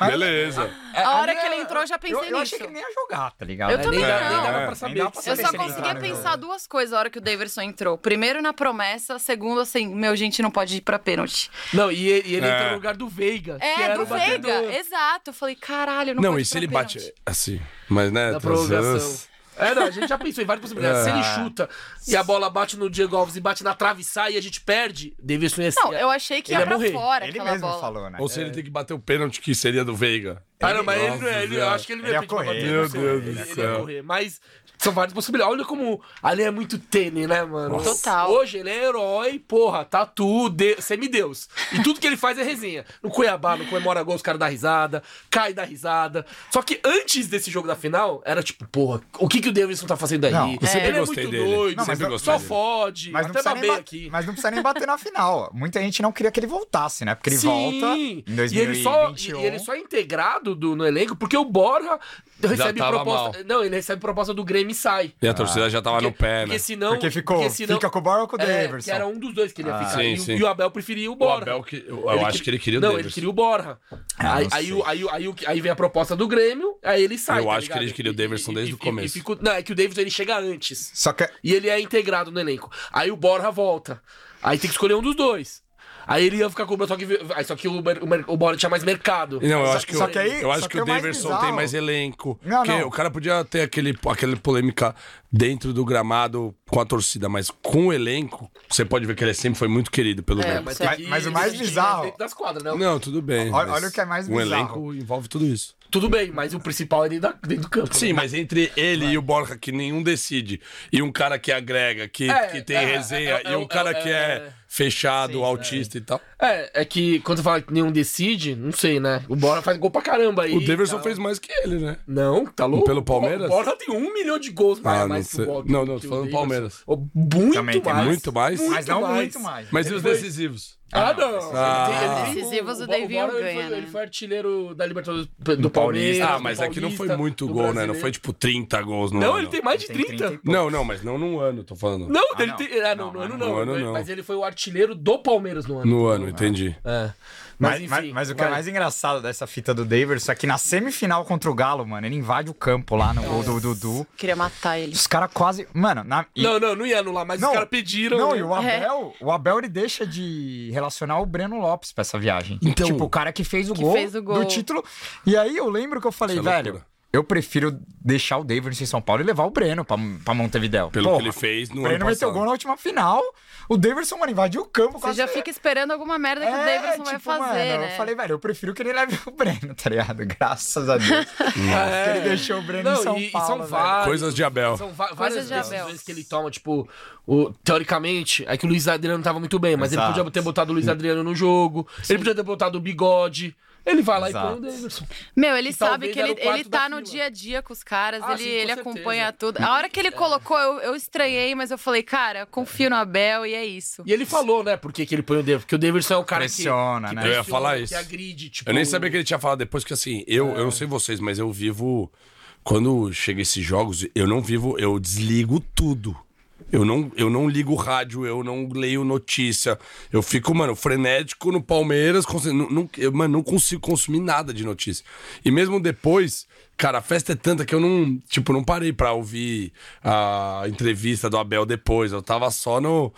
C: Beleza.
B: É,
D: A hora
B: ali
D: que
B: eu-
D: ele entrou, eu já pensei
B: eu, eu achei
D: nisso.
B: que ele nem ia jogar, tá ligado?
D: Eu
B: É,
D: também
B: nem dá-
D: não.
B: nem dá
C: É,
B: pra saber.
C: nem dá pra
B: se
D: Eu
B: ele
D: só
B: entrar no
C: tá,
D: conseguia
B: jogo.
C: né?
A: né?
D: pensar duas coisas a hora que o Daverson entrou. Primeiro na promessa, segundo assim, meu gente não pode ir pra pênalti.
A: Não, e ele, e ele
C: É.
A: entrou no lugar do Veiga. que
D: É,
A: era
D: do
A: o batedor.
D: Veiga, exato. Eu falei, caralho, não,
C: Não,
D: pode
C: e
D: ir
C: se
D: pra
C: ele
D: pênalti.
C: bate assim? Mas, né,
A: Da
C: todas
A: prorrogação. É, não, a gente já pensou em várias possibilidades. Se ele chuta e a bola bate no Diego Alves e bate na trave e sai e a gente perde, Davidson ia
D: Não, é eu achei que
A: Ele
D: ia
A: ia
D: pra
A: morrer.
D: fora
B: Ele
D: aquela
B: mesmo
D: bola.
B: falou, né?
C: Ou se ele tem que bater o pênalti que seria do Veiga.
A: Ah, não, mas ele
C: Nossa,
A: não é. Ele, eu
C: Zé.
A: acho que ele não
B: Ele ia
A: pedir pra
B: correr,
A: bater,
B: ele
C: ia
A: não sei,
C: correr. Meu
A: ele-
C: Deus do
A: ele ia
C: céu.
A: correr. Mas são várias possibilidades. Olha como ali é muito tênis, né, mano?
D: Nossa. Total.
A: Hoje ele é herói, porra, tatu, de... semideus. E tudo que ele faz é resenha. No Cuiabá, no comemora gol, os caras dão risada, cai da risada. Só que antes desse jogo da final, era tipo, porra, o que, que o Davidson tá fazendo aí?
B: Não, eu
C: sempre
A: ele
C: gostei
A: é muito
C: dele.
A: doido,
C: Não,
B: mas
A: sempre
B: eu-
A: só
C: gostei dele.
A: fode,
B: Mas não,
A: até
B: precisa nem
A: babei
B: ba-
A: aqui.
B: mas não precisa nem bater na final. Muita gente não queria que ele voltasse, né? Porque ele
A: Sim.
B: volta em
A: E ele, só,
B: 2021.
A: e ele só é integrado do, no elenco porque o Borja recebe
C: tava
A: proposta. Não, ele recebe proposta do Grêmio e sai.
C: E a torcida já tava
A: porque,
C: no pé, né?
A: Porque senão.
B: Porque ficou,
A: porque senão-
B: fica com o Borja ou com o
A: é,
B: Davidson?
A: que era um dos dois que ele ia ficar.
C: Ah, Sim,
A: e, o-
C: sim.
A: e o Abel preferia o
C: O
A: Borja.
C: Abel, que, eu, eu acho
A: quer-
C: que ele queria o
A: Não,
C: Davidson.
A: ele queria o Borja.
B: Ah,
A: aí,
B: não
A: aí,
B: sei.
A: o- aí, o- aí, o- aí vem a proposta do Grêmio, aí ele sai.
C: Eu
A: tá
C: acho que ele
A: ligado?
C: queria o
A: E-
C: Davidson
A: e-
C: desde
A: e-
C: o
A: e-
C: começo.
A: e fica- não, é que o Davidson ele chega antes.
B: Só que
A: E ele é integrado no elenco. Aí o Borja volta. Aí tem que escolher um dos dois. Aí ele ia ficar com o só que, aí só que o, mer- o, mer- o Borja tinha mais mercado.
C: Não, eu
B: Só-
C: acho que,
B: só
C: o-
B: que aí-
C: eu acho
B: só
C: que,
B: que
C: o
B: o mais
C: Davidson
B: bizarro-
C: tem mais elenco.
B: Não,
C: porque
B: não.
C: o cara podia ter aquele, aquela polêmica dentro do gramado com a torcida, mas com o elenco, você pode ver que ele sempre foi muito querido pelo
D: É,
C: menos.
D: mas-
A: tem
D: Mas-
A: que-
B: mas o mais
A: tem que ir
B: bizarro-
A: dentro Das quadras, né?
C: Não, tudo bem.
B: Olha-
C: mas
B: olha o que é mais
C: Um
B: bizarro.
C: elenco envolve tudo isso.
A: Tudo bem, mas o principal é dentro, da- dentro do campo. né?
C: Sim, mas entre ele e o Borja, que nenhum decide, e um cara que agrega, que,
A: É,
C: que tem
A: é,
C: resenha,
A: é, é,
C: e um
A: é,
C: cara
A: é,
C: que
A: é,
C: é,
A: é.
C: fechado, autista e tal.
A: É, é que quando você fala que nenhum decide, não sei, né? O Borja faz gol pra caramba aí.
C: O Davidson
A: tá?
C: fez mais que ele, né?
A: Não, tá louco?
C: Pelo Palmeiras?
A: O Borja tem um milhão de gols mais,
C: Ah, não
A: mais que
C: sei.
A: o Borja.
C: Não, não,
A: que
C: tô
A: o
C: falando do
A: Davidson.
C: Palmeiras.
A: Oh, Muito
B: Também tem
A: mais.
C: Muito mais?
B: mas não
A: mais.
B: muito mais.
C: Mas e os
A: foi-
C: decisivos?
A: Ah, não.
C: Ah.
D: Decisivos, o
A: Bo- Bora,
D: Davinho
A: ele foi-
D: ganha,
A: Ele
D: né?
A: foi artilheiro da Libertadores do, do
B: Paulista.
A: Palmeiras.
C: Ah,
A: do
C: mas aqui não foi
A: Paulista,
C: muito
A: do
C: gol, né? Não
A: Brasileiro.
C: foi tipo 30 gols no
A: Não,
C: ano.
A: ele tem mais de
B: Ele tem
A: 30.
B: 30 e
C: Não, não, mas não num ano, tô falando.
A: Não,
B: Ah,
A: ele
B: não.
A: tem. É, não, no
B: Não,
A: ano
B: no
A: não.
C: ano
A: mas-
C: não.
A: Mas ele foi o artilheiro do Palmeiras no ano.
C: No ano, entendi.
A: É.
B: Mas,
A: Mas, enfim,
B: mas- mas o que é
A: vai.
B: mais engraçado dessa fita do Davidson é que na semifinal contra o Galo, mano, ele invade o campo lá no gol do Dudu.
D: Queria matar ele.
B: Os caras quase. Mano, na. e-
A: Não, não, não ia anular, mas
B: Não.
A: os caras pediram.
B: Não,
A: né?
B: e o
D: É.
B: Abel, o Abel ele deixa de relacionar o Breno Lopes pra essa viagem.
C: Então-
B: tipo, o cara que fez o,
D: Que
B: gol,
D: fez o gol.
B: do título. E aí eu lembro que eu falei,
C: Isso é
B: velho,
C: loucura.
B: eu prefiro deixar o Davidson em São Paulo e levar o Breno pra, pra Montevidéu.
C: Pelo
B: Porra,
C: que ele fez
B: O
C: no ano
B: Breno meteu
C: passado.
B: gol na última final. O Davidson, mano, invadiu o campo.
D: Você já fica esperando alguma merda que o Davidson vai fazer,
B: É, tipo, mano,
D: né?
B: Eu falei, velho, eu prefiro que ele leve o Breno, tá ligado? Graças a Deus.
A: É.
B: Que ele deixou o Breno em
A: Não,
B: São
A: e, e
B: Paulo.
A: são
B: velho.
A: vários.
C: Coisas de Abel.
A: São va- várias
D: Coisas de Abel.
A: decisões que ele toma, tipo, o- teoricamente, é que o Luiz Adriano tava muito bem, mas
B: Exato.
A: ele podia ter botado o Luiz Adriano no jogo, ele podia ter botado o bigode. Ele vai lá
B: Exato.
A: e põe o Davidson.
D: Meu, ele
A: Que
D: sabe
A: talvez
D: que
A: era
D: ele,
A: o quarto
D: ele
A: da
D: tá no
A: fila.
D: dia a dia com os caras,
A: Ah,
D: ele,
A: sim, com
D: ele
A: certeza. É.
D: acompanha tudo. A hora que ele colocou, eu, eu estranhei, mas eu falei, cara, confio no Abel e é isso.
A: E ele falou, né, por que, que ele põe o Davidson? Porque o Davidson é um cara
B: Pressiona,
A: que, que
B: né?
C: Eu ia falar
A: que
C: isso.
A: agride, tipo...
C: Eu nem sabia que ele tinha falado depois, que assim, eu, eu não sei vocês, mas eu vivo. Quando chega esses jogos, eu não vivo, eu desligo tudo. Eu não, eu não ligo o rádio, eu não leio notícia. Eu fico, mano, frenético no Palmeiras. conse- Não, não- eu, mano, não consigo consumir nada de notícia. E mesmo depois, cara, a festa é tanta que eu não, tipo, não parei pra ouvir a entrevista do Abel depois. Eu tava só no.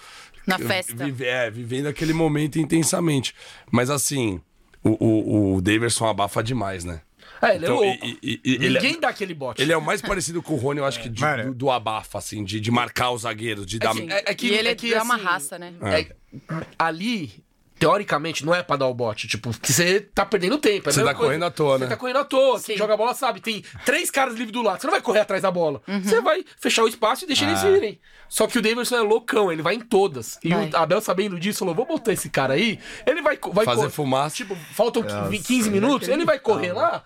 D: Na festa.
C: Vive- é, vivendo aquele momento intensamente. Mas assim, o, o, o Davidson abafa demais, né?
A: É, ele
C: Então,
A: é louco.
C: e- e- e- ele,
A: Ninguém
C: é,
A: dá aquele bote.
C: ele é o mais parecido com o Rony, eu acho que, de-
B: Mano.
C: do, do abafa, assim, de, de marcar os zagueiros, de dar.
D: Sim.
A: é- é que-
D: e ele
A: é
D: é,
A: que,
D: uma
A: assim,
D: raça, né?
A: É, ali, teoricamente, não é pra dar o bote. Tipo, que você tá perdendo tempo. é a
C: Você
A: mesma
C: tá
A: coisa.
C: correndo à toa, né?
A: Você tá correndo à toa. Quem
D: Sim.
A: joga a bola sabe, tem três caras livres do lado. Você não vai correr atrás da bola.
D: Uhum.
A: Você vai fechar o espaço e deixar eles
C: Ah.
A: irem. Só que o Davidson é loucão, ele vai em todas. E
D: Vai.
A: o Abel, sabendo disso, falou: vou botar esse cara aí. Ele vai,
B: é,
A: co- vai
C: Fazer É,
A: cor-
C: fumaça.
A: Tipo, faltam 15 minutos, ele vai correr lá.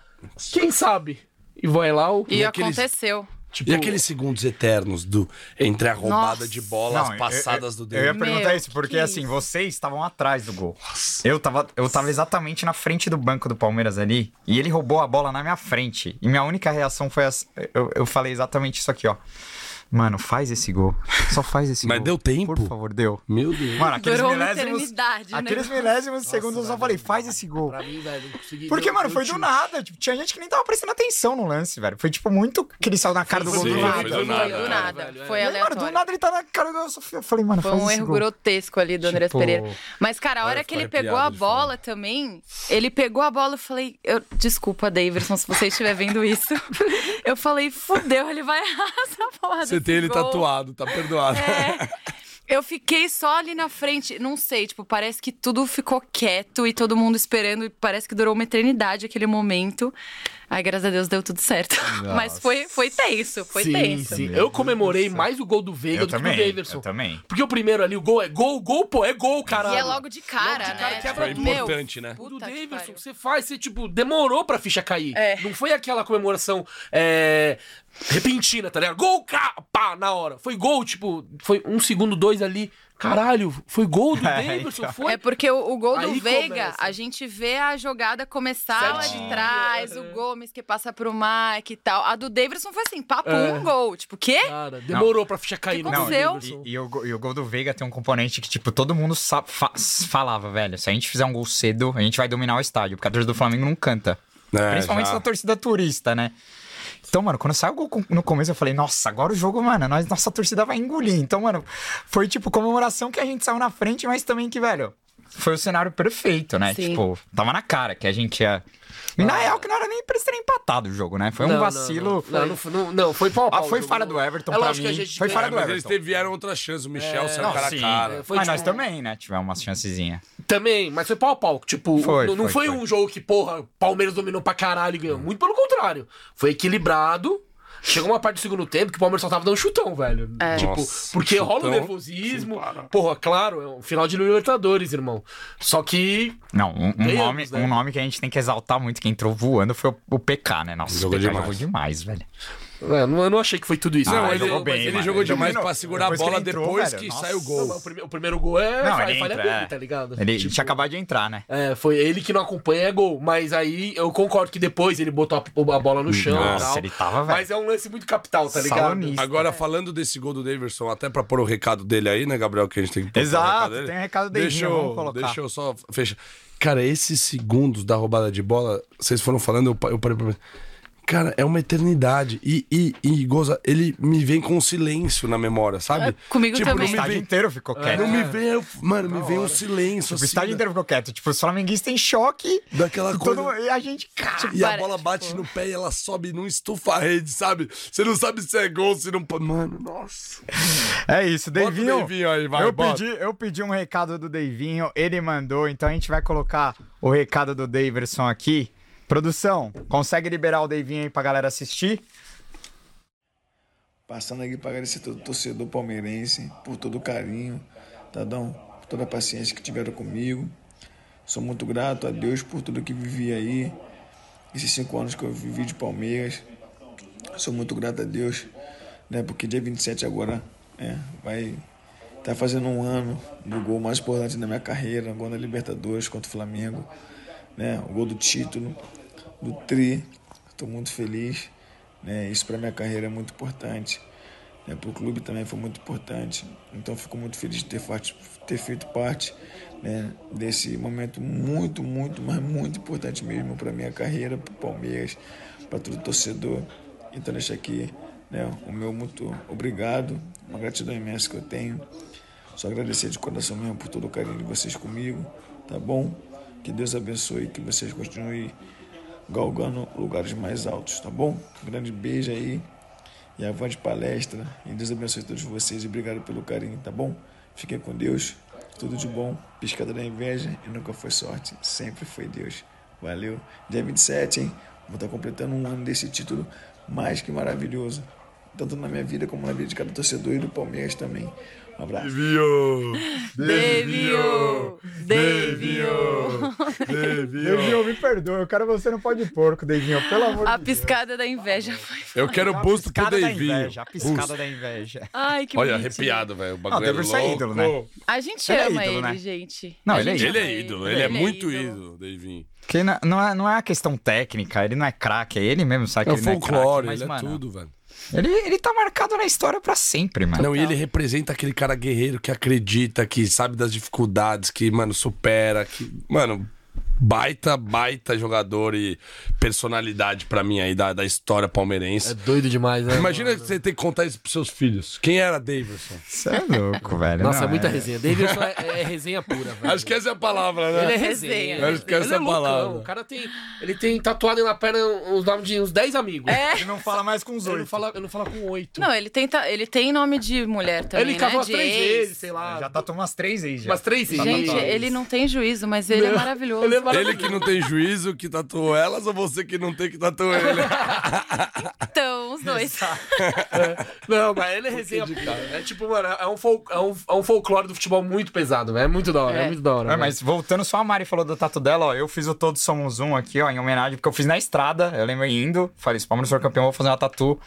A: Quem sabe? E tipo, vai lá o.
D: E
C: aqueles-
D: aconteceu.
H: e aqueles segundos eternos do entre a roubada
D: Nossa.
H: de bola,
B: Não,
H: as
B: eu-
H: passadas
B: eu,
H: do
B: Eu ia
H: dedo.
B: perguntar
D: Meu,
B: isso, porque
D: que
B: assim,
D: isso.
B: vocês estavam atrás do gol. Eu tava, eu tava exatamente na frente do banco do Palmeiras ali, e ele roubou a bola na minha frente. E minha única reação foi essa. Eu, eu falei exatamente isso aqui, ó. Mano, faz esse gol. Só faz esse
H: Mas
B: gol.
H: deu tempo?
B: Por favor, deu.
H: Meu Deus.
B: Mano, aqueles
D: Durou uma
B: milésimos.
D: eternidade, né?
B: Aqueles milésimos segundos eu só falei, faz esse gol.
A: Pra mim, velho, não consegui.
B: Porque, mano, foi do nada. Tipo, tinha gente que nem tava prestando atenção no lance, velho. Foi, tipo, muito que ele saiu na cara do gol
H: sim,
B: do
H: foi
B: nada.
H: do nada.
D: Foi do nada.
A: Velho,
D: Foi
B: E aí, mano,
D: aleatório.
B: do nada ele tá na cara do gol. Eu só fui- eu falei, mano,
D: Foi
B: faz
D: um
B: esse
D: erro
B: gol.
D: grotesco ali do Andrés
B: Tipo,
D: Pereira. Mas, cara, a hora
H: eu
D: que ele
H: fico
D: pegou a
H: arrepiado de
D: bola também, ele pegou a bola e falei. Eu, desculpa, Davidson, se você estiver vendo isso. eu falei, fudeu, ele vai errar essa porra.
H: Você
D: desse
H: tem ele
D: gol.
H: tatuado, tá perdoado.
D: É. Eu fiquei só ali na frente, não sei, tipo, parece que tudo ficou quieto e todo mundo esperando, e parece que durou uma eternidade aquele momento. Ai, graças a Deus deu tudo certo. Mas foi, foi tenso, foi
A: Sim,
D: tenso.
A: sim.
B: Meu
A: Eu
B: Deus
A: comemorei
B: do céu.
A: mais o gol do Veiga
B: Eu
D: tipo,
A: do
B: também,
A: que o Davidson.
B: eu também.
A: Porque o primeiro ali, o gol é gol, gol, pô, é gol, caralho.
D: E é logo de cara,
A: Logo de cara,
D: né?
A: quebra
D: Tipo,
A: tudo.
D: meu,
H: Importante, né?
A: O do
D: puta que
A: Davidson,
D: pariu.
A: você faz, você, tipo, demorou pra ficha cair.
D: É.
A: Não foi aquela comemoração é, repentina, tá ligado? Gol, cá, pá, na hora. Foi gol, tipo, foi um segundo, dois ali. Caralho, foi gol do
B: É,
A: Davidson,
B: então.
A: foi.
D: É porque o, o gol
A: Aí
D: do Veiga,
A: começa.
D: a gente vê a jogada começar lá de
A: Certinho,
D: trás, o Gomes que passa pro Mike e tal. A do Davidson foi assim, papo
A: É.
D: um gol. Tipo, quê?
A: Cara, demorou pra ficha cair
D: Que
A: no
D: Não,
A: gol do
D: aconteceu?
A: Davidson.
B: E, e o, go- e o gol do Veiga tem um componente que, tipo, todo mundo sa- fa- falava, velho. Se a gente fizer um gol cedo, a gente vai dominar o estádio. Porque a torcida do Flamengo não canta.
H: É,
B: Principalmente
H: já.
B: na torcida turista, né? Então, mano, quando saiu o gol com- no começo, eu falei, nossa, agora o jogo, mano, nós, nossa torcida vai engolir. Então, mano, foi tipo comemoração que a gente saiu na frente, mas também que, velho, foi o cenário perfeito, né?
D: Sim.
B: Tipo, tava na cara que a gente ia. E na real, que não era nem pra ser empatado o jogo, né? Foi um
A: Ah. Não, não,
B: vacilo.
A: Não, não, foi- não, não, foi pau a
B: Ah,
A: pau
B: foi
A: o jogo.
B: falha do Everton
A: É
B: pra
A: lógico que a
B: mim.
A: gente
B: Foi
A: ganha.
B: falha do
H: Mas eles
B: Everton.
H: tiveram outra chance. O
D: É.
H: Michel saiu
B: Não,
H: cara
B: sim.
H: a cara.
A: Foi,
B: mas
A: tipo,
B: nós também, né? Tivemos umas chancezinha.
A: Também, mas foi pau a pau. Tipo,
B: Foi,
A: n- não
B: foi,
A: foi,
B: foi.
A: um jogo que, porra, Palmeiras dominou pra caralho e ganhou. Muito pelo contrário. Foi equilibrado. Chegou uma parte do segundo tempo que o Palmeiras só tava dando chutão, velho. Tipo,
H: Nossa,
A: porque rola o
H: chutão.
A: nervosismo. Porra, claro, é um final de Libertadores, irmão. Só que.
B: Não, um, um
A: Ganhamos,
B: nome,
A: né?
B: um nome que a gente tem que exaltar muito, que entrou voando, foi o, o PK, né? Nossa,
H: Jogou
B: o PK
H: demais.
B: jogou demais, velho.
A: é, não- eu não achei que foi tudo isso.
H: Não,
B: Ah,
H: ele jogou bem,
A: mas
H: ele
B: mano.
H: jogou
B: Ele
H: demais
B: dominou.
H: pra segurar a
B: Depois que
H: bola
B: ele entrou,
H: depois
B: velho,
H: que
B: nossa.
H: sai o
A: Não,
H: gol.
A: mas o, prime- o primeiro gol é.
B: Não,
A: falha,
B: ele
A: falha
B: entra,
A: dele,
B: é.
A: tá ligado?
B: Ele
A: Tipo,
B: tinha acabado de entrar, né?
A: É, foi ele que não acompanha é gol. Mas aí eu concordo que depois ele botou a, a bola no chão e
B: Nossa,
A: tal.
B: ele tava, velho.
A: Mas é um lance muito capital, tá ligado?
B: Salonista.
H: Agora, falando desse gol do Davidson, até pra pôr o recado dele aí, né, Gabriel? Que a gente tem que pôr o
B: Exato,
H: recado dele.
B: tem o recado dele,
H: deixa
B: vamos
H: eu,
B: colocar.
H: deixa eu só fechar. Cara, esses segundos da roubada de bola, vocês foram falando, eu, pa- eu parei pra pensar. Cara, é uma eternidade. E, e, e goza, ele me vem com um silêncio na memória, sabe?
D: É, comigo
H: tipo,
B: O
D: também.
H: Não me
B: estádio
H: vem,
B: inteiro ficou quieto.
H: não é me vem eu- mano, me vem um silêncio. assim,
B: O Tipo, estádio
H: da-
B: inteiro ficou quieto. Tipo, os flamenguistas em choque.
H: Daquela
B: e
H: coisa.
B: todo- e a gente, cara.
H: E a
D: Para,
H: bola
D: tipo-
H: bate no pé e ela sobe não estufa a rede, sabe? Você não sabe se é gol, se não. Mano, nossa.
B: É isso,
H: Bota o
B: Deivinho.
H: Deivinho aí, vai,
B: eu,
H: bota.
B: pedi, eu pedi um recado do Deivinho, ele mandou, então a gente vai colocar o recado do Daverson aqui. Produção, consegue liberar o Deivinho aí pra galera assistir?
I: Passando aqui para agradecer todo o torcedor palmeirense por todo o carinho, Tadão, por toda a paciência que tiveram comigo. Sou muito grato a Deus por tudo que vivi aí, esses cinco anos que eu vivi de Palmeiras. Sou muito grato a Deus, né? Porque dia 27 agora é, vai estar fazendo um ano do gol mais importante da minha carreira, o gol na Libertadores contra o Flamengo, né? O gol do título, do tri. Estou muito feliz, né? Isso para minha carreira é muito importante, né? Para o clube também foi muito importante. Então fico muito feliz de ter, fati- ter feito parte, né? Desse momento muito, muito, mas muito importante mesmo para minha carreira, para o Palmeiras, para todo torcedor. Então deixa aqui, né? O meu muito obrigado, uma gratidão imensa que eu tenho. Só agradecer de coração mesmo por todo o carinho de vocês comigo, tá bom? Que Deus abençoe, que vocês continuem galgando lugares mais altos, tá bom? Um grande beijo aí e avante palestra. E Deus abençoe todos vocês e obrigado pelo carinho, tá bom? Fiquem com Deus, tudo de bom, piscada da inveja e nunca foi sorte, sempre foi Deus. Valeu. tá Dia 27, hein? Vou estar completando um ano desse título mais que maravilhoso. tanto na minha vida como na vida de cada torcedor e do Palmeiras também. Um abraço.
J: Devio!
D: Devio! Devio!
B: Devinho, me perdoa. Eu quero você no pó de porco, Devinho. Pelo amor
D: A
B: de Deus.
D: piscada da inveja foi.
C: Eu quero o busto pro
B: Piscada da
C: Devinho.
B: inveja. A piscada da inveja.
D: Ai, que
C: Olha,
D: bonitinho.
C: arrepiado, velho. O
B: Não,
C: bagulho é
B: Dever é ídolo, né?
D: A gente
B: Ele é
D: ama
B: ídolo,
D: ele,
B: né?
D: gente.
B: Não,
D: A
B: ele é
D: gente
C: Ele
D: ama
C: é ídolo, ele é muito ídolo, Devinho.
B: Que na- não, é, não é a questão técnica, ele não é craque, é ele mesmo, sabe?
C: É o
B: que ele não
C: folclore,
B: craque,
C: ele é
B: mas, mano,
C: tudo, velho.
B: Ele, ele tá marcado na história pra sempre, mano.
C: Não, e ele representa aquele cara guerreiro que acredita, que sabe das dificuldades, que, mano, supera, que, mano, baita, baita jogador e personalidade pra mim aí da, da história palmeirense.
A: Doido demais, né?
C: Imagina que você tem que contar isso pros seus filhos. Quem era Davidson?
B: Você é louco, velho.
A: Nossa,
B: não,
A: é muita resenha. Davidson é, é resenha pura, velho.
C: Acho que essa é a palavra, né?
A: Ele é resenha.
C: Eu acho que essa
A: ele é loucão.
C: palavra.
A: O cara tem. Ele tem tatuado na perna uns nomes de uns 10 amigos. É.
B: Ele não fala mais com os
A: Eu não
B: oito.
A: falo, eu não falo com oito.
D: Não, ele tem, ta- ele tem nome de mulher também,
A: ele
D: né?
A: cavou as
D: De
A: três
D: ex.
A: vezes, sei lá.
B: Já tá tomando umas três aí, já.
A: Umas três vezes.
D: Gente, ele não tem juízo, mas ele é maravilhoso.
A: Ele é maravilhoso.
C: Tá, Ele que não tem juízo, que tatuou elas, ou você que não tem que tatuar ele?
D: Então, os dois.
A: Não, mas ele é resenha pura. É tipo, mano, é um, fol... é, um... é um folclore do futebol muito pesado, velho. É muito da hora, é,
D: É.
A: muito da hora.
B: É, mas voltando só, a Mari falou do tatu dela, ó. Eu fiz o Todos Somos Um aqui, ó, em homenagem, porque eu fiz na estrada. Eu lembro indo, falei, se o Palmeiras for campeão, eu vou fazer uma tatu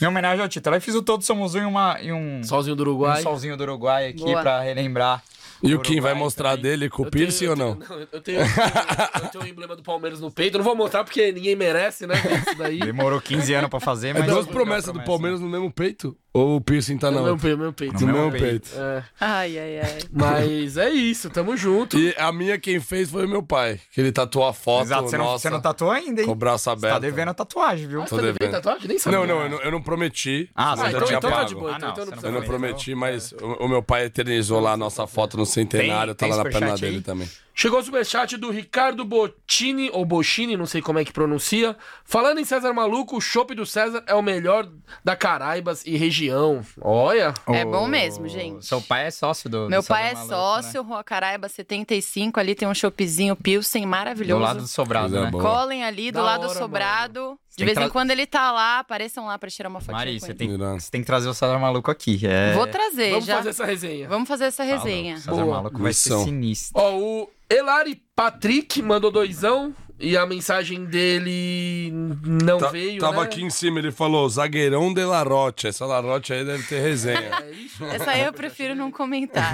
B: em homenagem ao título. Aí fiz o Todos Somos Um em, uma, em um,
A: Sozinho do
B: um
A: Uruguai.
B: solzinho do Uruguai aqui
D: Boa.
B: pra relembrar.
C: E o Kim vai
B: Uruguai
C: mostrar
B: também.
C: dele com o
A: Eu tenho-
C: piercing
A: eu
C: ou não?
A: tenho- eu tenho, eu tenho, eu tenho o emblema do Palmeiras no peito. Eu não vou mostrar porque ninguém merece, né? Isso daí.
B: Demorou 15 anos pra fazer,
C: É
B: mas.
C: duas promessas do Palmeiras no mesmo peito? Ou o piercing tá na
A: No meu,
C: outra?
A: pe- no meu peito.
C: No
B: No
C: mesmo
B: mesmo
C: peito.
A: É,
D: Ai, ai, ai.
A: mas é isso, tamo junto.
C: E a minha quem fez foi o meu pai, que ele tatuou a foto
B: Exato, você não,
C: nossa
B: você não tatuou ainda, hein?
C: com o braço
B: Você
C: aberto.
B: tá devendo a tatuagem, viu?
C: Tô
A: Você tem
C: devendo.
A: tatuagem? Nem sabia.
C: Não, não eu, não, eu não prometi.
B: Ah,
C: senão
B: você
C: eu
A: então,
C: tinha
A: então tá
C: pago.
A: de boa.
B: Ah,
A: então,
B: não,
A: então
B: você não
C: Eu não
A: precisa fazer.
C: prometi, mas o, o meu pai eternizou lá a nossa foto no centenário,
B: É. Tem-
C: tá lá
B: tem
C: na perna
B: superchat aí?
C: dele também.
A: Chegou o superchat do Ricardo Bottini, ou Bochini, não sei como é que pronuncia. Falando em César Maluco, o chopp do César é o melhor da Caraibas e região. Olha,
D: É bom mesmo, gente.
B: Seu pai é sócio do. do
D: Meu
B: Sérgio
D: pai é
B: Maluco, né?
D: sócio, Rua Caraiba 75, ali tem um shoppingzinho Pilsen
B: Né? Do
D: maravilhoso.
B: lado do sobrado,
C: Coisa
B: né?
C: boa.
D: Colem ali do
A: Da
D: lado
A: hora,
D: do sobrado. De
B: Tem
D: vez
B: tra-
D: em quando ele tá lá, apareçam lá pra tirar uma fotinha
B: Mari,
D: com
B: você
D: ele.
B: tem,
C: Irado.
B: você tem que trazer o César Maluco aqui. É...
D: Vou trazer
A: vamos
D: já.
A: fazer essa resenha.
D: Vamos fazer essa resenha.
B: César
A: Boa.
B: Maluco vai ser
C: Missão.
B: sinistro.
A: Ó, o Elari Patrick mandou doisão e a mensagem dele não
C: Tá-
A: veio,
C: tava
A: né?
C: aqui em cima, ele falou, zagueirão de Larote. Essa Larote aí deve ter resenha.
A: É isso?
D: Essa aí eu prefiro não comentar.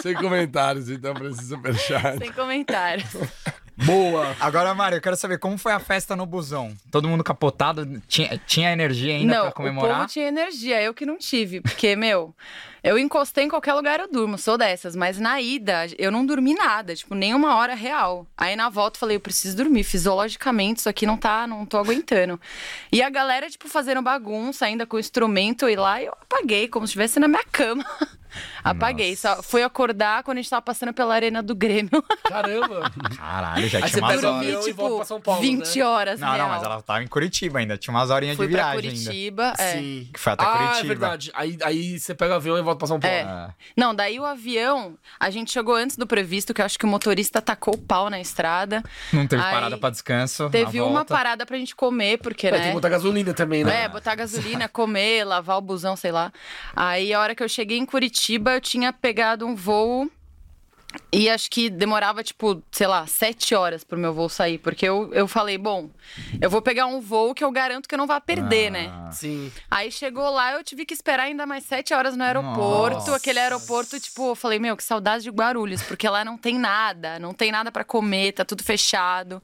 C: Sem comentários, então precisa fechar.
D: Sem comentários.
A: Boa.
B: Agora, Mário, eu quero saber como foi a festa no busão. Todo mundo capotado? Tinha, tinha energia ainda
D: não,
B: pra
D: o
B: comemorar?
D: povo tinha energia, eu que não tive. Porque, meu, eu encostei em qualquer lugar, eu durmo, sou dessas. Mas na ida, eu não dormi nada, tipo, nem uma hora real. Aí na volta, eu falei, eu preciso dormir, fisiologicamente, isso aqui não tá, não tô aguentando. E a galera, tipo, fazendo bagunça ainda com o instrumento, e lá eu apaguei, como se estivesse na minha cama. Apaguei, só fui acordar quando a gente tava passando pela arena do Grêmio.
A: Caramba.
B: Caralho, já
D: Ah,
A: Aí
B: tinha
A: você
B: umas
A: pega o
B: horas.
A: avião
D: Dormi,
A: e volta
D: tipo,
A: pra São Paulo,
D: 20
A: né?
D: horas,
B: É Não, não,
D: real.
B: mas ela tava em Curitiba ainda. Tinha umas horinhas
D: Fui
B: de
D: pra
B: viagem ainda.
D: Curitiba, é.
A: Sim.
B: Que foi até
A: ah, é
B: Curitiba.
A: verdade. Aí, aí você pega o avião e volta pra São Paulo.
D: É. Não, daí o avião, a gente chegou antes do previsto, que eu acho que o motorista tacou o pau na estrada.
B: Não teve
D: Aí
B: parada pra descanso.
D: Teve
B: na
D: uma
B: volta.
D: parada pra gente comer, porque,
A: Vai ter
D: né?
A: que botar É, gasolina também, né?
D: É, botar gasolina, comer, lavar o busão, sei lá. Aí a hora que eu cheguei em Curitiba, eu tinha pegado um voo e acho que demorava, tipo, sei lá, sete horas pro meu voo sair. Porque eu, eu falei, bom, eu vou pegar um voo que eu garanto que eu não vá
A: Ah.
D: perder, né?
A: Sim.
D: Aí chegou lá, eu tive que esperar ainda mais sete horas no aeroporto.
B: Nossa.
D: Aquele aeroporto, tipo, eu falei, meu, que saudade de Guarulhos, porque lá não tem nada, não tem nada pra comer, tá tudo fechado.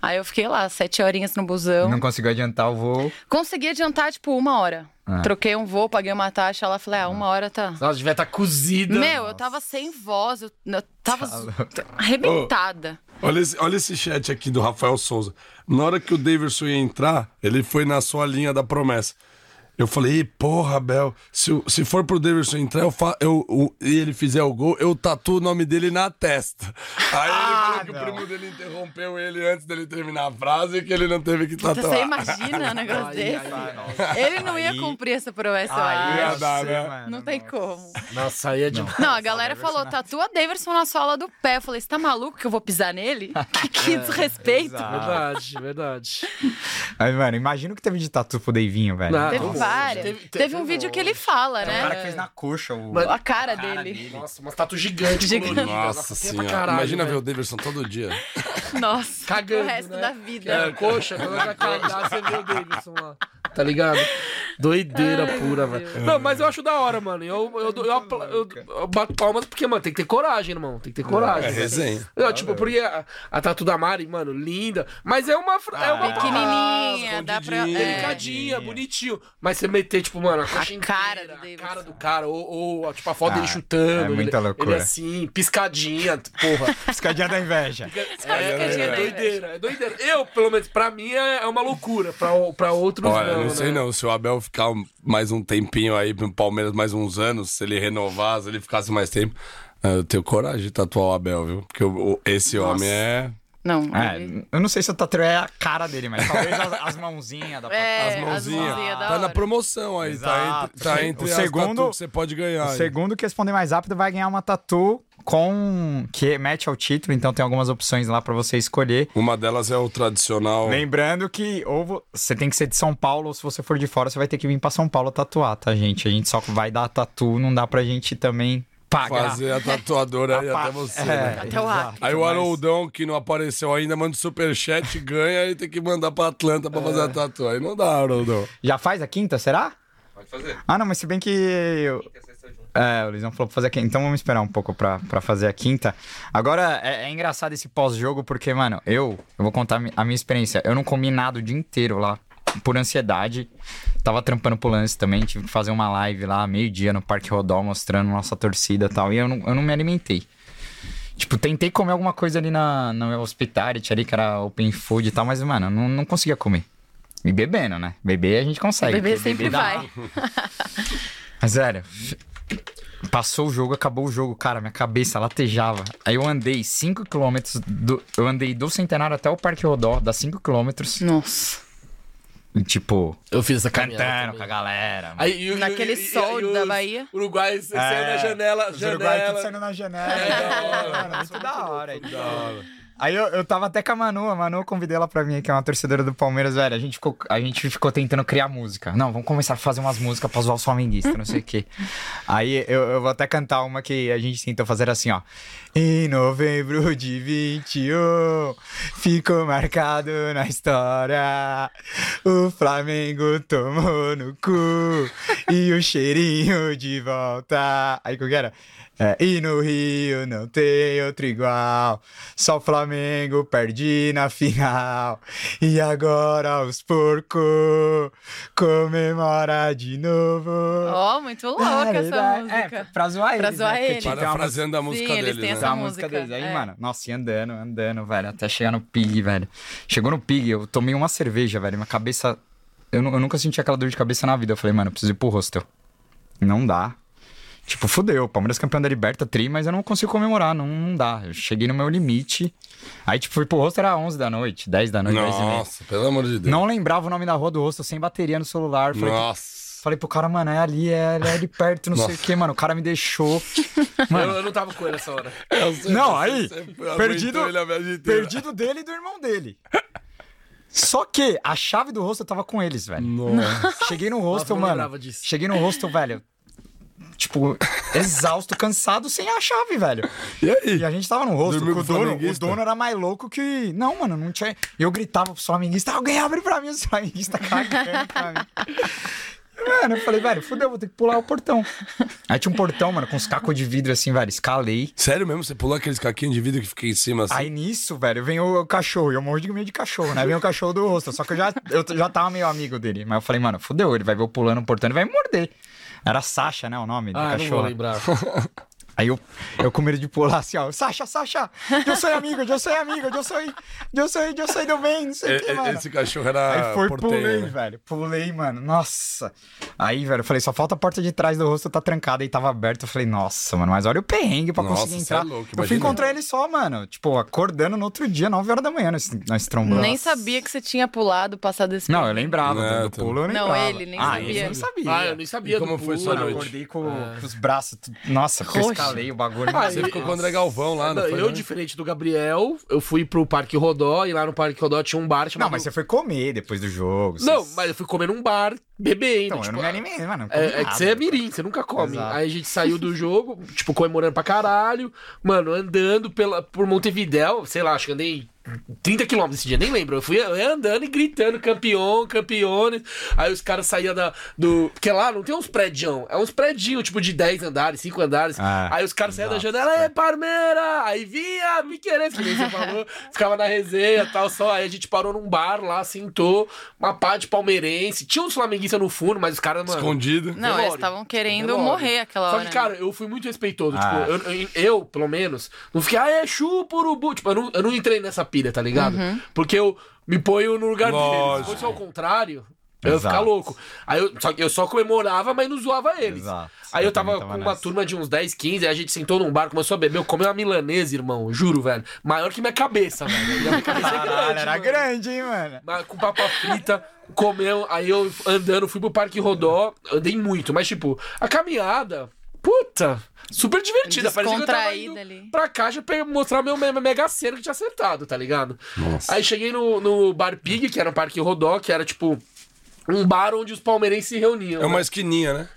D: Aí eu fiquei lá, sete horinhas no busão.
B: Não conseguiu adiantar o voo.
D: Consegui adiantar, tipo, uma hora.
B: Ah.
D: Troquei um voo, paguei uma taxa lá, falei, ah, uma hora tá.
A: Nossa, devia estar cozida.
D: Meu, eu tava sem voz, eu, eu
B: Tá
D: tava zo- arrebentada.
C: Olha esse, olha esse chat aqui do Rafael Souza. Na hora que o Davidson ia entrar, ele foi na sua linha da promessa. Eu falei, "Ih, porra, Bel, se, o- se for pro Davidson entrar eu fa, eu, o- e ele fizer o gol, eu tatuo o nome dele na testa. Aí
H: Ah,
C: ele falou que o primo dele interrompeu ele antes dele terminar a frase e que ele não teve que
B: tá
C: tatuar.
D: Você imagina um negócio
A: Aí,
D: desse?
A: aí,
D: Ele não ia cumprir essa promessa, eu acho.
C: ia dar, né?
D: é Não tem como.
A: Nossa, aí é demais.
D: Não, a galera falou, tatua Daverson na sola do pé. Eu falei, você tá maluco que eu vou pisar nele? Que, que desrespeito.
H: Ah.
B: exato.
A: Verdade, verdade.
B: Aí, mano, imagina o que teve de tatu pro Davinho, velho.
A: Não,
D: Teve
B: Então,
A: Nossa,
D: várias. Teve, um vídeo que ele fala,
B: O
D: né?
B: um cara que fez na coxa o.
D: A cara dele.
A: Nossa, uma estátua gigante.
D: Gigante.
A: colorida,
H: Nossa
A: feia pra
H: senhora.
A: caralho,
H: Imagina ver
A: velho.
H: o Davidson todo dia.
D: Nossa.
A: Cagando,
D: o resto
A: né?
D: da vida.
A: É, coxa, quando ela cagar, você vê o Davidson lá. Tá ligado? Doideira pura, velho. Não, mas eu acho da hora, mano. Eu, eu, eu, eu apla- eu- eu bato palmas porque, mano, tem que ter coragem, irmão. Tem que ter coragem.
H: É
A: velho.
H: resenha. Ah, é.
A: Eu, tipo, porque a, a tatu da Mari, mano, linda. Mas é uma. fra- é uma
D: Pequenininha, dá pra.
H: escondidinha,
D: é.
A: Delicadinha, bonitinho. Mas você meter, tipo, mano, a, coxa
D: cara
A: inteira,
D: do Davidson.
A: a cara do cara, ou, ou, tipo, a foto
B: Ah,
A: dele chutando.
B: é muita
A: ele,
B: loucura.
A: Ele assim, piscadinha, porra.
B: Piscadinha da inveja.
A: É, é doideira, é doideira. Eu, pelo menos, pra mim é é uma loucura. Pra, o- pra outros,
H: Olha,
A: não.
H: não sei
A: né?
H: não. Se o Abel ficar um- mais um tempinho aí pro Palmeiras, mais uns anos, se ele renovar, se ele ficasse mais tempo, ah, eu tenho coragem de tatuar o Abel, viu? Porque o- o- esse homem é.
D: Não. ele-
B: É, eu não sei se o tatu é a cara dele, mas talvez as, as mãozinhas da
D: É,
H: As mãozinhas.
D: mãozinhas, da
H: tá na
D: hora.
H: promoção aí. Tá
B: Exato.
H: entre, tá
B: O
H: entre as
B: segundo-
H: tatu que você pode ganhar.
B: O
H: aí.
B: segundo que responder mais rápido vai ganhar uma tatu com que mete ao título, então tem algumas opções lá pra você escolher.
H: Uma delas é o tradicional.
B: Lembrando que ou vo- você tem que ser de São Paulo, ou se você for de fora, você vai ter que vir pra São Paulo tatuar, tá, gente? A gente só vai dar tatu, não dá pra gente também pagar.
H: Fazer a tatuadora aí até você.
B: é,
H: né?
D: Até o ar.
H: Aí o Haroldão, que não apareceu ainda, manda o superchat, ganha e tem que mandar pra Atlanta pra
D: É.
H: fazer a tatu. Aí não dá, Haroldão.
B: Já faz a quinta, será?
G: Pode fazer.
B: Ah, não, mas se bem que. eu- É, o Luizão falou pra fazer a quinta. Então vamos esperar um pouco pra, pra fazer a quinta. Agora, é, é engraçado esse pós-jogo, porque, mano, eu, eu vou contar a mi- a minha experiência. Eu não comi nada o dia inteiro lá, por ansiedade. Tava trampando pro lance também, tive que fazer uma live lá, meio-dia, no Parque Rodó, mostrando nossa torcida e tal. E eu não, eu não me alimentei. Tipo, tentei comer alguma coisa ali na, na minha hospitality ali, que era open food e tal, mas, mano, eu não, não conseguia comer. E bebendo, né? Beber a gente consegue.
D: Bebê
B: porque
D: sempre
B: dá-
D: vai.
B: mas, velho, f- passou o jogo, acabou o jogo, cara. Minha cabeça latejava. Aí eu andei 5km. Do, eu andei do Centenário até o Parque Rodó, dá 5km.
D: Nossa.
B: Tipo,
A: Eu fiz essa
B: cantando com a galera.
A: Aí, e o- e-
D: Naquele
A: e-
D: sol
A: e os
D: da Bahia.
A: Uruguai saiu na janela.
B: É, Os uruguaios tudo
A: janela. É,
B: saindo na janela. Mano, muito da hora. Da hora. Aí eu, eu tava até com a Manu, a Manu eu convidei ela pra mim, que é uma torcedora do Palmeiras, velho. A gente ficou, a gente ficou tentando criar música. Não, vamos começar a fazer umas músicas pra zoar os flamenguistas, não sei o quê. Aí eu, eu vou até cantar uma que a gente tentou fazer assim, ó. Em novembro de 21, ficou marcado na história. O Flamengo tomou no cu e o cheirinho de volta. Aí como que era? É, e no Rio não tem outro igual. Só o Flamengo perde na final. E agora os porcos comemora de novo.
D: Ó, muito louca essa
B: É,
D: música.
B: pra zoar
D: Pra
B: eles,
D: zoar
B: né? Porque
D: eles.
B: tinha que ter uma música-
H: Parafraseando a música
D: Então, eles
H: dele,
D: têm
H: né?
D: essa-
B: Tá, a
D: música,
B: música deles. Aí,
D: é.
B: mano, nossa, e andando, andando, velho, até chegar no Pig, velho. Chegou no Pig, eu tomei uma cerveja, velho, minha cabeça... Eu, nu- eu nunca senti aquela dor de cabeça na vida. Eu falei, mano, eu preciso ir pro hostel. Não dá. Tipo, fudeu, Palmeiras campeão da Liberta, tri, mas eu não consigo comemorar, não, não dá. Eu cheguei no meu limite. Aí, tipo, fui pro hostel, era 11 da noite, 10 da noite, 10 e meia.
H: Nossa, pelo amor de Deus.
B: Não lembrava o nome da rua do hostel, sem bateria no celular. Falei,
H: Nossa.
B: falei pro cara, mano, é ali, é, é ali perto, não sei o
H: Nossa.
B: que, mano. O cara me deixou.
A: Eu, eu não tava com ele essa hora.
B: Não, aí,
H: Você aguentou
B: perdido-
H: ele a viagem inteira.
B: Perdido dele e do irmão dele. Só que a chave do hostel tava com eles, velho. Cheguei no hostel,
A: eu não
B: mano.
A: lembrava disso.
B: Cheguei no hostel, velho. Tipo, exausto, cansado, sem a chave, velho.
H: E aí?
B: E a gente tava no hostel
H: Dormiu
B: com o
H: com o
B: dono. O
H: flamenguista?
B: dono era mais louco que. Não, mano, não tinha. Eu gritava pro flamenguista: alguém abre pra mim, o flamenguista cagando pra mim. Mano, eu falei, velho, fudeu, vou ter que pular o portão. Aí tinha um portão, mano, com uns cacos de vidro assim, velho. Escalei.
H: Sério mesmo? Você pulou aqueles caquinhos de vidro que fica em cima assim?
B: Aí nisso, velho, vem o cachorro. E eu morro de medo de cachorro, né? Vem o cachorro do rosto. Só que eu já, eu já tava meio amigo dele. Mas eu falei, mano, fudeu, ele vai ver eu pulando, portando e vai me morder. Era Sasha, né? O nome do
A: Ah, não vou
B: cachorro.
A: lembrar.
B: Aí eu, eu com medo de pular assim, ó. Sasha, Sasha, eu sou amigo, eu sou amigo, eu sou, eu sou, eu
A: É,
B: sou do bem, não sei o
H: E-
B: que,
H: e-
B: mano.
A: Ah,
H: esse cachorro era
A: né?
B: Aí foi,
H: porteiro. né?
B: pulei, velho. Pulei, mano. Nossa. Aí, velho, eu falei, só falta a porta de trás do rosto tá trancada e tava aberta. Eu falei, nossa, mano, mas olha o perrengue pra
H: Nossa,
B: conseguir
H: cê é
B: entrar.
H: louco,
B: eu fui
H: imagina.
B: encontrar ele só, mano. Tipo, acordando no outro dia, 9 horas da manhã, nós, nós trombamos.
D: Nem sabia que você tinha pulado, passado esse
B: Não, eu lembrava
H: É,
B: do, do
H: tá-
B: pulo, eu
D: Não,
B: lembrava.
D: ele nem
B: ah,
D: sabia.
B: ele não sabia.
A: Ah, eu nem sabia
H: E como
A: do
H: foi
A: pulo.
H: sua
B: Mano, eu
H: noite?
B: acordei com, com os braços. tudo- Nossa, eu escalei o bagulho.
A: Ah,
H: Você
A: eu-
H: ficou com o André Galvão lá, não,
A: Não,
H: foi?
A: eu,
H: né?
A: diferente do Gabriel, eu fui pro Parque Rodó e lá no Parque Rodó tinha um bar chamado.
B: Não, mas você foi comer depois do jogo.
A: Não,
B: vocês-
A: mas eu fui comer num bar, beber ainda.
B: Então, eu
A: tipo,
B: não me animei, mano. não comi
A: É, é que você é
B: nada.
A: mirim, você nunca come.
B: Exato.
A: Aí a gente saiu do jogo, tipo, comemorando pra caralho. Mano, andando pela, por Montevidéu, sei lá, acho que andei 30 quilômetros esse dia, nem lembro. Eu fui andando e gritando, campeão, campeones. Aí os caras saíam da, do... Porque lá não tem uns prédios, é uns prédios, tipo, de 10 andares, 5 andares.
B: Ah,
A: Aí os caras saíam da janela, é Parmeira! Aí vinha, me querendo, que nem você falou. Ficava na resenha e tal, só. Aí a gente parou num bar lá, sentou, uma pá de palmeirense. Tinha uns flamenguistas no fundo, mas os caras, mano...
H: Escondido.
D: Não,
A: Velório.
D: eles estavam querendo
A: Velório.
D: morrer aquela
A: Só
D: hora. né?
A: que, cara, eu fui muito respeitoso.
B: Ah.
A: Tipo, eu, eu- eu, pelo menos, não fiquei, ah, é chupa urubu. Tipo, eu não, eu não entrei nessa pilha, tá ligado?
D: Uhum.
A: Porque eu me ponho no lugar dele. Se
H: Lógico.
A: fosse ao contrário, eu ia ficar
B: Exato.
A: louco. Aí eu só, eu só comemorava, mas não zoava eles.
B: Exato.
A: Aí eu
B: Eu também
A: tava,
B: tava
A: com uma
B: nessa.
A: turma de uns 10, 15, aí a gente sentou num bar, começou a beber, eu comi uma milanesa, irmão, juro, velho. Maior que minha cabeça, velho. E a minha cabeça é grande,
B: Caralho, era
A: mano.
B: grande, hein, mano.
A: Mas com papa frita, comeu, aí eu andando, fui pro Parque Rodó, andei muito, mas tipo, a caminhada, puta, super divertida, parecia que eu tava
D: Descontraída
A: indo
D: ali.
A: pra caixa pra mostrar meu me- mega cena que tinha acertado, tá ligado? Aí cheguei no, no Bar Pig, que era um Parque Rodó, que era tipo... Um bar onde os palmeirenses se reuniam.
H: É uma esquininha, né?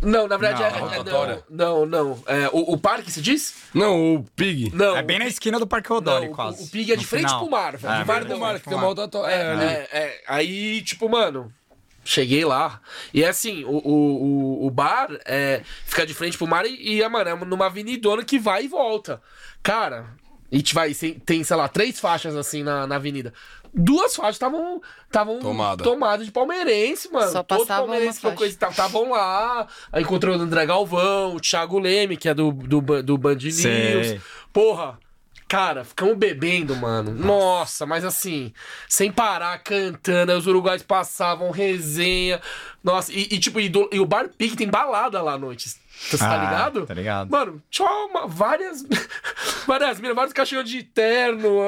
A: Não, na verdade
B: Não,
A: é-
B: a
A: é,
H: rotatória.
A: Não, não. não. É, o, o parque se diz?
H: Não, o Pig.
A: Não.
B: É bem na esquina do Parque
A: não,
B: Rodoli,
A: o-
B: quase.
A: O, Pig é de
B: No
A: frente
B: final.
A: pro mar, velho. de
B: É,
A: mar
H: Guarda
A: do
H: o
A: mar.
H: mar, que tem uma outra... to- É,
C: né?
H: ali.
A: É, é, aí, tipo, mano, cheguei lá. E é assim, o, o, o, o bar é, fica de frente pro mar e, e é, mano, é numa avenidona que vai e volta. Cara, e te vai, sem- tem, sei lá, três faixas assim na, na avenida. Duas faixas estavam estavam
H: Tomada.
A: tomadas de palmeirense, mano.
D: Só
A: Todos
D: passava uma
A: palmeirenses
D: faixa.
A: estavam lá. Aí encontrou o André Galvão, o Thiago Leme, que é do, do, Ban- do Band News.
B: Sei.
A: Porra, cara, ficamos bebendo, mano. Nossa, mas assim, sem parar, cantando. aí Os uruguais passavam resenha. Nossa, e, e tipo, e, do- e o Bar Pig tem balada lá à noite. Você tá
B: Ah,
A: ligado?
B: tá ligado.
A: Mano, tinha uma- várias. várias minas, vários caixinhos de terno,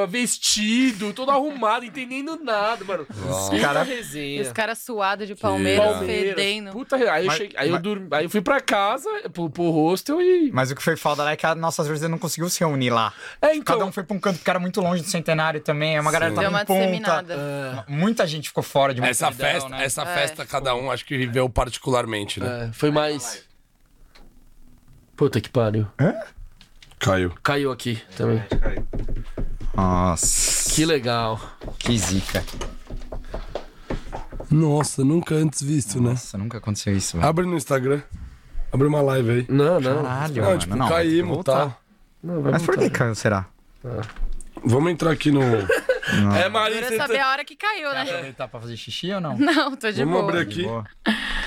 A: vestido, todo arrumado, entendendo nada, mano. Puta
B: Cara-
D: E os
A: resenha.
D: caras suados de Palmeiras,
A: é. Palmeiras,
D: fedendo.
A: Puta, re- aí, eu
B: Mas-
A: cheguei- aí, eu
B: mas-
A: dormi- aí eu fui pra casa, pro, pro hostel e.
B: Mas o que foi foda lá é que a nossa vezes não conseguiu se reunir lá.
A: É, então.
B: Cada um foi pra um canto, porque era muito longe do centenário também. É uma galera que
D: Deu
B: tava
D: uma
B: em ponta. É.
D: disseminada.
B: Muita gente ficou fora de uma né?
H: Essa festa, essa festa cada um acho que viveu particularmente, né?
A: É, foi mais. Puta que pariu.
H: Caiu.
A: Caiu aqui também.
B: Nossa,
A: Que legal.
B: que zica.
H: Nossa, nunca antes visto, né?
B: Nossa, nunca aconteceu isso, velho.
H: Abre no Instagram. Abre uma live aí.
A: Não, Ah, não.
B: Caralho,
H: Não,
B: mano.
H: tipo,
B: não, vai ter que
H: caímos e
B: voltar.
C: tá.
H: tal.
B: Mas por que caiu, será?
H: Vamos entrar aqui no.
A: É,
D: Queria
A: Marisa.
D: saber a hora que caiu, né?
B: Aproveitar pra fazer xixi ou não?
D: Não, tô de
H: Vamos
D: boa.
H: abrir
B: De
H: aqui.
B: boa.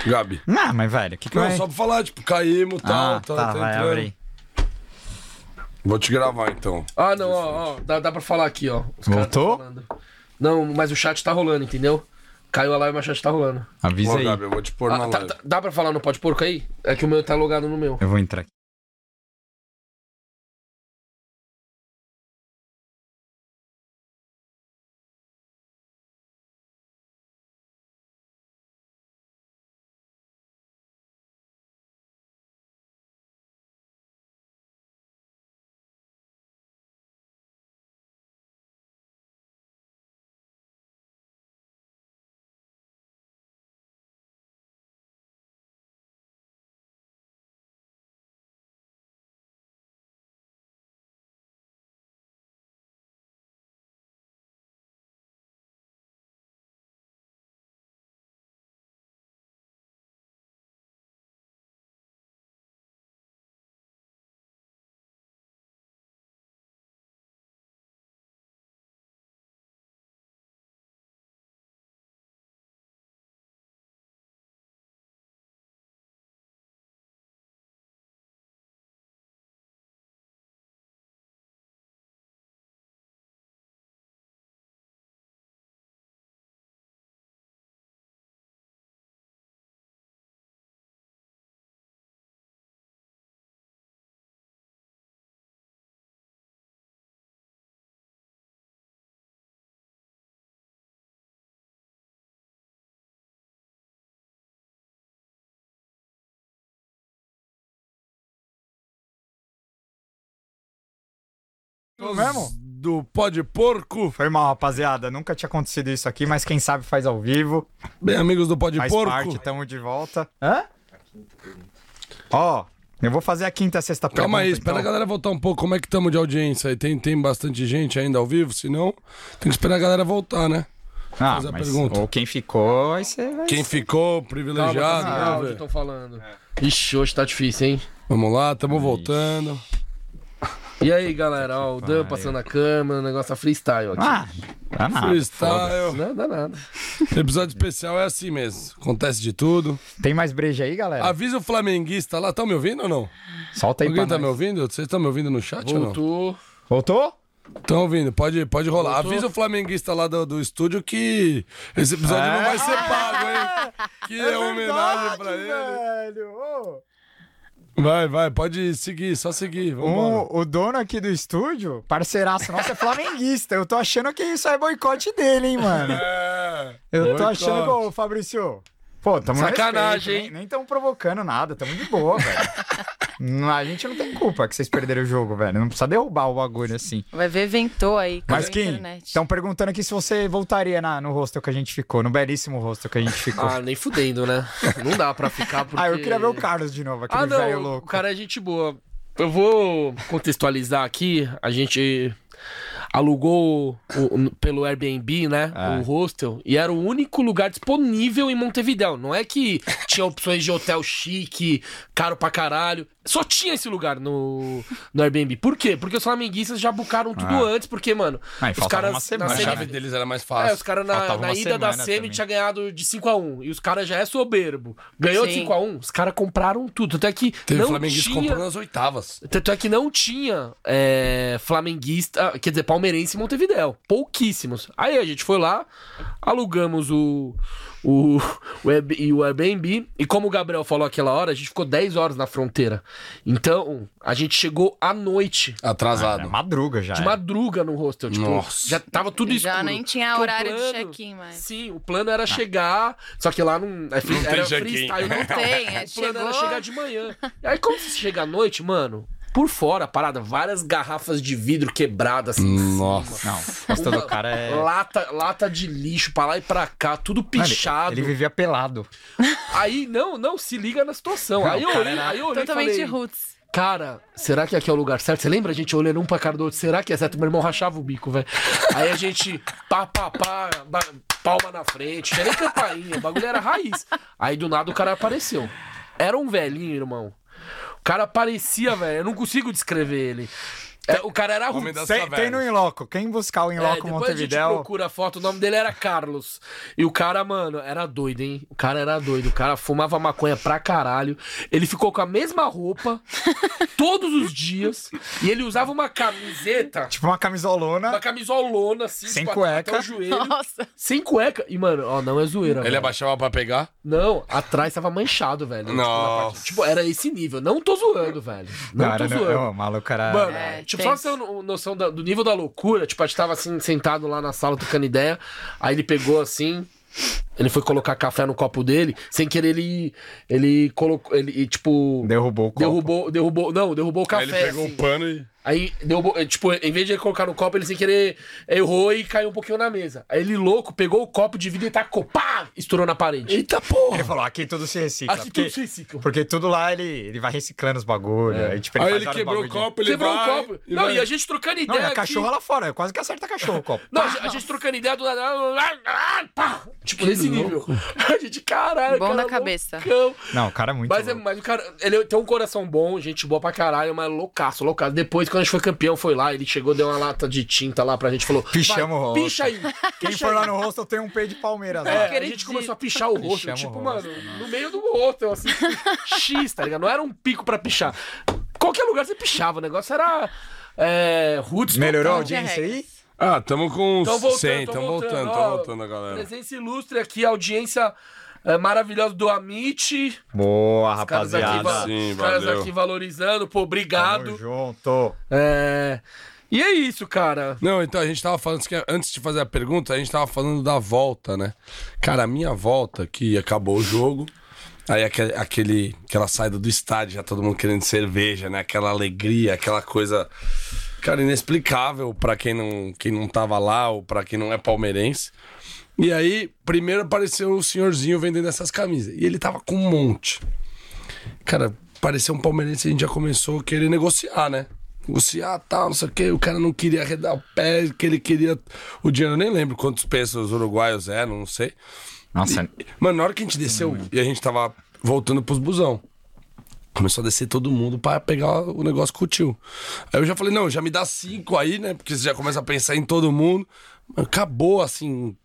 H: Gabi.
B: Não, mas velho, o que que
H: Não,
B: vai...
H: só pra falar, tipo, caímos e tal.
B: Ah,
H: tá,
B: tá,
H: tá
B: vai,
H: entrando.
B: abre aí.
H: Vou te gravar então.
A: Ah, não, ó, ó. Dá, dá pra falar aqui, ó. Os caras
B: Voltou?
A: tão falando. Não, mas o chat tá rolando, entendeu? Caiu a live, mas o chat tá rolando.
B: Avisa
H: Ó,
B: aí.
H: Gabi, eu vou te pôr na
A: Ah, tá-
H: live.
A: tá- dá pra falar no pode porco aí? É que o meu tá logado no meu.
B: Eu vou entrar aqui.
C: amigos
B: mesmo?
C: do Pó de Porco.
B: Foi mal, rapaziada. Nunca tinha acontecido isso aqui, mas quem sabe faz ao vivo.
C: Bem, amigos do Pó de
B: faz
C: Porco.
B: parte, tamo de volta. Hã? Ó, eu vou fazer a quinta e a sexta pergunta,
C: Calma aí, espera
B: então.
C: a galera voltar um pouco. Como é que estamos de audiência aí? Tem, tem bastante gente ainda ao vivo? Se não, tem que esperar a galera voltar, né?
B: Ah,
C: fazer a
B: mas
C: pergunta.
B: ou quem ficou, aí você vai...
C: Quem ficou
A: Calma,
C: privilegiado, né, velho?
A: estão falando. Ixi, hoje tá difícil, hein?
C: Vamos lá, estamos voltando.
A: E aí, galera, ó, o Dan passando a câmera, o negócio tá freestyle aqui.
B: Ah, dá nada.
C: Freestyle.
A: Não dá nada.
C: Episódio especial é assim mesmo. Acontece de tudo.
B: Tem mais breja aí, galera?
C: Avisa o flamenguista lá. Estão me ouvindo ou não?
B: Solta É. aí
C: Alguém
B: pra
C: tá me
B: nós.
C: ouvindo? Vocês estão me ouvindo no chat ou não?
A: Voltou.
B: Voltou?
C: Estão ouvindo, pode, pode rolar.
A: Voltou.
C: Avisa o flamenguista lá do, do estúdio que esse episódio não vai
A: É.
C: ser pago, hein? Que é, homenagem pra ele.
B: velho. ô.
C: Vai, vai, pode seguir, só seguir. Vambora.
A: Um-
B: um, O, o dono aqui do estúdio, parceiraço nosso, é flamenguista. Eu tô achando que isso é boicote dele, hein, mano.
C: É.
B: Eu tô
C: boicote.
B: achando que, ô, Fabrício. Pô, tamo no
A: Sacanagem,
B: respeito,
A: hein?
B: Nem, nem tamo provocando nada, tamo de boa, velho. Não, A gente não tem culpa que vocês perderam o jogo, velho. Não precisa derrubar o bagulho assim.
D: Vai ver, ventou aí. caiu
B: Mas Então,
D: na
B: Kim,
D: internet.
B: estão perguntando aqui se você voltaria na- no rosto que a gente ficou, no belíssimo rosto que a gente ficou. Ah,
A: Ah, nem fudendo, né? Não dá pra ficar porque...
B: eu queria ver o Carlos de novo, aquele
A: Ah,
B: velho
A: não, o
B: louco.
A: cara é gente boa. Eu vou contextualizar aqui. A gente alugou o- o- pelo Airbnb, né?
B: É.
A: O hostel. E era o único lugar disponível em Montevidéu. Não é que tinha opções de hotel chique, caro pra caralho. Só tinha esse lugar no, no Airbnb. Por quê? Porque os flamenguistas já bucaram tudo antes. Porque, mano,
B: Ah, e
A: os
B: faltava
A: caras
B: uma semana,
A: na
H: A
B: né?
A: semi-
H: chave deles era mais
A: é,
H: fácil.
A: os caras na,
B: Faltava
A: na
B: uma
A: ida da
B: semana
A: semi
B: também.
A: tinha ganhado de 5x1. E os caras já é soberbo. Ganhou
D: Sim.
A: de 5x1, os caras compraram tudo. Até que
H: Teve
A: não
H: flamenguista
A: tinha...
H: comprando nas oitavas.
A: Tanto é que não tinha é, flamenguista, quer dizer, palmeirense em Montevidéu. Pouquíssimos. Aí a gente foi lá, alugamos o, o, o, Airb- e o Airbnb. E como o Gabriel falou aquela hora, a gente ficou 10 horas na fronteira. Então, a gente chegou à noite.
B: É
H: Atrasado.
B: madruga já.
A: De
B: é.
A: madruga no hostel, tipo,
H: Nossa.
A: já tava tudo escuro.
D: Já nem tinha
A: Porque o
D: horário de
A: plano-
D: check-in mais.
A: Sim, o plano era chegar, só que lá não, é free,
H: Não tem
A: era
H: check-in.
A: freestyle, não
D: Não tem, é,
A: o plano era
D: chegou-
A: chegar de manhã. E aí como você chega à noite, mano, por fora, a parada, várias garrafas de vidro quebradas, assim, em
H: Nossa.
A: cima.
B: Não, o rosto do cara é...
A: Lata, lata de lixo pra lá e pra cá, tudo
B: Mano,
A: pichado.
B: Ele, ele vivia pelado.
A: Aí, não, não, se liga na situação. aí eu olhei, aí eu olhei e
D: Totalmente
A: falei,
D: roots.
A: Cara, será que aqui é o lugar certo? Você lembra a gente olhando um pra cara do outro? Será que é certo? Meu irmão rachava o bico, velho. Aí a gente, pá, pá, pá, ba- palma na frente, não tinha nem campainha, o bagulho era raiz. Aí do nada o cara apareceu. Era um velhinho, irmão. O cara parecia, velho, eu não consigo descrever ele. É, o cara era
H: Homem
A: ruim.
H: das
B: Tem, tem
H: cavernas.
B: no Inloco. Quem buscar o
A: É,
B: Inloco
A: depois a gente
B: Montevidéu...
A: procura a foto, o nome dele era Carlos. E o cara, mano, era doido, hein? O cara era doido. O cara fumava maconha pra caralho. Ele ficou com a mesma roupa todos os dias. E ele usava uma camiseta,
B: Tipo uma camisolona.
A: uma camisolona assim,
B: Sem
A: tipo,
B: cueca.
A: até o joelho.
D: Nossa,
A: Sem cueca. E, mano, ó, não é zoeira.
H: Ele
A: velho.
H: abaixava pra pegar?
A: Não, atrás tava manchado, velho. Tipo, na
H: Nossa.
A: parte- Tipo, era esse nível. Não tô zoando, velho. Não
B: Cara,
A: tô
B: não- é
A: zoando.
B: ô, maluco, era...
A: Mano,
D: É,
A: tipo, só pra você
D: tenso.
A: ter uma noção da- do nível da loucura, tipo, a gente tava assim, sentado lá na sala trocando ideia, aí ele pegou assim. Ele foi colocar café no copo dele, sem querer ele. Ele colocou. Ele, tipo.
B: Derrubou o copo.
A: Derrubou, derrubou, não, derrubou o café.
H: Aí ele pegou
A: assim.
H: um pano e.
A: Aí, derrubou, eh, tipo, em vez de ele colocar no copo, ele sem querer errou e caiu um pouquinho na mesa. Aí ele, louco, pegou o copo de vidro e tacou, pá! Estourou na parede. Eita porra!
B: Ele falou, aqui tudo se recicla.
A: Aqui
B: porque,
A: tudo se recicla.
B: Porque tudo lá ele, ele vai reciclando os bagulhos. Aí, tipo, ele
C: Aí
B: faz
C: ele
B: vários
C: quebrou o
B: bagulho de-
C: copo, ele
A: Quebrou
C: vai,
A: o copo.
C: e
A: não,
C: vai.
A: e a gente trocando
B: Não,
A: ideia.
B: é
A: aqui.
B: cachorro lá fora. Quase que acerta cachorro o copo.
A: Não, a gente- a gente trocando ideia do nada. ah, ah, pá, Tipo, nesse nível. A gente, caralho.
D: Bom
A: cara,
D: da cabeça.
A: loucão.
B: Não, o cara é muito
A: Mas, é,
B: louco.
A: mas o cara, ele tem um coração bom, gente boa pra caralho, mas loucaço, loucaço. Depois, quando a gente foi campeão, foi lá, ele chegou, deu uma lata de tinta lá pra gente, falou:
B: Pichamos o
A: vai,
B: rosto.
A: Picha aí.
B: Quem for lá no rosto, eu tenho um peito de Palmeiras.
A: É,
B: lá.
A: a gente começou a pichar o rosto,
B: Pichamos
A: tipo,
B: o
A: mano, no meio do rosto, assim, X, tá ligado? Não era um pico pra pichar. Qualquer lugar você pichava, o negócio era. É, roots
B: Melhorou a
A: total.
B: audiência aí?
H: Ah, tamo com
A: Tão voltando,
H: 100.
A: tão
H: Tamo voltando,
A: voltando,
H: tamo
A: ó.
H: voltando, a galera.
A: Presença ilustre aqui, audiência é, maravilhosa do Amit.
B: Boa,
A: Caras aqui, va-
B: rapaziada.
H: Sim,
A: os caras
H: valeu.
A: aqui valorizando, pô,
B: Tamo
A: obrigado.
B: junto.
A: É, E é isso, cara.
H: Não, então a gente tava falando, antes de fazer a pergunta, a gente tava falando da volta, né? Cara, a minha volta, que acabou o jogo, aí aque- aquele, aquela saída do estádio, já todo mundo querendo cerveja, né? Aquela alegria, aquela coisa.
C: cara, inexplicável pra quem não, quem não tava lá ou pra quem não é palmeirense. E aí, primeiro apareceu
H: um
C: o senhorzinho vendendo essas camisas. E ele tava com um monte. Cara, pareceu um palmeirense, a gente já começou a querer negociar, né? Negociar, tal, não sei o quê. O cara não queria arredar o pé, que ele queria o dinheiro. Eu nem lembro quantos pesos uruguaios é, não sei.
B: Nossa,
C: Mano, na hora que a gente desceu e a gente tava voltando pros busão, começou a descer todo mundo pra pegar o negócio com o tio. Aí eu já falei, não, já me dá cinco aí, né? Porque você já começa a pensar em todo mundo. Mano, acabou assim.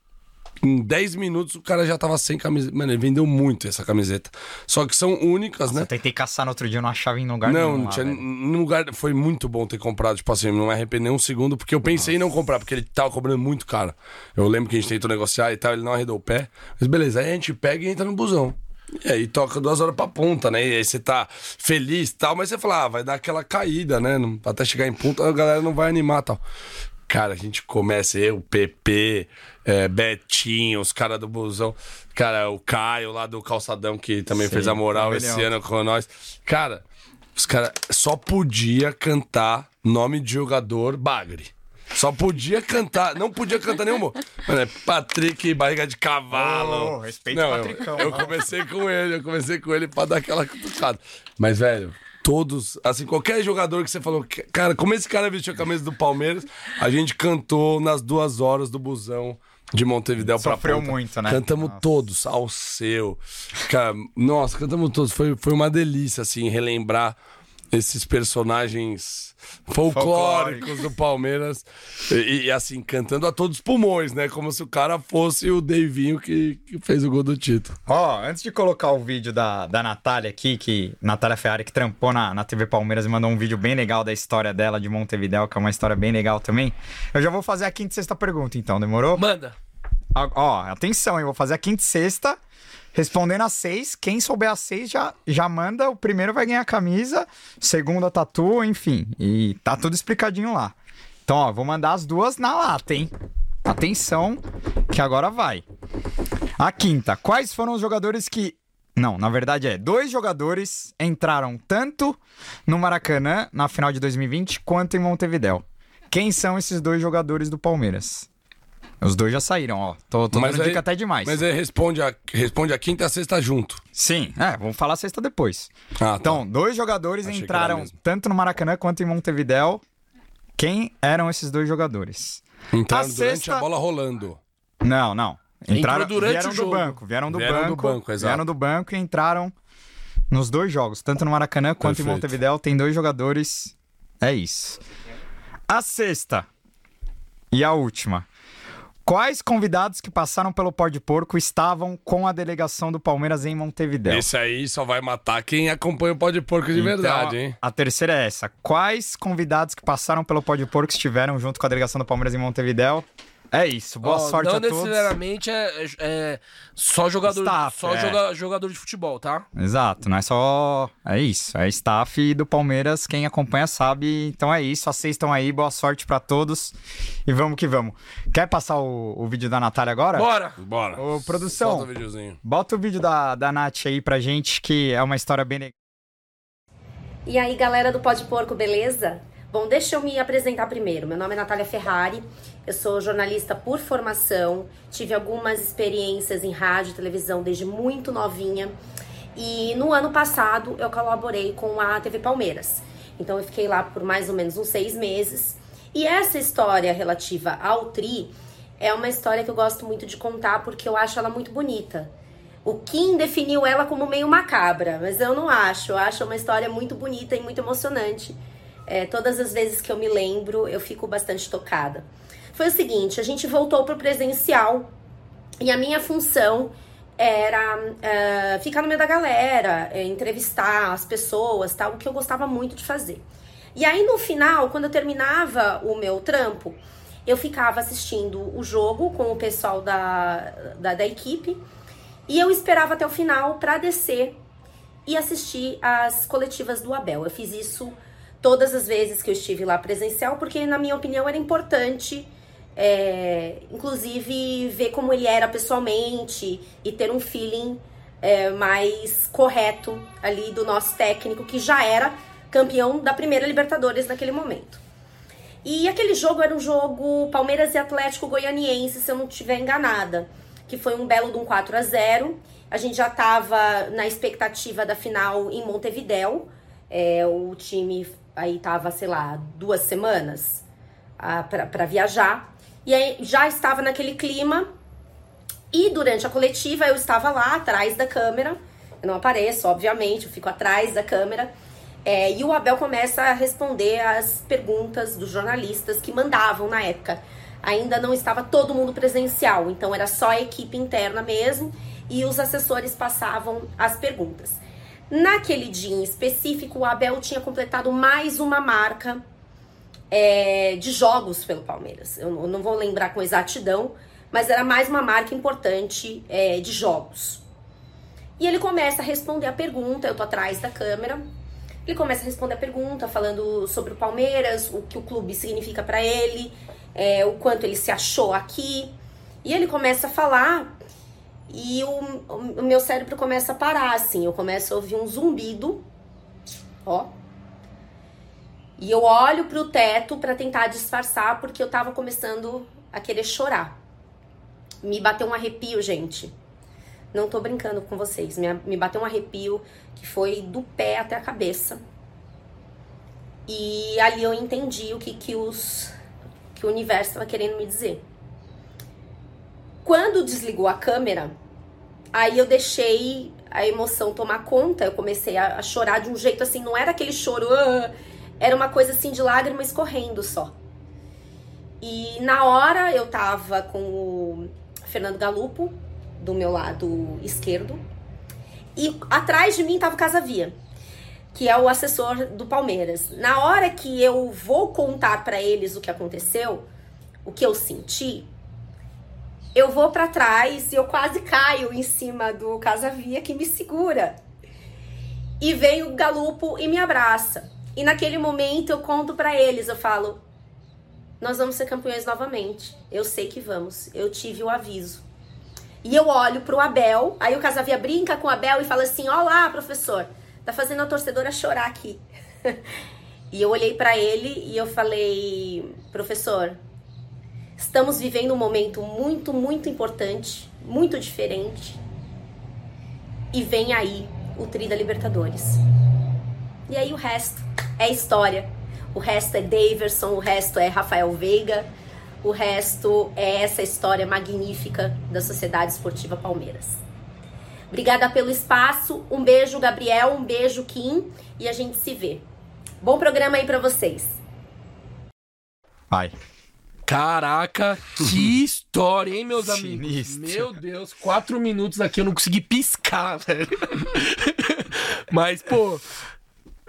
C: Em 10 minutos o cara já tava sem camiseta. Mano, ele vendeu muito essa camiseta. Só que são únicas, né?
B: eu tentei caçar no outro dia, eu não achava em lugar
C: Não,
B: nenhum.
C: não
B: lá,
C: tinha
B: velho.
C: nenhum lugar. Foi muito bom ter comprado, tipo assim, não me arrependi nem um segundo, porque eu pensei em não comprar, porque ele tava cobrando muito caro. Eu lembro que a gente tentou negociar e tal, ele não arredou o pé. Mas beleza, aí a gente pega e entra no busão. E aí toca duas horas pra ponta, né? E aí você tá feliz e tal, mas você fala, ah, vai dar aquela caída, né? Não- Até chegar em ponta, a galera não vai animar e tal. Cara, a gente começa, eu, PP, eh, Betinho, os caras do busão. Cara, o Caio lá do Calçadão, que também fez a moral
B: Vermelhão.
C: esse ano com nós. Cara, os caras só podia cantar nome de jogador bagre. Só podia cantar, não podia cantar nenhum. mo- Mano, é Patrick, barriga de
B: Oh,
C: cavalo.
B: respeito
C: não, eu-
B: Patricão.
C: Eu, comecei com ele, eu comecei com ele pra dar aquela cutucada. Mas, velho, todos, assim, qualquer jogador que você falou, "Ca- cara, como esse cara vestiu a camisa do Palmeiras, a gente cantou nas duas horas do busão de Montevidéu pra
B: Sofreu
C: ponta.
B: muito, né?
C: Cantamos
B: Nossa.
C: todos, ao seu. Cara, nossa, cantamos todos. Foi, foi uma delícia, assim, relembrar esses personagens folclóricos do Palmeiras. E, e, assim, cantando a todos os pulmões, né? Como se o cara fosse o Deivinho que, que fez o gol do título.
B: Ó, antes de colocar o vídeo da, da Natália aqui, que Natália Ferrari que trampou na, na TV Palmeiras e mandou um vídeo bem legal da história dela de Montevidéu, que é uma história bem legal também. Eu já vou fazer a quinta e sexta pergunta, então, demorou?
A: Manda.
B: Ó, Ó, atenção, eu vou fazer a quinta e sexta. Respondendo a seis, quem souber a seis já, já manda. O primeiro vai ganhar a camisa, o segundo a tatu, enfim. E tá tudo explicadinho lá. Então, ó, vou mandar as duas na lata, hein? Atenção, que agora vai. A quinta, quais foram os jogadores que. Não, na verdade é. Dois jogadores entraram tanto no Maracanã na final de 2020 quanto em Montevidéu. Quem são esses dois jogadores do Palmeiras? Os dois já saíram, ó. Tô, tô dando dica até demais.
C: Mas aí responde a, responde a quinta e a sexta junto.
B: Sim, é, vamos falar sexta depois.
C: Ah, tá.
B: Então, dois jogadores
C: Achei que era
B: entraram
C: mesmo.
B: tanto no Maracanã quanto em Montevidéu. Quem eram esses dois jogadores?
C: Entraram
B: a
C: durante
B: sexta-
C: a bola rolando.
B: Não, não. Entraram
A: Entrou durante
B: vieram
A: o
B: do
A: jogo.
B: banco, vieram do
C: Vieram do
B: banco,
C: banco, exato.
B: vieram do banco e entraram nos dois jogos, tanto no Maracanã quanto em
C: Perfeito.
B: Montevidéu, tem dois jogadores. É isso. A sexta e a última. Quais convidados que passaram pelo Pó de Porco estavam com a delegação do Palmeiras em Montevidéu?
C: Esse aí só vai matar quem acompanha o pó de porco de
B: Então,
C: verdade, hein?
B: A terceira é essa. Quais convidados que passaram pelo Pó de Porco estiveram junto com a delegação do Palmeiras em Montevidéu? É isso. Boa
A: Ó,
B: sorte
A: não
B: a todos.
A: necessariamente é, é- é só jogador,
B: Staff,
A: só
B: é.
A: joga- jogador de futebol, tá?
B: Exato, não é só. É isso. É staff do Palmeiras, quem acompanha sabe. Então é isso. Assistam aí, boa sorte pra todos. E vamos que vamos. Quer passar o, o vídeo da Natália agora?
A: Bora.
C: Bora.
B: Ô, produção.
C: Solta o videozinho.
B: Bota o vídeo da, da Nath aí pra gente, que é uma história bem legal.
F: E aí, galera do Pode Porco, beleza? Bom, deixa eu me apresentar primeiro. Meu nome é Natália Ferrari, eu sou jornalista por formação, tive algumas experiências em rádio e televisão desde muito novinha. E no ano passado eu colaborei com a TV Palmeiras. Então eu fiquei lá por mais ou menos uns seis meses. E essa história relativa ao TRI é uma história que eu gosto muito de contar porque eu acho ela muito bonita. O Kim definiu ela como meio macabra, mas eu não acho. Eu acho uma história muito bonita e muito emocionante. É, todas as vezes que eu me lembro, eu fico bastante tocada. Foi o seguinte: a gente voltou pro presencial e a minha função era eh, ficar no meio da galera, eh, entrevistar as pessoas, tal, o que eu gostava muito de fazer. E aí no final, quando eu terminava o meu trampo, eu ficava assistindo o jogo com o pessoal da, da, da equipe e eu esperava até o final para descer e assistir as coletivas do Abel. Eu fiz isso todas as vezes que eu estive lá presencial, porque na minha opinião era importante, é, inclusive, ver como ele era pessoalmente e ter um feeling é, mais correto ali do nosso técnico, que já era campeão da primeira Libertadores naquele momento. E aquele jogo era um jogo Palmeiras e Atlético Goianiense, se eu não estiver enganada, que foi um belo de um 4 a 0. A gente já estava na expectativa da final em Montevidéu. É, o time aí tava, sei lá, duas semanas ah, para viajar. E aí já estava naquele clima. E durante a coletiva eu estava lá atrás da câmera. Eu não apareço, obviamente, eu fico atrás da câmera. É, e o Abel começa a responder as perguntas dos jornalistas que mandavam na época. Ainda não estava todo mundo presencial, então era só a equipe interna mesmo e os assessores passavam as perguntas. Naquele dia em específico, o Abel tinha completado mais uma marca é, de jogos pelo Palmeiras. Eu não vou lembrar com exatidão, mas era mais uma marca importante é, de jogos. E ele começa a responder a pergunta, eu tô atrás da câmera, ele começa a responder a pergunta, falando sobre o Palmeiras, o que o clube significa para ele, é, o quanto ele se achou aqui. E ele começa a falar e o, o meu cérebro começa a parar, assim. Eu começo a ouvir um zumbido, ó. E eu olho pro teto para tentar disfarçar, porque eu tava começando a querer chorar. Me bateu um arrepio, gente. Não tô brincando com vocês. Me, me bateu um arrepio que foi do pé até a cabeça. E ali eu entendi o que, que, os, que o universo estava querendo me dizer. Quando desligou a câmera, aí eu deixei a emoção tomar conta. Eu comecei a, a chorar de um jeito assim, não era aquele choro, ah! era uma coisa assim de lágrima escorrendo só. E na hora eu tava com o Fernando Galupo, do meu lado esquerdo. E atrás de mim tava o Casavia, que é o assessor do Palmeiras. Na hora que eu vou contar para eles o que aconteceu, o que eu senti, eu vou para trás e eu quase caio em cima do Casavia que me segura. E vem o Galupo e me abraça. E naquele momento eu conto para eles, eu falo: "Nós vamos ser campeões novamente. Eu sei que vamos. Eu tive o aviso." E eu olho pro Abel, aí o Casavia brinca com o Abel e fala assim: "Olá, professor, tá fazendo a torcedora chorar aqui". e eu olhei para ele e eu falei: "Professor, estamos vivendo um momento muito, muito importante, muito diferente. E vem aí o Tri da Libertadores". E aí o resto é história. O resto é Daverson, o resto é Rafael Veiga, o resto é essa história magnífica da Sociedade Esportiva Palmeiras. Obrigada pelo espaço. Um beijo, Gabriel. Um beijo, Kim. E a gente se vê. Bom programa aí para vocês.
B: Ai.
A: Caraca, que história, hein, meus amigos?
B: Sinistro.
A: Meu Deus, quatro minutos aqui eu não consegui piscar, velho. Mas, pô,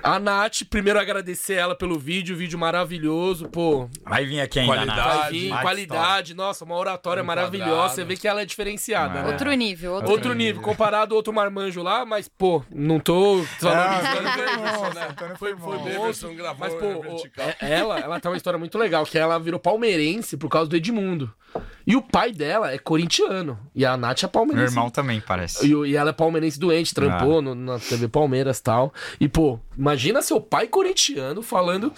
A: a Nath, primeiro agradecer ela pelo vídeo, um vídeo maravilhoso, pô.
B: Vai vir aqui ainda,
A: Vai
B: Nath.
A: vir,
B: Mais
A: qualidade, nossa, uma oratória maravilhosa.
H: quadrado.
A: Você vê que ela é diferenciada, né?
D: Outro nível, outro,
A: Outro nível, comparado ao outro marmanjo lá, mas, pô, não tô
B: Ah.
A: desvalorizando. foi
B: foi bom.
A: bom.
H: Davidson gravou
A: Mas, pô,
H: na
A: o-
H: vertical.
A: é- ela, ela tá uma história muito legal, que ela virou palmeirense por causa do Edmundo. E o pai dela é corintiano. E a Nath é
B: Meu
A: palmeirense.
B: irmão Ah. também parece.
A: E, o- e ela é palmeirense doente, trampou no- na TV Palmeiras e tal. E, pô, imagina seu pai corintiano falando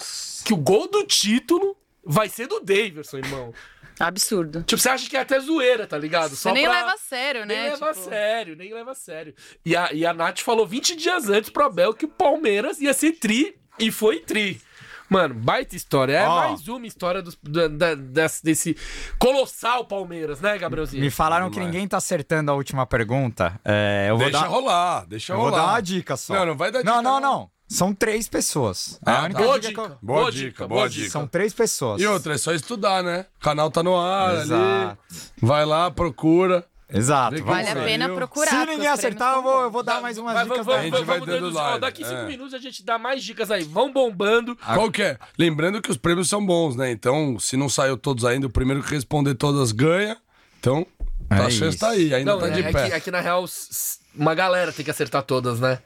A: que o gol do título vai ser do Davidson, irmão.
D: absurdo.
A: tipo, você acha que é até zoeira, tá ligado?
D: Você nem
A: pra-
D: leva a sério, né?
A: nem leva a
D: Tipo,
A: sério, nem leva a sério. E a, e a Nath falou 20 dias antes pro Abel que o Palmeiras ia ser tri e foi tri. Mano, baita história. É
B: Ó.
A: mais uma história dos- da- da- das- desse colossal Palmeiras, né, Gabrielzinho?
B: Me falaram que ninguém tá acertando a última pergunta. É, eu vou
H: Deixa
B: dar...
H: rolar, deixa
B: Eu
H: rolar.
B: vou dar uma dica só.
H: Não, não vai dar
B: Não,
H: dica,
B: não,
H: não.
B: não. São três pessoas. É a
H: Ah,
B: única
H: tá.
A: Boa
B: dica que eu-
A: dica,
H: Boa dica, boa dica.
B: São três pessoas.
H: E outra, é só estudar, né? O canal tá no ar ali.
B: Exato.
H: Vai lá, procura.
B: Exato.
H: Vê que
B: vamos
D: Vale a
B: ver.
D: pena
H: Viu?
D: procurar.
B: Se
D: porque os
B: ninguém
D: prêmios
B: acertar,
D: são
B: eu vou,
D: bons.
B: eu vou dar mais umas
A: Mas
B: dicas.
A: vamos,
B: daí.
A: vamos,
H: A gente vai
A: vamos
H: dando
A: deduzindo.
H: live,
A: Daqui 5
H: é.
A: minutos a gente dá mais dicas aí. Vão bombando.
H: Qual que é? Lembrando que os prêmios são bons, né? Então, se não saiu todos ainda, o primeiro que responder todas ganha. Então,
B: É
H: a chance
B: isso.
H: tá aí, ainda
A: Não,
H: tá
A: é,
H: de
A: é
H: pé.
A: que, é que, na real, s- s- uma galera tem que acertar todas, né?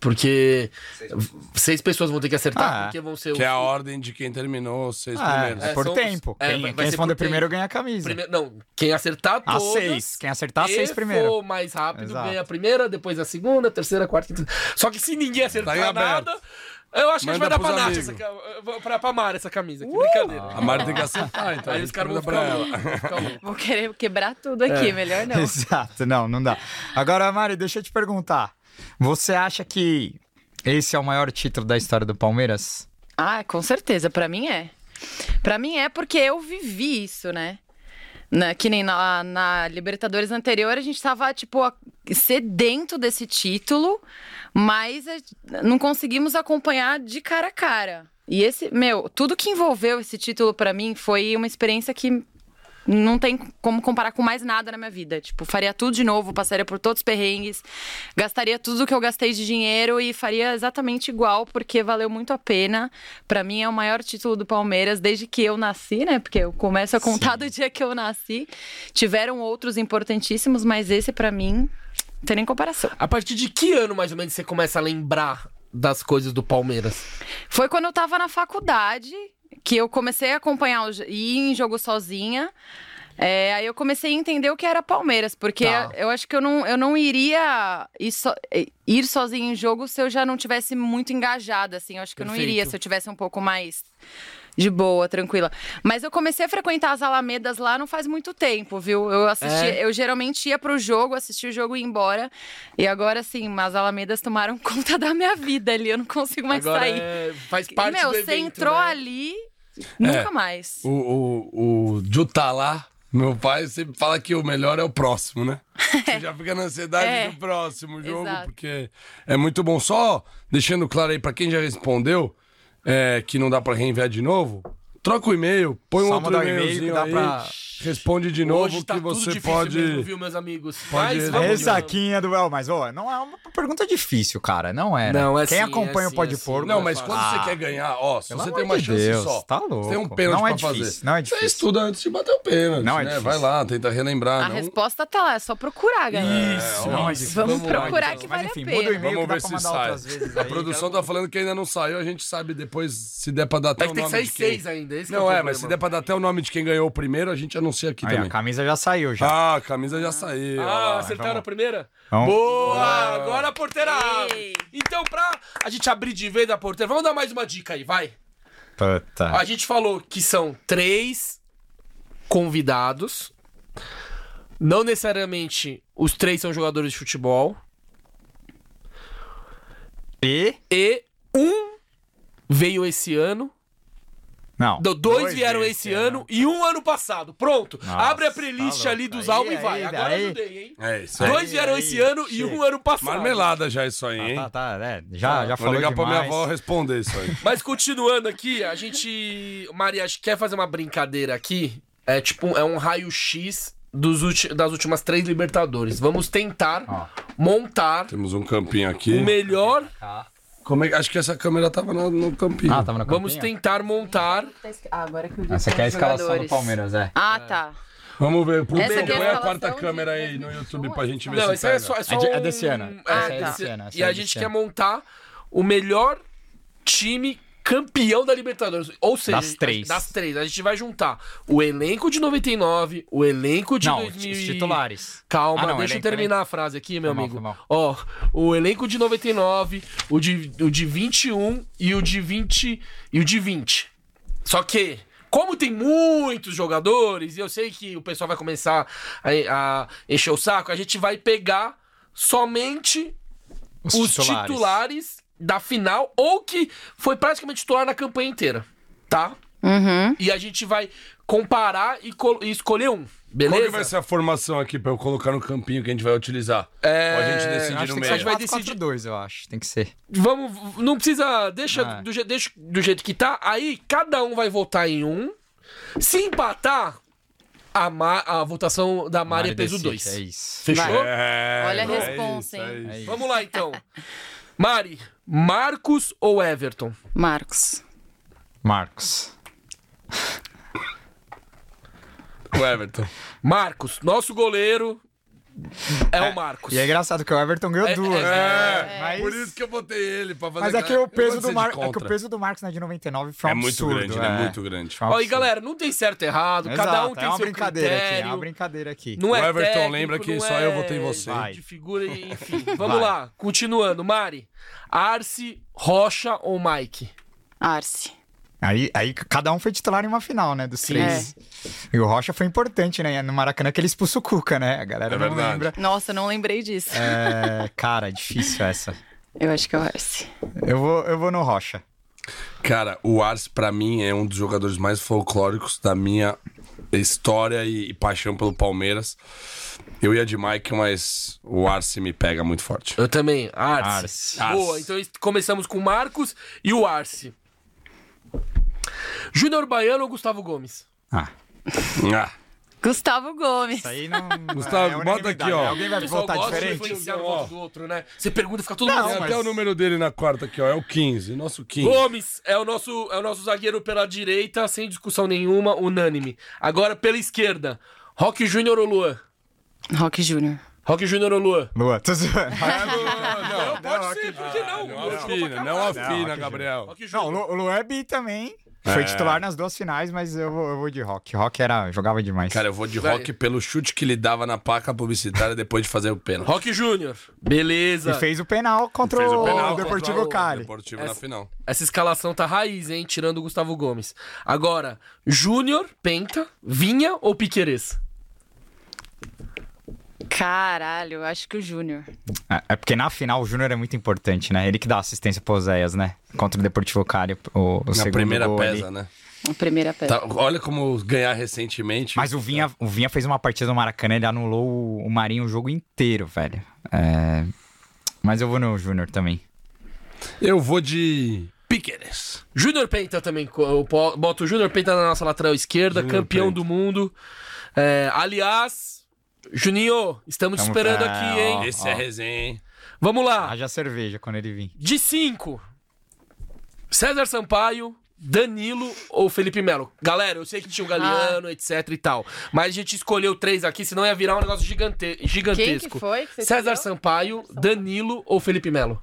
A: Porque seis pessoas vão ter que acertar,
B: Ah, é.
A: porque vão ser
H: Que é a ordem de quem terminou os seis
B: Ah,
H: primeiros.
B: é, por
A: são os-
B: tempo.
A: é,
B: quem
A: vai-
B: quem
A: vai ser
B: responder
A: por tempo.
B: primeiro ganha a camisa.
A: Primeiro, não, quem acertar
B: A
A: todas.
B: seis. Quem acertar, a seis
A: e
B: primeiro.
A: for mais rápido,
B: Exato.
A: ganha a primeira, depois a segunda, a terceira, a quarta, a quinta. Só que se ninguém acertar
H: Tá em aberto.
A: nada, Eu acho que a gente vai
C: Manda
A: dar pra
C: pros
A: Nath
C: amigos.
A: essa camisa. Pra, pra Mara essa camisa,
B: Uh!
A: que brincadeira.
C: A Mari tem que acertar, então.
A: Aí
C: a
A: os
C: gente
A: caras vão
C: manda pra
A: ficar
C: ela.
A: loucos. ficar loucos.
D: Vou querer quebrar tudo aqui, melhor não.
B: Exato, não, não dá. Agora, Mari, deixa eu te perguntar. Você acha que esse é o maior título da história do Palmeiras?
D: Ah, com certeza, pra mim é. Pra mim é porque eu vivi isso, né? Na, que nem na, na Libertadores anterior, a gente tava, tipo, a- sedento desse título, mas a- não conseguimos acompanhar de cara a cara. E esse, meu, tudo que envolveu esse título pra mim foi uma experiência que não tem como comparar com mais nada na minha vida. Tipo, faria tudo de novo, passaria por todos os perrengues, gastaria tudo o que eu gastei de dinheiro e faria exatamente igual, porque valeu muito a pena. Pra mim é o maior título do Palmeiras desde que eu nasci, né? Porque eu começo a contar do dia que eu nasci. Tiveram outros importantíssimos, mas esse pra mim não tem nem comparação.
K: A partir de que ano, mais ou menos, você começa a lembrar das coisas do Palmeiras?
D: Foi quando eu tava na faculdade que eu comecei a acompanhar o jo- e ir em jogo sozinha. É, aí eu comecei a entender o que era Palmeiras, porque
K: Tá.
D: eu acho que eu não, eu não iria ir, so- ir sozinha em jogo se eu já não tivesse muito engajada, assim. Eu acho que eu não
K: Perfeito.
D: iria se eu tivesse um pouco mais de boa, tranquila. Mas eu comecei a frequentar as Alamedas lá não faz muito tempo, viu? Eu assisti,
K: É?
D: eu geralmente ia pro jogo, assistia o jogo e ia embora. E agora, assim, as Alamedas tomaram conta da minha vida ali. Eu não consigo mais
K: Agora
D: sair.
K: é- faz parte
D: Meu,
K: do evento,
D: você entrou
K: né?
D: ali, nunca mais.
C: O, o, o Jutá lá, meu pai sempre fala que o melhor é o próximo, né? Você já fica na ansiedade
D: É.
C: do próximo jogo,
D: Exato.
C: porque é muito bom. Só deixando claro aí pra quem já respondeu, é, que não dá pra reenviar de novo, troca o e-mail, põe um
B: Só
C: outro
B: mandar o e-mail que
C: e-mailzinho
B: dá
C: aí,
B: pra-
C: responde de novo
K: Hoje tá
C: que
K: tudo
C: você
K: difícil
C: pode...
K: mesmo, viu, meus amigos?
C: pode-
K: Mas vamos que vamos.
B: Ressaquinha É do El, mas ô, não é uma pergunta difícil, cara. Não era.
K: Não, é
B: Quem
K: sim,
B: acompanha
K: é
B: o Pode
K: sim, é
B: Porco.
K: sim.
C: Não, mas quando
B: Ah,
C: você quer ganhar, ó, se
B: pelo
C: você
B: amor
C: tem uma
B: de
C: chance
B: Deus,
C: só,
B: tá
C: você
B: louco.
C: tem um pênalti
B: Não é
C: pra fazer.
B: difícil, não é
C: Você
B: difícil.
C: estuda antes de bater o pênalti,
B: Não é
C: né?
B: difícil.
C: Vai lá, tenta relembrar.
D: A
C: não-
D: resposta tá lá, é só procurar, galera.
B: Isso,
D: É, Vamos,
B: É, não, mas
D: vamos
K: vamos lá,
D: procurar
K: então.
D: que
B: Mas
D: vale
B: enfim,
D: a
B: muda o
D: pena.
B: e-mail que
C: Vamos
B: dá
C: ver
B: pra
C: se
B: mandar
C: sai.
B: outras vezes.
C: A
B: aí, então.
C: produção tá falando que ainda não saiu, a gente sabe depois se der pra dar até
K: Mas
C: o
K: tem que
C: nome
K: sair
C: de quem.
K: seis ainda, esse que
C: Não,
K: é o
C: é,
K: problema.
C: mas se der pra dar até o nome de quem ganhou o primeiro, a gente anuncia aqui
B: Aí, a
C: também.
B: camisa já saiu já.
C: Ah, a camisa já saiu.
A: Ah,
C: ó lá.
A: acertaram
B: vamos.
A: a primeira?
B: Vamos.
A: Boa! Agora a porteira abre.
D: Ei.
A: Então, pra a gente abrir de vez a porteira, vamos dar mais uma dica aí, vai.
B: Puta.
A: A gente falou que são três convidados. Não necessariamente os três são jogadores de futebol.
B: E?
A: E um veio esse ano.
B: Não.
A: Do- Dois, vieram esse ano, e um ano passado. Pronto.
B: Nossa,
A: Abre a playlist
B: tá
A: ali
B: louco.
A: dos
B: Aí,
A: álbuns e
B: aí,
A: vai. Agora
B: aí.
A: ajudei, hein?
C: É isso aí.
A: Dois vieram
B: aí,
A: esse ano e um
B: chega.
A: ano passado.
C: Marmelada já isso aí, hein?
B: Tá, tá, é, já, já
C: Ah, Vou
B: falou
C: ligar
B: demais.
C: pra minha avó responder isso aí.
A: Mas continuando aqui, a gente. Maria, acho que quer fazer uma brincadeira aqui. É tipo, é um raio-x dos ulti- das últimas três Libertadores. Vamos tentar montar
C: Temos um campinho
A: o
C: aqui.
A: melhor.
C: Como é que- Acho que essa câmera tava no, no campinho.
B: Ah, tava no
A: Vamos
B: campinho?
A: tentar montar.
D: Ah, agora que eu
B: Essa aqui é a escalação do Palmeiras, é.
D: Ah, tá.
C: Vamos ver. Põe
D: Essa aqui é a
C: põe a
D: escalação
C: quarta
D: de
C: câmera aí no
D: 2021,
C: YouTube pra gente ver
A: Não,
C: se
A: isso
C: pega.
A: é só. É, só
B: É de- é
A: um-
B: desse ano.
A: É,
B: Essa é
A: tá.
B: desse ano, essa
A: e
B: é
A: a
B: desse
A: gente
B: ano.
A: quer montar o melhor time campeão da Libertadores. Ou seja,
B: Das três.
A: das três. A gente vai juntar o elenco de 99, o elenco de
B: Não, os
A: 2000 e-
B: titulares.
A: Calma,
B: Ah, não,
A: deixa eu
B: elenco,
A: terminar a frase aqui, meu
B: Foi mal,
A: amigo.
B: foi mal.
A: Ó, o elenco de 99, o de, o de 21 e o de 20 e o de 20. Só que, como tem muitos jogadores, e eu sei que o pessoal vai começar a, a encher o saco, a gente vai pegar somente os, titulares. da final ou que foi praticamente titular na campanha inteira, tá?
D: Uhum.
A: E a gente vai comparar e, col- e escolher um,
C: Qual
A: beleza?
C: que vai ser a formação aqui pra eu colocar no campinho que a gente vai utilizar?
A: É,
C: Ou a gente decidir
B: Acho
C: no
B: que tem que
C: meio?
B: ser
A: Mas vai
B: 4, 4,
A: decidir-
B: 2, eu acho. Tem que ser.
A: Vamos, não precisa, deixa,
B: Ah.
A: do, je- deixa do jeito que tá. Aí cada um vai votar em um. Se empatar, a, Ma- a votação da Mari é peso
B: decide,
A: 2.
B: É isso.
A: Fechou?
C: É,
D: Olha a
C: é isso,
D: responsa,
C: é
D: hein?
C: isso.
B: É
A: Vamos lá então. Mari, Marcos ou Everton?
D: Marcos.
B: Marcos.
C: O Everton.
A: Marcos, nosso goleiro, É o Marcos.
B: E é engraçado que o Everton ganhou duas, né?
L: É, por isso que eu botei ele, pra fazer
B: Mas é que,
L: aquela-
B: o peso
L: Eu vou
B: do
L: dizer
B: Mar...
L: de
B: é que o
L: contra.
B: peso do Marcos na de 99 foi um
C: é muito
B: absurdo,
C: grande,
B: é.
C: né? Muito grande.
B: Foi um
A: Ó, e
B: absurdo.
A: galera, não tem certo e errado, cada
B: Exato,
A: um tem
B: é uma
A: seu
B: brincadeira
A: critério.
B: aqui, é uma brincadeira aqui.
A: Não é
C: O Everton
A: técnico,
C: lembra que
A: não
C: só
A: é
C: eu votei em você.
B: Vai.
A: De figura, e- enfim.
B: Vai.
A: Vamos lá, continuando. Mari, Arce, Rocha ou Mike?
D: Arce.
B: Aí, aí cada um foi titular em uma final, né? Dos três. E o Rocha foi importante, né? No Maracanã que ele expulsou o Cuca, né? A galera
C: É
B: não
C: verdade.
B: lembra.
D: Nossa, eu não lembrei disso.
B: É, cara, difícil essa.
D: Eu acho que é o Arce.
B: Eu vou, eu vou no Rocha.
C: Cara, o Arce, pra mim, é um dos jogadores mais folclóricos da minha história e, e paixão pelo Palmeiras. Eu ia de Mike, mas o Arce me pega muito forte.
A: Eu também,
B: Arce.
A: Arce. Boa,
C: Arce.
A: então es- começamos com o Marcos e o Arce. Júnior Baiano ou Gustavo Gomes?
B: Ah,
C: Ah,
D: Gustavo Gomes.
B: isso aí não.
L: Gustavo,
B: é
L: bota aqui,
B: unanimidade,
L: ó.
B: né? Alguém vai
A: O pessoal
B: votar
A: gosta de
B: diferente?
A: influenciar o voto do outro, né? Você pergunta e fica todo
B: Não,
A: mundo...
L: Tem
B: mas-
L: até o número dele na quarta aqui, ó. É o 15, nosso 15.
A: Gomes é o, nosso, é o nosso zagueiro pela direita, sem discussão nenhuma, unânime. Agora pela esquerda, Rock Júnior ou Luan?
D: Rock Júnior.
A: Rock Júnior ou Luan?
B: Lua, tô zoando.
A: Não, pode ser, por que não?
C: não afina, não
L: é
C: afina, Gabriel.
A: Rock
B: Não, o
A: Júnior.
B: Lu- o Luan é bi também. Foi titular nas duas finais, mas eu vou, eu vou de rock. Rock era, jogava demais.
C: Cara, eu vou de rock pelo chute que ele dava na placa publicitária depois de fazer o pênalti.
A: Rock Júnior. Beleza.
B: e fez o penal contra
C: Fez
B: o,
C: o penal contra
B: Deportivo
A: o-
B: Cali.
C: Deportivo na
A: Essa-
C: final.
A: Essa escalação tá raiz, hein? Tirando o Gustavo Gomes. Agora, Júnior, Penta, Vinha ou Piqueires?
D: Caralho, eu acho que o Júnior.
B: É, é porque na final o Júnior é muito importante, né? Ele que dá assistência pro Oséias, né? Contra o Deportivo Cali, o, o
C: Na
B: segundo
C: primeira
B: gol ali.
C: pesa, né?
D: A primeira peça.
C: Tá, olha como ganhar recentemente.
B: Mas o Vinha, o Vinha fez uma partida no Maracanã, ele anulou o- o Marinho o jogo inteiro, velho. É, Mas eu vou no Júnior também.
C: Eu vou de Piqueres.
A: Júnior Penta também. co- Eu po- boto o Júnior Penta na nossa lateral esquerda, campeão do mundo. É, aliás, Juninho, estamos te
B: Tamo-
A: esperando
B: é,
A: aqui, hein?
B: ó.
C: Esse é resenha, hein?
A: Vamos lá.
B: Haja Ah, cerveja quando ele vir.
A: De cinco, César Sampaio, Danilo ou Felipe Melo? Galera, eu sei que tinha o
D: Ah.
A: Galeano, etc e tal. Mas a gente escolheu três aqui, senão ia virar um negócio gigante-
D: Quem
A: gigantesco.
D: que foi? que você
A: César
D: escolheu?
A: Sampaio, Danilo ou Felipe Melo?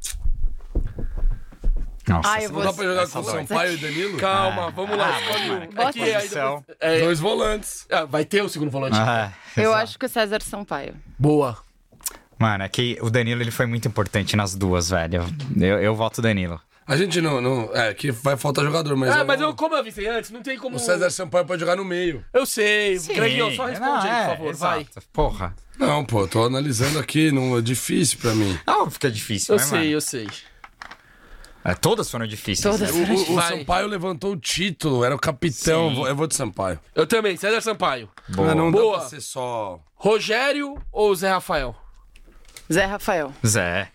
B: Nossa,
D: Ah, eu vou.
C: Dá pra jogar com o Sampaio e Danilo? Ah.
A: Calma, vamos lá. escolhe um.
D: bota
A: Aqui, aí
B: posição.
A: depois- é,
L: Dois volantes.
A: ah, vai ter o segundo volante.
C: é.
B: Ah,
D: Eu
B: exato.
D: acho que o César Sampaio.
A: Boa.
B: Mano, é que o Danilo ele foi muito importante nas duas, velho. Eu, eu voto Danilo.
C: A gente não, não. É, que vai faltar jogador, mas.
A: Ah,
C: eu-
A: mas eu, como eu avisei antes, não tem como.
C: O César Sampaio pode jogar no meio.
A: Eu sei. Greginho, só responde
C: É,
A: aí, por favor. Vai.
B: é, exato. Porra.
C: Não, pô, eu tô analisando aqui, não é difícil pra mim.
B: Ah, fica difícil,
A: Eu
B: né,
A: sei,
B: mano?
A: eu sei.
B: É, todas foram difíceis.
D: Todas.
B: né?
C: O, o
A: Vai.
C: Sampaio levantou o título, era o capitão.
B: Sim.
C: vou- Eu vou de Sampaio.
A: Eu também, César Sampaio.
B: Boa.
C: Ah, Não
A: Boa.
C: dá pra ser só.
A: Rogério ou Zé Rafael?
D: Zé Rafael.
B: Zé.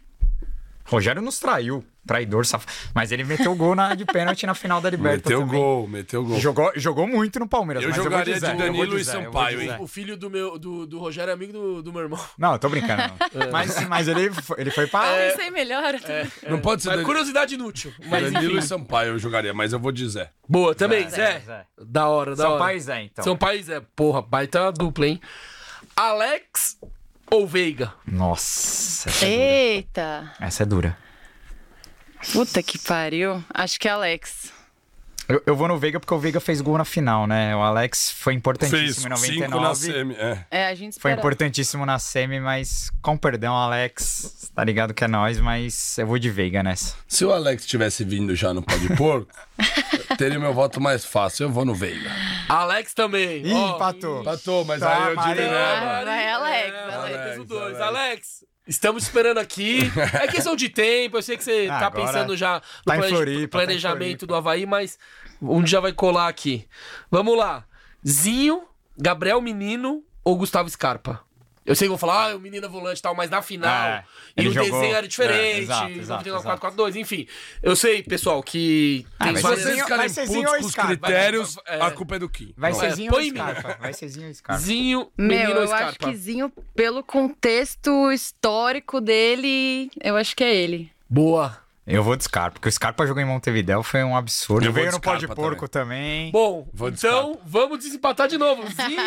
B: Rogério nos traiu. Traidor, safado. Mas ele meteu o gol na, de pênalti na final da Libertadores.
C: Meteu gol, meteu gol.
B: Jogou, jogou muito no Palmeiras.
C: Eu
B: mas eu vou
C: jogaria
B: de,
C: de
B: Zé, eu vou
C: Danilo
B: de
C: e
B: Zé, eu vou
C: Sampaio,
B: de
C: hein?
B: Zé.
A: O filho do meu do, do Rogério é amigo do, do meu irmão.
B: Não, eu tô brincando. não. Mas, mas ele, foi- ele foi pra.
K: É.
C: É,
D: Eu sei melhor.
C: Não pode ser
A: Mas
C: Danilo,
A: curiosidade inútil. Mas
C: Danilo e
A: enfim.
C: Sampaio, eu jogaria, mas eu vou de Zé.
A: Boa, também, Zé.
B: Zé.
A: Da hora, da hora.
B: Sampaio e Zé, então.
A: São Paulo e Zé. Porra, baita dupla, hein? Alex ou Veiga?
B: Nossa. Essa é, dura.
D: Eita.
B: Essa é dura.
D: Puta que pariu. Acho que é Alex.
B: Eu, eu vou no Veiga porque o Veiga fez gol na final, né? O Alex foi
C: Fez
B: importantíssimo em
C: 5 na
B: 99.
C: semi. É.
D: É, a gente
B: Foi
D: espera.
B: importantíssimo na semi, mas com perdão, Alex. Tá ligado que é nós, mas eu vou de Veiga nessa.
C: Se o Alex tivesse vindo já no pau de porco, teria meu voto mais fácil. Eu vou no Veiga.
A: Alex também.
B: Ih,
A: Ó,
B: empatou.
C: Patou, mas
B: Tá,
C: aí eu digo,
B: Maria.
C: né?
D: Ah, vai, Alex,
A: É,
D: Alex.
A: Alex, os dois.
C: Alex.
A: Alex, estamos esperando aqui. É questão de tempo, eu sei que você
B: Ah,
A: tá
B: agora
A: pensando já no
B: tá em
A: plane-
B: Floripa, tá em
A: planejamento
B: Floripa.
A: do Havaí, mas um dia vai colar aqui. Vamos lá. Zinho, Gabriel Menino ou Gustavo Scarpa? Eu sei que vão falar, ah, o menino é volante e tal, mas na final.
B: É,
A: e
B: ele
A: o
B: jogou-
A: desenho era diferente.
B: É, exato,
A: vamos
B: exato,
A: ter uma
B: exato. Ah,
A: 4-4-2, enfim. Eu sei, pessoal, que tem
B: mas
A: várias-
C: Se
B: Cezinho-
C: vocês ficarem
B: vai Cezinho
C: putos
B: ou
C: com os
B: Scarpa?
C: critérios,
A: É.
C: a culpa é do Kim.
B: Vai
A: Não,
B: Cezinho
A: é,
B: ou
A: põe em mim.
B: Scarpa? Vai Cezinho ou Scarpa?
A: Zinho,
D: Meu,
A: menino ou
D: eu
A: Scarpa?
D: acho que Zinho, pelo contexto histórico dele, eu acho que é ele.
A: Boa.
B: Eu vou de Scarpa, porque o Scarpa jogou em Montevidéu foi um absurdo.
C: Eu vou
B: Veio
C: de
B: no pó de
C: Scarpa
B: porco também.
A: Bom,
C: Vou de
A: então vamos desempatar de novo. Zinho!
D: Zinho de novo.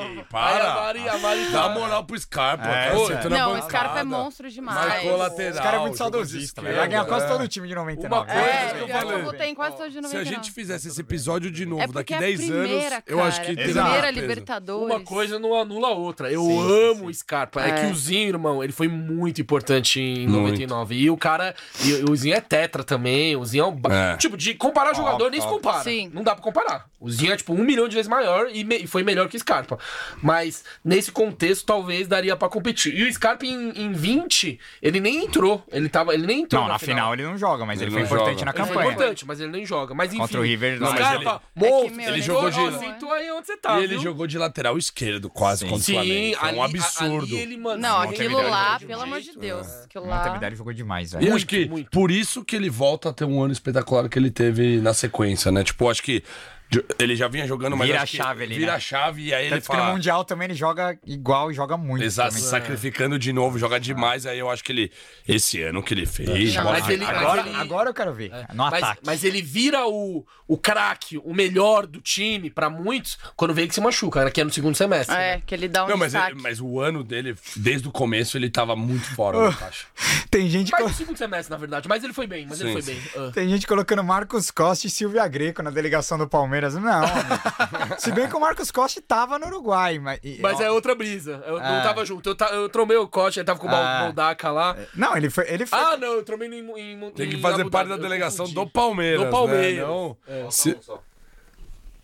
A: Aí a
C: Para!
A: Mari, a Mari
C: Dá
A: tá...
C: moral pro Scarpa.
B: É,
C: tá
B: essa
C: sentando na
D: Não, o Scarpa
C: bancada.
D: é monstro demais.
C: Marcou lateral.
B: Esse cara é muito
C: jogou de
B: saudosista, velho. Vai
C: esquerda.
B: ganhar quase
C: É.
B: todo o time de 99.
A: Uma coisa
D: É,
C: que eu
D: pior que eu
C: falei.
D: votei em quase todos de
C: Se a
D: 99.
B: né?
C: gente fizesse esse episódio de
D: É
C: novo,
D: porque
C: daqui
D: é a
C: 10 anos,
D: primeira,
C: eu acho que
D: cara. É
C: tem
B: Exato.
D: Primeira
C: peso.
D: Libertadores.
A: Uma coisa não anula a outra. Eu
B: Sim, sim,
A: amo o Scarpa. É. que o Zinho, irmão, ele foi muito importante em
C: Muito.
A: 99. E o cara. E, o Zinho é tetra também. O Zinho é um. ba-
C: É.
A: Tipo, de comparar jogador, nem se compara.
D: Sim.
A: Não dá pra comparar. O Zinho é, tipo, um milhão de vezes maior e, me- e foi melhor que o Scarpa. Mas nesse contexto, talvez daria pra competir. E o Scarpa, em, em 20, ele nem entrou. Ele, tava, ele nem entrou.
B: Não, na final ele não joga, mas
C: Ele
B: ele, foi
C: não
B: importante
C: joga.
B: na
A: Ele foi
B: campanha.
A: é importante, mas ele nem joga. Mas enfim.
B: Contra o River, não, mas
A: Scarpa,
D: ele-
A: monstro.
D: É que, meu,
C: ele jogou
A: sentou-
C: de-
A: ó, Sentou aí onde você tá.
C: E ele
A: viu?
C: jogou de lateral esquerdo, quase contra o
A: Sim,
C: Flamengo. Foi
A: ali,
C: um absurdo.
A: ali ele, mano,
D: Não,
A: se
D: aquilo
A: movimentou
D: lá,
A: de um
D: pelo amor de
A: jeito.
D: Deus.
C: É.
D: Aquilo lá.
B: Montevidéu jogou demais,
C: E
B: velho.
C: É acho que
A: muito.
C: por isso que ele volta a ter um ano espetacular que ele teve na sequência, né? Tipo, acho que de- ele já vinha jogando, mas
B: Vira
C: acho
B: a
C: que
B: chave ali,
C: Vira
B: né?
C: a chave e aí ele
B: Tanto que no
C: fala...
B: Mundial também ele joga igual e joga muito.
C: Exato, se
B: também.
C: sacrificando de novo, joga demais. Aí eu acho que ele. Esse ano que ele fez.
A: Não,
C: bola
A: mas ele- é
C: na-
B: Agora,
A: mas ele-
B: agora eu quero ver. No
A: Mas,
B: ataque.
A: mas ele vira o, o craque, o melhor do time, pra muitos, quando vê que se machuca, né, que é no segundo semestre.
D: É,
A: né?
D: que ele dá um
C: Não, mas,
D: destaque.
C: ele- mas o ano dele, desde o começo, ele tava muito fora da caixa.
B: Tem gente
A: Mas
B: co-
A: no segundo semestre, na verdade. Mas ele foi bem, mas ele foi
C: Sim,
A: bem. Ah.
B: Tem gente colocando Marcos Costa e Silvia Greco na delegação do Palmeiras. Não, amigo. Se bem que o Marcos Costa tava no Uruguai, mas. e-
A: Mas é outra brisa. Eu não
C: Ah.
B: É.
A: tava junto. Eu, ta, eu tromei o Cote, ele tava com o
B: Ah.
A: Bal- Baldaca lá.
B: Não, ele foi. Ele foi...
A: Ah, não, eu tromei em, em, em
C: É. Tem que
A: em
C: fazer
A: Abu
C: parte da
A: Dhabi, eu
C: delegação do
A: confundi.
C: Palmeiras.
A: Do Palmeiras.
C: né? Não- se-
M: Falta um só.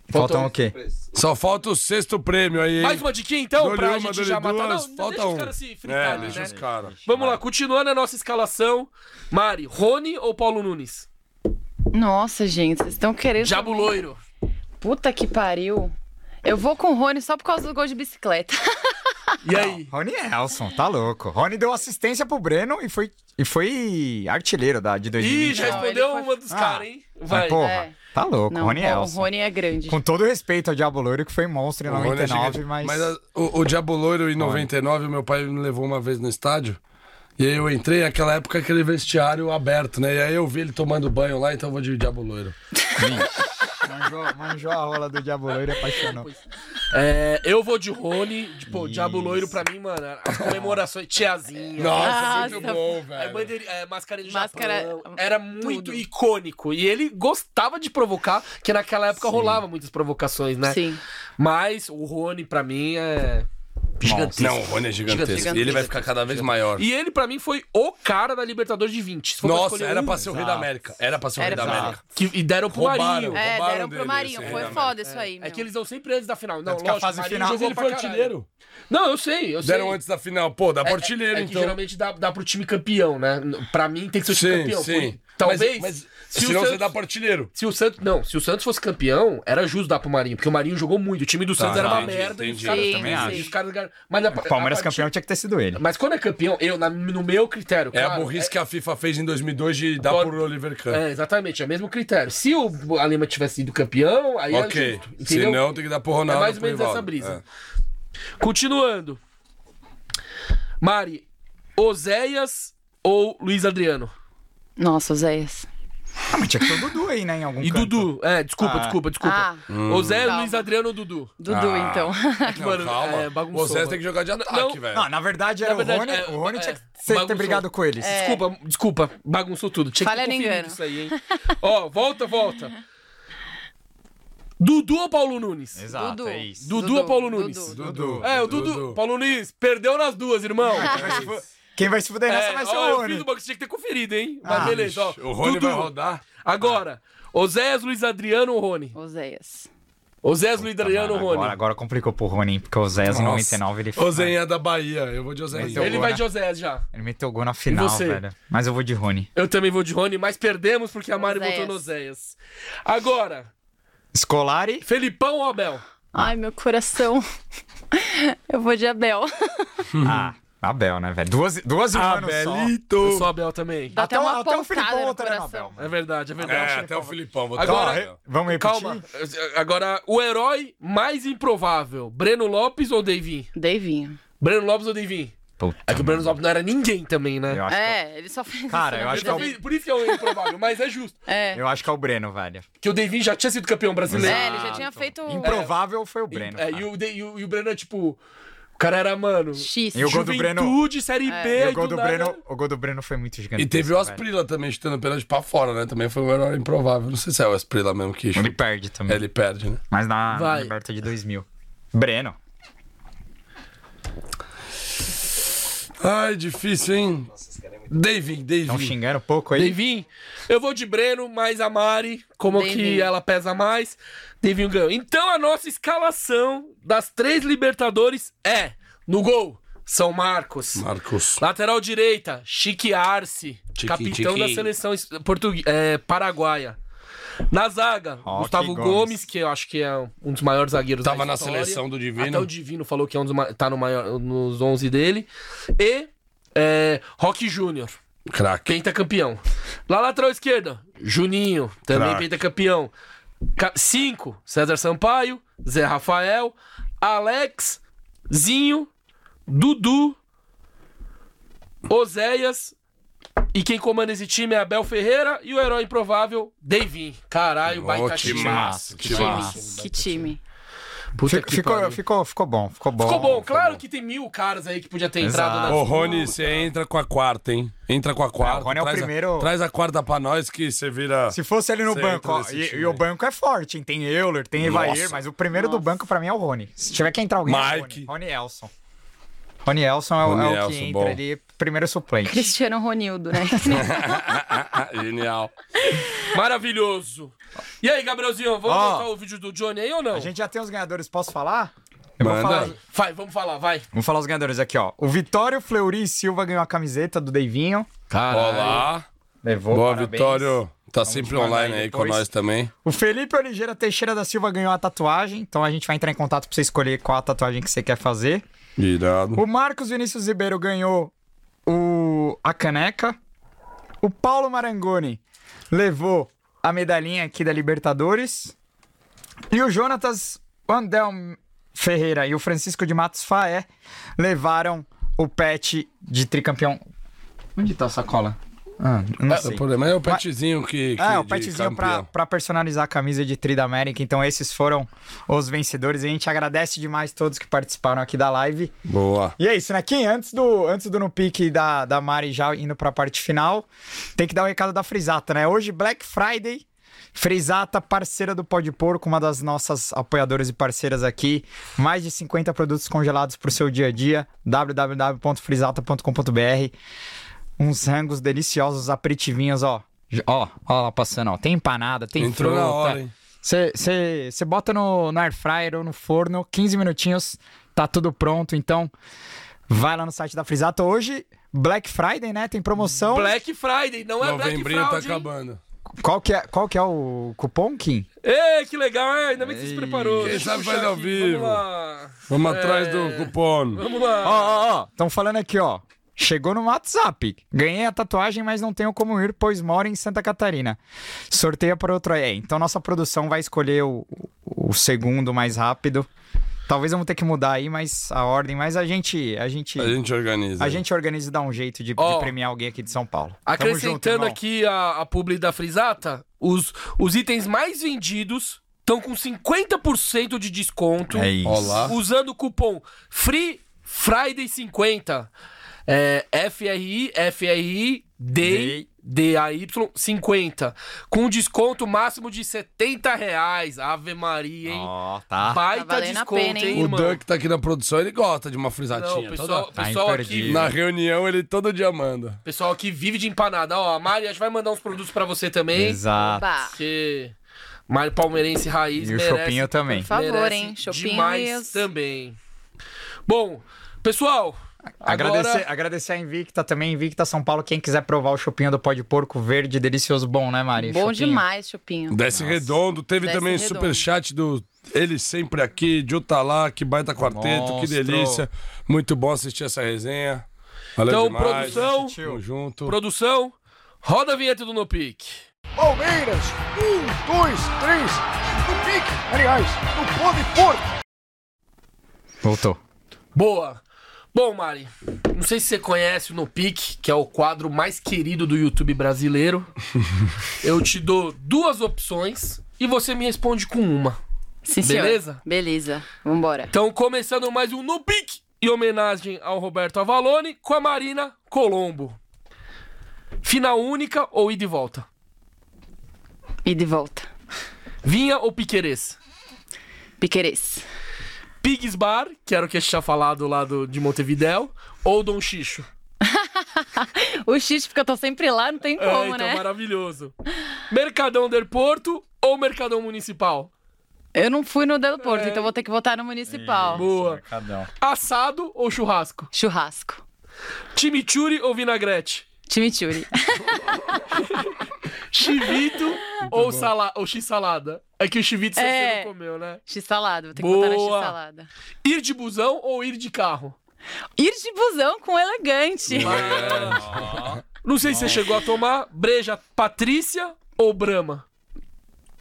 A: um
B: Faltam o quê?
C: Só falta o sexto prêmio aí. hein?
A: Mais uma diquinha, então,
C: Dou-lhe
A: pra
C: uma,
A: gente
C: dou-lhe
A: já matar.
C: duas,
A: não,
C: falta
A: deixa os
C: um.
A: caras se
C: É,
A: fritarem,
C: deixa
A: né?
C: os caras.
A: Vamos lá, continuando a nossa escalação. Mari, Rony ou Paulo Nunes?
D: Nossa, gente, vocês estão querendo.
A: Diabo loiro.
D: Puta que pariu. Eu vou com o Rony só por causa do gol de bicicleta.
A: E aí?
B: Rony Elson, tá louco. Rony deu assistência pro Breno e foi, e foi artilheiro da, de
A: Ih,
B: 2020.
A: já
D: Não,
A: respondeu
D: ele foi-
A: uma dos
B: Ah.
A: caras, hein?
B: Mas,
A: Vai.
B: porra,
D: É.
B: tá louco.
D: Não,
B: Rony
D: pô, o
B: Elson.
D: Rony é grande.
B: Com todo o respeito ao Diabo Loiro, que foi monstro em
C: O Rony é
B: 99,
C: gigante.
B: mas.
C: a- o, o Diabo Loiro em 99, meu pai me levou uma vez no estádio. E aí eu entrei naquela época aquele vestiário aberto, né? E aí eu vi ele tomando banho lá, então eu vou de Diabo Loiro.
B: Manjou, manjou a rola do Diabo Loiro e apaixonou.
A: É, eu vou de Rony. de- Pô, Diabo Loiro pra mim, mano. As comemorações, tiazinha.
C: Nossa,
D: muito
C: bom,
A: É, bandeira, é, máscara de
D: Máscara- é
A: Japão. Era muito
D: tudo.
A: icônico. E ele gostava de provocar, que naquela época rolava muitas provocações, né?
D: Sim.
A: Mas o Rony, pra mim, é gigantesco.
C: Não, o Rony é gigantesco.
D: Gigantesco.
C: E ele vai ficar cada vez maior.
A: E ele, pra mim, foi o cara da Libertadores de 20. Se for pra
C: Nossa,
A: escolher
C: era
A: um,
C: pra ser o Rei da América. Era pra ser o Rei
D: Era
C: da
D: pra ser.
C: América.
A: que, e deram pro
C: Roubaram.
A: Marinho.
D: É,
C: Roubaram
D: deram
C: dele
D: pro Marinho.
C: esse
D: Foi
C: Renan.
D: foda isso aí.
A: É
D: meu.
A: que eles vão sempre antes da final. Não,
B: Tanto que a
A: lógico,
B: fase
A: Marinho
B: final
A: jogou
C: Ele foi
A: pra caralho.
C: artilheiro.
A: Não, eu sei, eu sei.
C: Deram antes da final. Pô, dá pro artilheiro,
A: é, é que
C: então.
A: geralmente dá, dá pro time campeão, né? N- Pra mim tem que ser o time
C: Sim,
A: campeão.
C: sim.
A: por- Talvez.
C: Mas, mas
A: se,
C: senão
A: o
C: você
A: Santos,
C: dá pro artilheiro.
A: se o Santos. Não, se o Santos fosse campeão, era justo dar pro Marinho, porque o Marinho jogou muito. O time do Santos era uma
C: Tá, entendi,
A: merda.
C: entendi.
A: E os caras,
D: Eu também
A: e
D: acho.
A: os caras ganharam. Mas a-
B: O Palmeiras
A: a partir-
B: campeão tinha que ter sido ele.
A: Mas quando é campeão, eu, na- no meu critério,
C: É a
A: claro,
C: burrice que a FIFA fez em 2002 de dar
A: Pode-
C: por Oliver Kahn.
A: É, exatamente, é o mesmo critério. Se o Alema tivesse sido campeão, aí é
C: Ok.
A: justo,
C: Se
A: entendeu?
C: não, é. tem que dar pro
A: É
C: Ronaldo.
A: mais ou
C: pro
A: menos essa
C: Rivaldo.
A: brisa.
H: É.
A: Continuando. Mari, Oséias ou Luiz Adriano?
D: Nossa, Zéias.
B: Ah, mas tinha que ter o Dudu aí, né? Em algum
A: E
B: canto.
A: Dudu. É, desculpa,
B: Ah.
A: desculpa, desculpa.
D: Ah,
C: Hum.
A: Oséias,
D: Calma.
A: Luiz Adriano ou Dudu?
D: Dudu,
C: Ah.
D: então.
C: É. Não,
A: Mano,
C: calma.
A: é, bagunçou,
C: Você
A: mano.
C: tem que jogar de
A: Não,
C: ataque, velho.
B: Não, na verdade era
A: Na verdade,
B: o Rony.
A: é,
B: o Rony
A: é,
B: tinha que ser- ter
A: bagunçou.
B: brigado com eles.
D: É,
A: Desculpa, desculpa, bagunçou tudo. Tinha
D: Falha
A: que ter
D: no
A: conferido
D: engano.
A: isso aí, hein? Ó, volta, volta. Dudu ou Paulo Nunes?
B: Exato,
D: Dudu.
B: é isso.
A: Dudu, ou Paulo Nunes?
D: Dudu.
C: Dudu. Ah, então
A: É, o Dudu. Paulo Nunes, perdeu nas duas, irmão.
B: Quem vai se fuder nessa vai ser
A: É, ó,
B: o
A: Eu fiz
B: Rony.
A: o banco, tinha que ter conferido, hein? Mas
B: Ah,
A: beleza, ó.
C: O Rony
A: Dudu,
C: vai rodar.
A: Agora, Oséias, Luiz Adriano ou Rone?
D: Oséias.
A: Oséias, Luiz Adriano ou
B: Mano,
A: Rony?
B: agora, agora complicou pro Rony, porque o Zé é em 99 ele foi.
C: Ozen é da Bahia. Eu vou de Ozen.
B: Meteu
A: Ele
B: gol,
A: vai
B: né?
A: de Oséias já.
B: Ele meteu gol na final,
A: E você?
B: velho. Mas eu vou de Rony.
A: Eu também vou de Rony, mas perdemos porque a Mari
D: Oséias.
A: botou no Oséias. Agora,
B: Scolari.
A: Felipão ou Abel?
D: Ai, meu coração. Eu vou de Abel.
B: Ah, Abel, né, velho? Duas, duas
H: é
B: irmãs só.
A: Eu
C: Abelito.
A: sou Abel também.
D: Dá até, uma
B: até o
D: pancada
B: Filipão
D: no
B: outra, né, no
D: coração.
B: Abel?
A: É verdade, é
B: um
C: É,
A: verdade.
C: até o Filipão. Vou
A: Agora-
C: dar o Abel.
B: Ó, Vamos repetir?
A: Calma. Agora, o herói mais improvável, Breno Lopes ou Davin?
D: Davinho.
A: Breno Lopes ou Davin?
B: Puta
A: É que o Breno Lopes não era ninguém também, né?
B: Eu acho,
D: É, ele só fez
B: Cara,
D: isso
B: eu
D: na
B: acho
D: vida
B: que é o-
D: dele.
A: Talvez- Por isso que é um improvável, mas é justo.
D: É.
B: eu acho que é o Breno, velho.
A: Que o Devin já tinha sido campeão brasileiro.
D: É, ele já tinha feito um-
B: Improvável foi o Breno.
A: É, e,
B: cara.
A: o, De- e, o, e o Breno é tipo. O cara era, mano.
D: X.
B: E o gol do Breno.
A: Juventude, Série B.
B: E o
A: aí
B: gol do
A: nada-
B: Breno, o gol do Breno foi muito gigante.
H: E teve o Asprila também chutando pênalti pra fora, né? Também foi um herói improvável. Não sei se é o Asprila mesmo que
B: Ele
H: chuta.
B: perde também.
H: Ele perde, né?
B: Mas na, na
A: Vai.
B: Liberta de 2000. Breno.
H: Ai, difícil, hein? David,
B: Estão
H: David.
B: xingando um pouco aí.
A: Devin, eu vou de Breno, mais a Mari, como
D: Devin.
A: que ela pesa mais. Devin ganhou. Então a nossa escalação das três Libertadores é: no gol, São Marcos.
H: Marcos.
A: Lateral direita, Chique Arce,
H: Chiqui,
A: capitão
H: Chiqui.
A: da seleção es- portugue- é, paraguaia. Na zaga,
B: Roque
A: Gustavo
B: Gomes.
A: Gomes. que eu acho que é um dos maiores zagueiros
H: Tava
A: da
H: na
A: história.
H: seleção do
A: Até o
H: Divino.
A: Divino falou que é um dos ma- tá no maior, nos 11 dele. E é, Rock Júnior,
H: Craque.
A: pentacampeão. Lá lateral esquerda, Juninho, também
H: Craque.
A: pentacampeão. 5, César Sampaio, Zé Rafael, Alex, Zinho, Dudu, Oséias. E quem comanda esse time é Abel Ferreira e o herói improvável, Davin. Caralho, baita time.
H: Timaço, timaço.
D: Que time.
A: Puta
B: Fico-
A: que
B: ficou,
A: pariu.
B: ficou, ficou bom, ficou bom.
A: Ficou bom, claro que tem mil caras aí que podia ter entrado
B: Exato.
A: na
H: Ô, Rony, você entra com a quarta, hein? Entra com a quarta.
B: o Rony é o
H: traz a-
B: primeiro-
H: traz a quarta pra nós que você vira.
B: Se fosse ele no
H: Você
B: banco,
H: entra
B: ó,
H: nesse
B: e,
H: time
B: e o
H: aí.
B: banco é forte, hein? Tem Euler, tem Evair,
H: Nossa.
B: mas o primeiro do banco pra mim é o Rony. Se tiver que entrar alguém, é o Rony.
H: Mike.
B: Rony Elson. Rony Elson é, o-
H: Rony
B: é o que
H: Elson,
B: entra
H: bom.
B: ali, primeiro suplente.
D: Cristiano Ronildo, né?
H: Genial.
A: Maravilhoso. E aí, Gabrielzinho, vamos
B: Ó.
A: botar o vídeo do Johnny aí ou não?
B: A gente já tem os ganhadores, posso falar?
H: Manda.
B: falar.
A: Vai, vamos falar, vai.
B: Vamos falar os ganhadores aqui, ó. O Vitório Fleury Silva ganhou a camiseta do Deivinho.
H: Olá.
B: Levou,
H: Boa,
B: parabéns.
H: Vitório. Tá sempre
B: mandar
H: online
B: aí
H: aí com
B: depois.
H: nós também.
B: O Felipe Oliveira Teixeira da Silva ganhou a tatuagem, então a gente vai entrar em contato pra você escolher qual a tatuagem que você quer fazer.
H: Irado.
B: O Marcos Vinícius Ribeiro ganhou o... a caneca. O Paulo Marangoni levou a medalhinha aqui da Libertadores. E o Jonatas Andel Ferreira e o Francisco de Matos Faé levaram o pet de tricampeão. Onde tá a sacola? Ah, não
H: O
B: sei.
H: problema é o petzinho que. que
B: É, o
H: de
B: petzinho pra,
H: campeão.
B: pra personalizar a camisa de Tri da América. Então, esses foram os vencedores. E a gente agradece demais todos que participaram aqui da live.
H: Boa.
B: E é isso, né? Kim, antes do, antes do no pique da, da Mari já indo pra parte final, tem que dar o recado da Frisata, né? Hoje, Black Friday. Frisata, parceira do Pó de Porco, uma das nossas apoiadoras e parceiras aqui. Mais de 50 produtos congelados pro seu dia a dia. www.frisata.com.br uns rangos deliciosos, aperitivinhos, ó. J- Ó, ó lá passando, ó. Tem empanada, tem
H: Entrou na hora, hein?
B: Você bota no, no air fryer ou no forno, 15 minutinhos, tá tudo pronto. Então, vai lá no site da Frisato. Hoje, Black Friday, né? Tem promoção.
A: Black Friday, não é Black
H: Novembrinho tá
A: Friday.
H: acabando.
B: Qual, que é, qual que é o cupom, Kim?
A: Ei, que legal, hein? ainda bem que você se preparou.
H: Quem
A: Deixa eu
H: sabe
A: puxar
H: faz ao
A: aqui,
H: vivo.
A: Vamos lá.
H: Vamos atrás do cupom.
A: Vamos lá.
B: Ó, ó, ó. Estão falando aqui, ó. Chegou no WhatsApp. Ganhei a tatuagem, mas não tenho como ir, pois moro em Santa Catarina. Sorteia para outro. É, então nossa produção vai escolher o, o segundo mais rápido. Talvez vamos ter que mudar aí, mas a ordem. Mas a gente, a gente,
H: A gente organiza.
B: a gente organiza e dá um jeito de, de
A: Ó.
B: premiar alguém aqui de São Paulo. Tamo junto,
A: Acrescentando
B: irmão.
A: aqui a, a publi da Frisata, os, os itens mais vendidos estão com 50% de desconto.
B: É isso.
H: Olá.
A: Usando o cupom Free Friday 50. É, FRI, FRI, D, DAY 50. Com desconto máximo de 70 reais. Ave Maria, hein?
B: Ó, tá.
A: Baita
D: Tá valendo a
A: desconto,
D: pena, hein?
A: hein,
H: O
A: irmão?
H: Dan que tá aqui na produção, ele gosta de uma
A: Não,
H: frisadinha.
A: pessoal,
H: toda-
B: Tá
A: pessoal aqui,
B: imperdível.
H: Na reunião ele todo dia manda.
A: pessoal aqui vive de empanada. Ó, a Mari, a gente vai mandar uns produtos pra você também.
B: Exato.
D: Bah,
A: Porque Mário Palmeirense Raiz
B: E o
A: merece,
B: Chopinho também.
D: por favor,
A: merece
D: hein? Chopinho e
A: demais
D: os-
A: também. Bom, pessoal,
B: Agradecer,
A: agora...
B: agradecer a Invicta também, Invicta São Paulo. Quem quiser provar o chopinho do pó de porco verde, delicioso, bom, né, Maria?
D: Bom
B: Chopinho.
D: demais, Chupinho.
H: Desce redondo. Teve
D: Desce
H: também
D: Redondo.
H: superchat do Ele Sempre Aqui, de Utalá, que baita quarteto, que
B: Monstro.
H: delícia. Muito bom assistir essa resenha. Valeu
A: Então,
H: demais.
A: produção-
H: Tamo junto.
A: Produção, roda a vinheta do No Pique.
N: Palmeiras, um, dois, três, no pique, aliás, no pó de porco.
B: Voltou.
A: Boa. Bom, Mari, não sei se você conhece o No Pique, que é o quadro mais querido do YouTube brasileiro. Eu te dou duas opções e você me responde com uma.
D: Sim, senhor.
A: Beleza?
D: Beleza. Vambora.
A: Então, começando mais um No Pique, em homenagem ao Roberto Avalone, com a Marina Colombo. Final única ou ida e volta?
D: E de volta.
A: Vinha ou Piquerez?
D: Piquerez.
A: Pigs Bar, que era o que a gente tinha falado lá do, de Montevidéu, ou Dom Xixo?
D: O xixi, porque eu tô sempre lá, não tem
A: É,
D: como,
A: então,
D: né?
A: maravilhoso. Mercadão Del Porto ou Mercadão Municipal?
D: Eu não fui no Del Porto, então vou ter que votar no Municipal.
A: Boa.
B: Mercadão.
A: Assado ou churrasco?
D: Churrasco.
A: Chimichurri ou vinagrete?
D: Chimichurri.
A: Chivito ou, sala ou x-salada? É que o chivito você
D: É.
A: não comeu, né?
D: X-salada, vou ter que votar na
A: Boa.
D: X-salada.
A: Ir de busão ou ir de carro?
D: Ir de busão com elegante.
A: É. Não sei se você chegou a tomar breja Patrícia ou Brahma.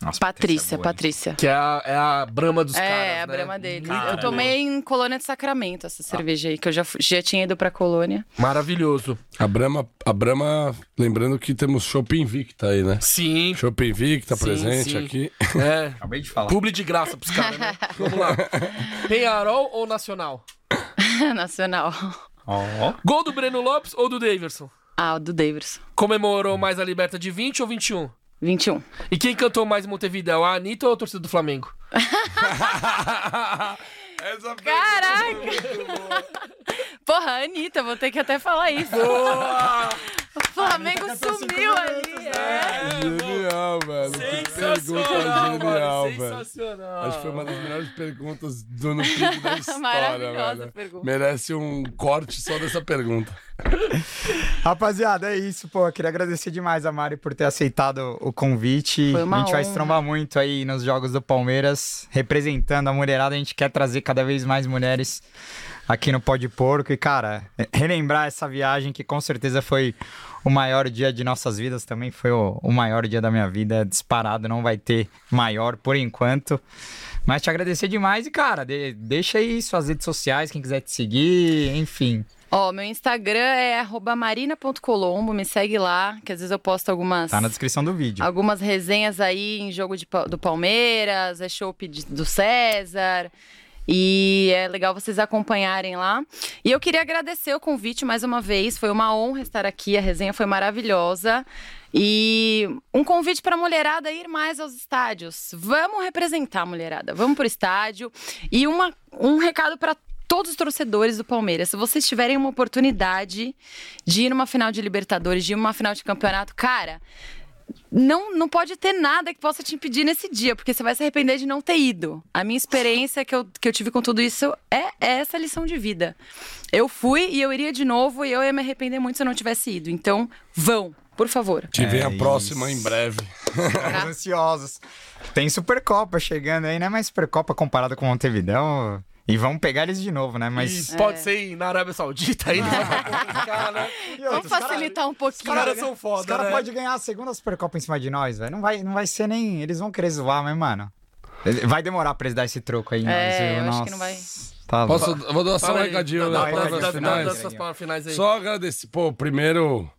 B: Nossa, boa,
D: Patrícia,
B: hein?
D: Patrícia.
A: Que é a, é a Brahma dos
D: é,
A: caras, né?
D: a brama dele.
A: Muito Ah.
D: eu tomei em Colônia de Sacramento essa cerveja aí, que eu já, fui- já tinha ido pra Colônia.
A: Maravilhoso.
C: A Brahma, a Brahma, lembrando que temos Shopping Victa aí, né?
A: Sim.
C: Shopping Victa
A: Sim,
C: presente
A: sim.
C: aqui.
A: É.
B: Acabei de falar.
A: Publi de graça pros caras, né? Vamos lá. Penharol ou Nacional?
D: Nacional.
B: Ó.
A: Gol do Breno Lopes ou do Daverson?
D: Ah, o do Davidson.
A: Comemorou mais a liberta de 20 ou 21?
D: 21.
A: E quem cantou mais em Montevideo, a Anitta ou a torcida do Flamengo?
C: Essa foi-
D: Caraca! Porra, a Anitta, vou ter que até falar isso. O Flamengo sumiu ali. É.
C: Genial, velho.
A: Sensacional,
C: Pergunta genial,
A: mano.
C: velho.
A: Sensacional.
C: Acho que foi uma das melhores perguntas do No Pique da história,
D: Maravilhosa
C: velho.
D: pergunta.
C: Merece um corte só dessa pergunta.
B: Rapaziada, é isso, pô. Eu Queria agradecer demais a Mari por ter aceitado o convite.
D: Foi uma
B: a gente vai
D: honra.
B: se trombar muito aí nos Jogos do Palmeiras, representando a mulherada. A gente quer trazer cada vez mais mulheres aqui no Pó de Porco. E, cara, relembrar essa viagem que com certeza foi o maior dia de nossas vidas também. Foi o, o maior dia da minha vida, disparado. Não vai ter maior por enquanto. Mas te agradecer demais e, cara, de- deixa aí suas redes sociais, quem quiser te seguir, enfim.
D: Ó, meu Instagram é arroba marina.colombo, me segue lá, que às vezes eu posto algumas.
B: Tá na descrição do vídeo.
D: Algumas resenhas aí em jogo de pa- do Palmeiras, é show pedi- do César. E é legal vocês acompanharem lá. E eu queria agradecer o convite mais uma vez. Foi uma honra estar aqui. A resenha foi maravilhosa. E um convite para a mulherada ir mais aos estádios. Vamos representar a mulherada. Vamos pro estádio. E uma, um recado para todos os torcedores do Palmeiras. Se vocês tiverem uma oportunidade de ir numa final de Libertadores, de ir numa final de campeonato, cara, não, não pode ter nada que possa te impedir nesse dia, porque você vai se arrepender de não ter ido. A minha experiência que eu, que eu tive com tudo isso é, é essa lição de vida. Eu fui e eu iria de novo e eu ia me arrepender muito se eu não tivesse ido. Então, vão, por favor.
C: Te vem a
B: isso.
C: próxima em breve.
A: Tá.
B: Estamos ansiosos. Tem Supercopa chegando aí, né? Mas Supercopa comparada com Montevidão. E vamos pegar eles de novo, né? Mas.
A: E pode ser ir na Arábia Saudita ainda.
D: Vamos facilitar um
A: Os
D: pouquinho.
A: caras são
B: Os
A: foda,
B: caras
A: né?
B: podem ganhar a segunda Supercopa em cima de nós, velho. Não vai, não vai ser nem. Eles vão querer zoar, mas, mano. ele- Vai demorar pra eles dar esse troco aí. em nós,
D: É,
B: viu?
D: eu acho
B: Nossa.
D: que não vai.
B: Tá louco.
C: Posso, eu vou dar só um
A: Fala aí,
C: recadinho
A: dá-
C: nas
A: dá-
B: recadinho
C: palavras
A: dá- dá-
C: finais.
A: dá suas palavras finais aí.
C: Só agradecer, pô, primeiro,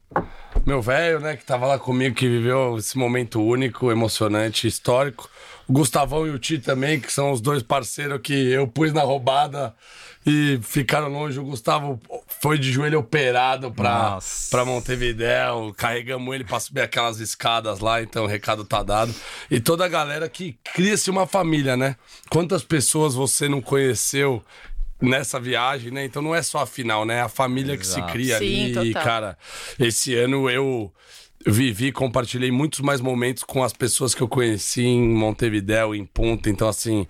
C: meu velho, né, que tava lá comigo, que viveu esse momento único, emocionante, histórico. O Gustavão e o Ti também, que são os dois parceiros que eu pus na roubada e ficaram longe. O Gustavo foi de joelho operado pra,
B: Nossa.
C: pra Montevidéu, carregamos ele pra subir aquelas escadas lá, então o recado tá dado. E toda a galera que cria-se uma família, né? Quantas pessoas você não conheceu nessa viagem, né? Então não é só a final, né? É a família que se cria
D: Sim,
C: ali. E,
D: total.
C: cara, esse ano eu vivi, compartilhei muitos mais momentos com as pessoas que eu conheci em Montevidéu, em Punta. Então, assim,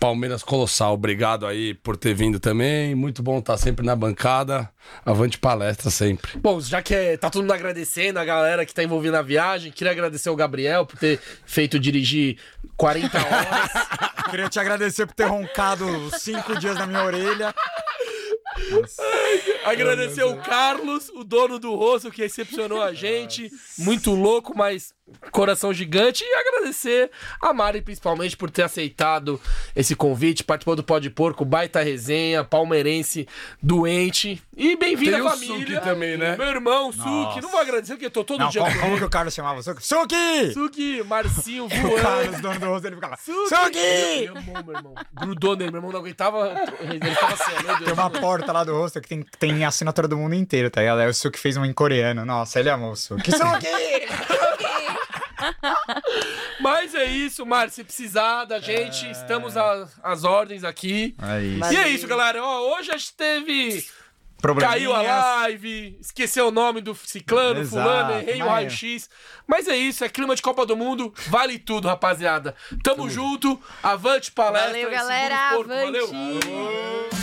C: Palmeiras Colossal, obrigado aí por ter vindo também. Muito bom estar sempre na bancada. Avante palestra sempre.
A: Bom, já que é- tá todo mundo agradecendo a galera que tá envolvida na viagem, queria agradecer ao Gabriel por ter feito dirigir 40 horas.
B: Queria te agradecer por ter roncado cinco dias na minha orelha.
C: é.
A: agradecer o Carlos, o dono do rosto, que recepcionou a gente. Muito louco, mas coração gigante e agradecer a Mari principalmente por ter aceitado esse convite, participou do Pode Porco, baita resenha, palmeirense doente e bem-vindo à
C: Tem o
A: família.
C: Suki também, né?
A: Meu irmão, Suki, não vou agradecer porque eu tô todo
B: Não,
A: dia
B: como,
A: com
B: como
A: ele.
B: que o Carlos chamava? Suki? Suki!
A: Suki, Marcinho
B: O
A: voando.
B: Carlos, dono do rosto, ele fica lá.
A: Suki!
B: Suki!
A: Meu irmão, meu irmão. Grudou nele, meu irmão não aguentava. Ele tava assim, ó, meu Deus.
B: Tem uma porta lá do rosto que tem, tem assinatura do mundo inteiro, tá ligado? Aí o Suki fez um em coreano. Nossa, ele amou o Suki. Suki!
A: Mas é isso, Mário. Se precisar da gente, estamos a- às ordens aqui.
B: É isso.
A: E é isso, galera. Ó, hoje a gente teve. Caiu a
B: Probleminhas.
A: live, esqueceu o nome do ciclano,
B: Exato,
A: fulano, errei o
B: mas-
A: raio-x. Mas é isso, é clima de Copa do Mundo, vale tudo, rapaziada. Tamo junto, avante palestra.
D: Valeu,
A: e segura os
D: galera.
A: porcos,
D: Avante.
A: Valeu.